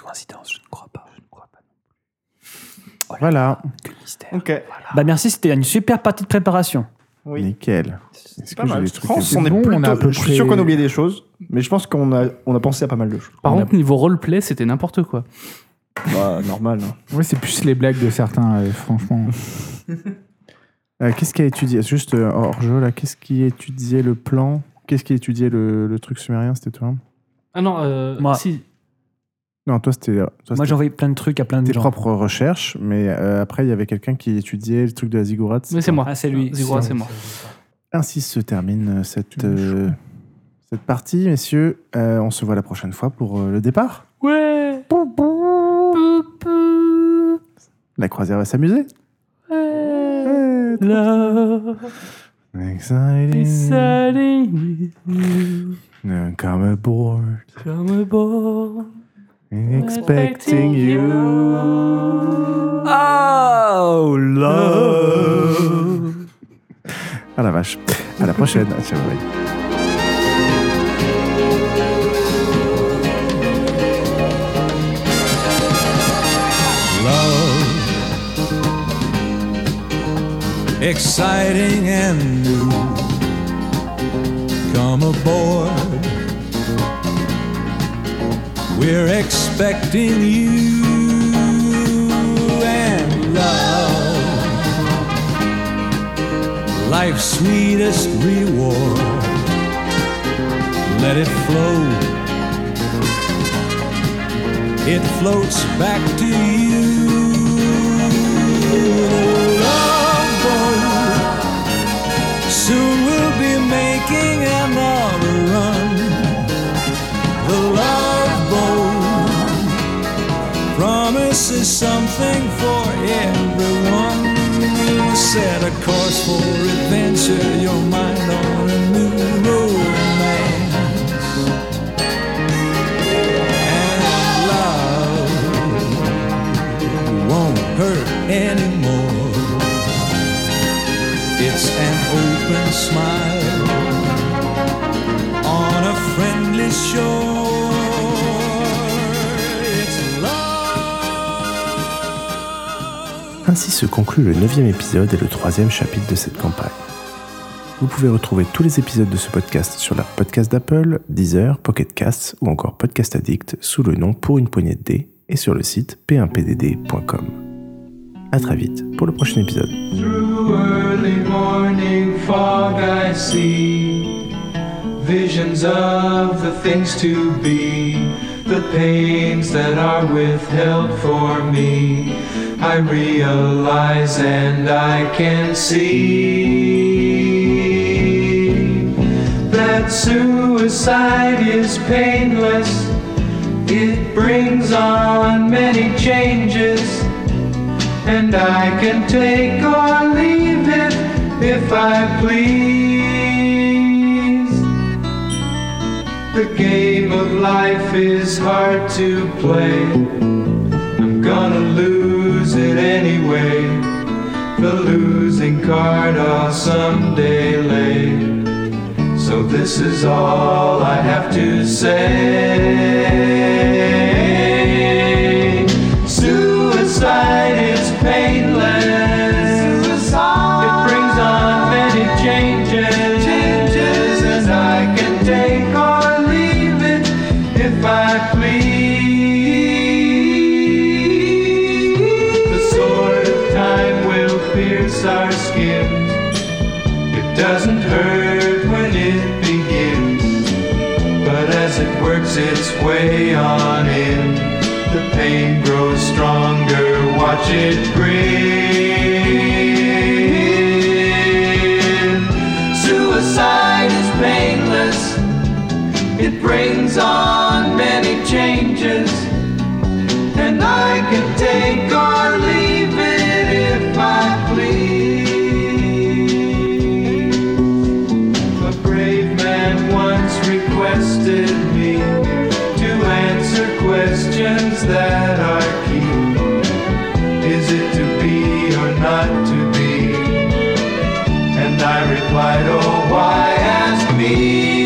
S5: Coïncidence, je ne crois pas. Je ne crois pas.
S1: Voilà,
S5: Que mystère.
S4: Ok.
S5: Bah merci, c'était une super partie de préparation.
S4: Oui.
S1: nickel.
S4: C'est
S1: Est-ce
S4: pas
S1: que j'ai
S4: mal.
S1: des
S4: Je
S1: trucs
S4: pense
S1: à
S4: qu'on
S3: dire
S4: est
S3: Bon, on a
S4: plutôt-
S3: à peu
S4: Je suis sûr
S3: près-
S4: qu'on a oublié des choses, mais je pense qu'on a, on a pensé à pas mal de choses.
S2: Par
S3: On a-
S2: contre, niveau roleplay, c'était n'importe quoi.
S4: Bah, normal. hein.
S3: Ouais, c'est plus les blagues de certains, euh, franchement.
S1: Euh, qu'est-ce qui a étudié Juste euh, hors jeu, là, qu'est-ce qui étudiait le plan Qu'est-ce qui étudiait le, le truc sumérien C'était toi
S2: Ah non, euh,
S5: Moi.
S2: si.
S1: Non, toi, c'était. toi,
S5: Moi,
S1: c'était
S5: j'ai envoyé plein de trucs à plein de
S1: tes
S5: gens.
S1: propres recherches, mais euh, après, il y avait quelqu'un qui étudiait le truc de la ziggurat.
S2: Mais c'est moi.
S5: Ah, c'est lui.
S2: Ziggurat, c'est moi.
S1: Ainsi se termine euh, cette,
S3: Tu me
S1: euh, cette partie, messieurs. Euh, on se voit la prochaine fois pour euh, le départ.
S2: Ouais.
S1: La croisière va s'amuser. Ouais.
S2: Love is
S1: Exciting.
S2: sailing with you
S1: Uh, Come aboard.
S2: from aboard.
S1: Expecting you.
S5: Oh, love
S1: Ah la vache. À la prochaine. Ciao. bye.
S6: love. Exciting and new. Come aboard. We're expecting you and love. Life's sweetest reward. Let it flow it floats back to you. Love boat soon we'll be making another run. The love boat promises something for everyone. Set a course for adventure, your mind on a new romance and love won't hurt anymore. It's an open smile on a friendly shore. It's love.
S1: Ainsi se conclut le neuvième épisode et le troisième chapitre de cette campagne. Vous pouvez retrouver tous les épisodes de ce podcast sur la podcast d'Apple, Deezer, Pocket Casts ou encore Podcast Addict sous le nom Pour une poignée de dés et sur le site p1pdd.com. À très vite pour le prochain épisode.
S6: Through early morning fog, I see visions of the things to be, the pains that are withheld for me. I realize and I can see that suicide is painless. It brings on many changes and I can take or leave it if I please. The game of life is hard to play. I'm gonna lose it anyway. The losing card I'll someday lay. So this is all I have to say. Suicide is painless. It brings on many changes. Changes, and I can take or leave it if I please. The sword of time will pierce our skin. It doesn't hurt when it begins, but as it works its way on in, the pain grows stronger. Watch it grin. Suicide is painless. It brings on many changes, and I can take or leave it if I please. A brave man once. Re- I replied, Oh, why ask me?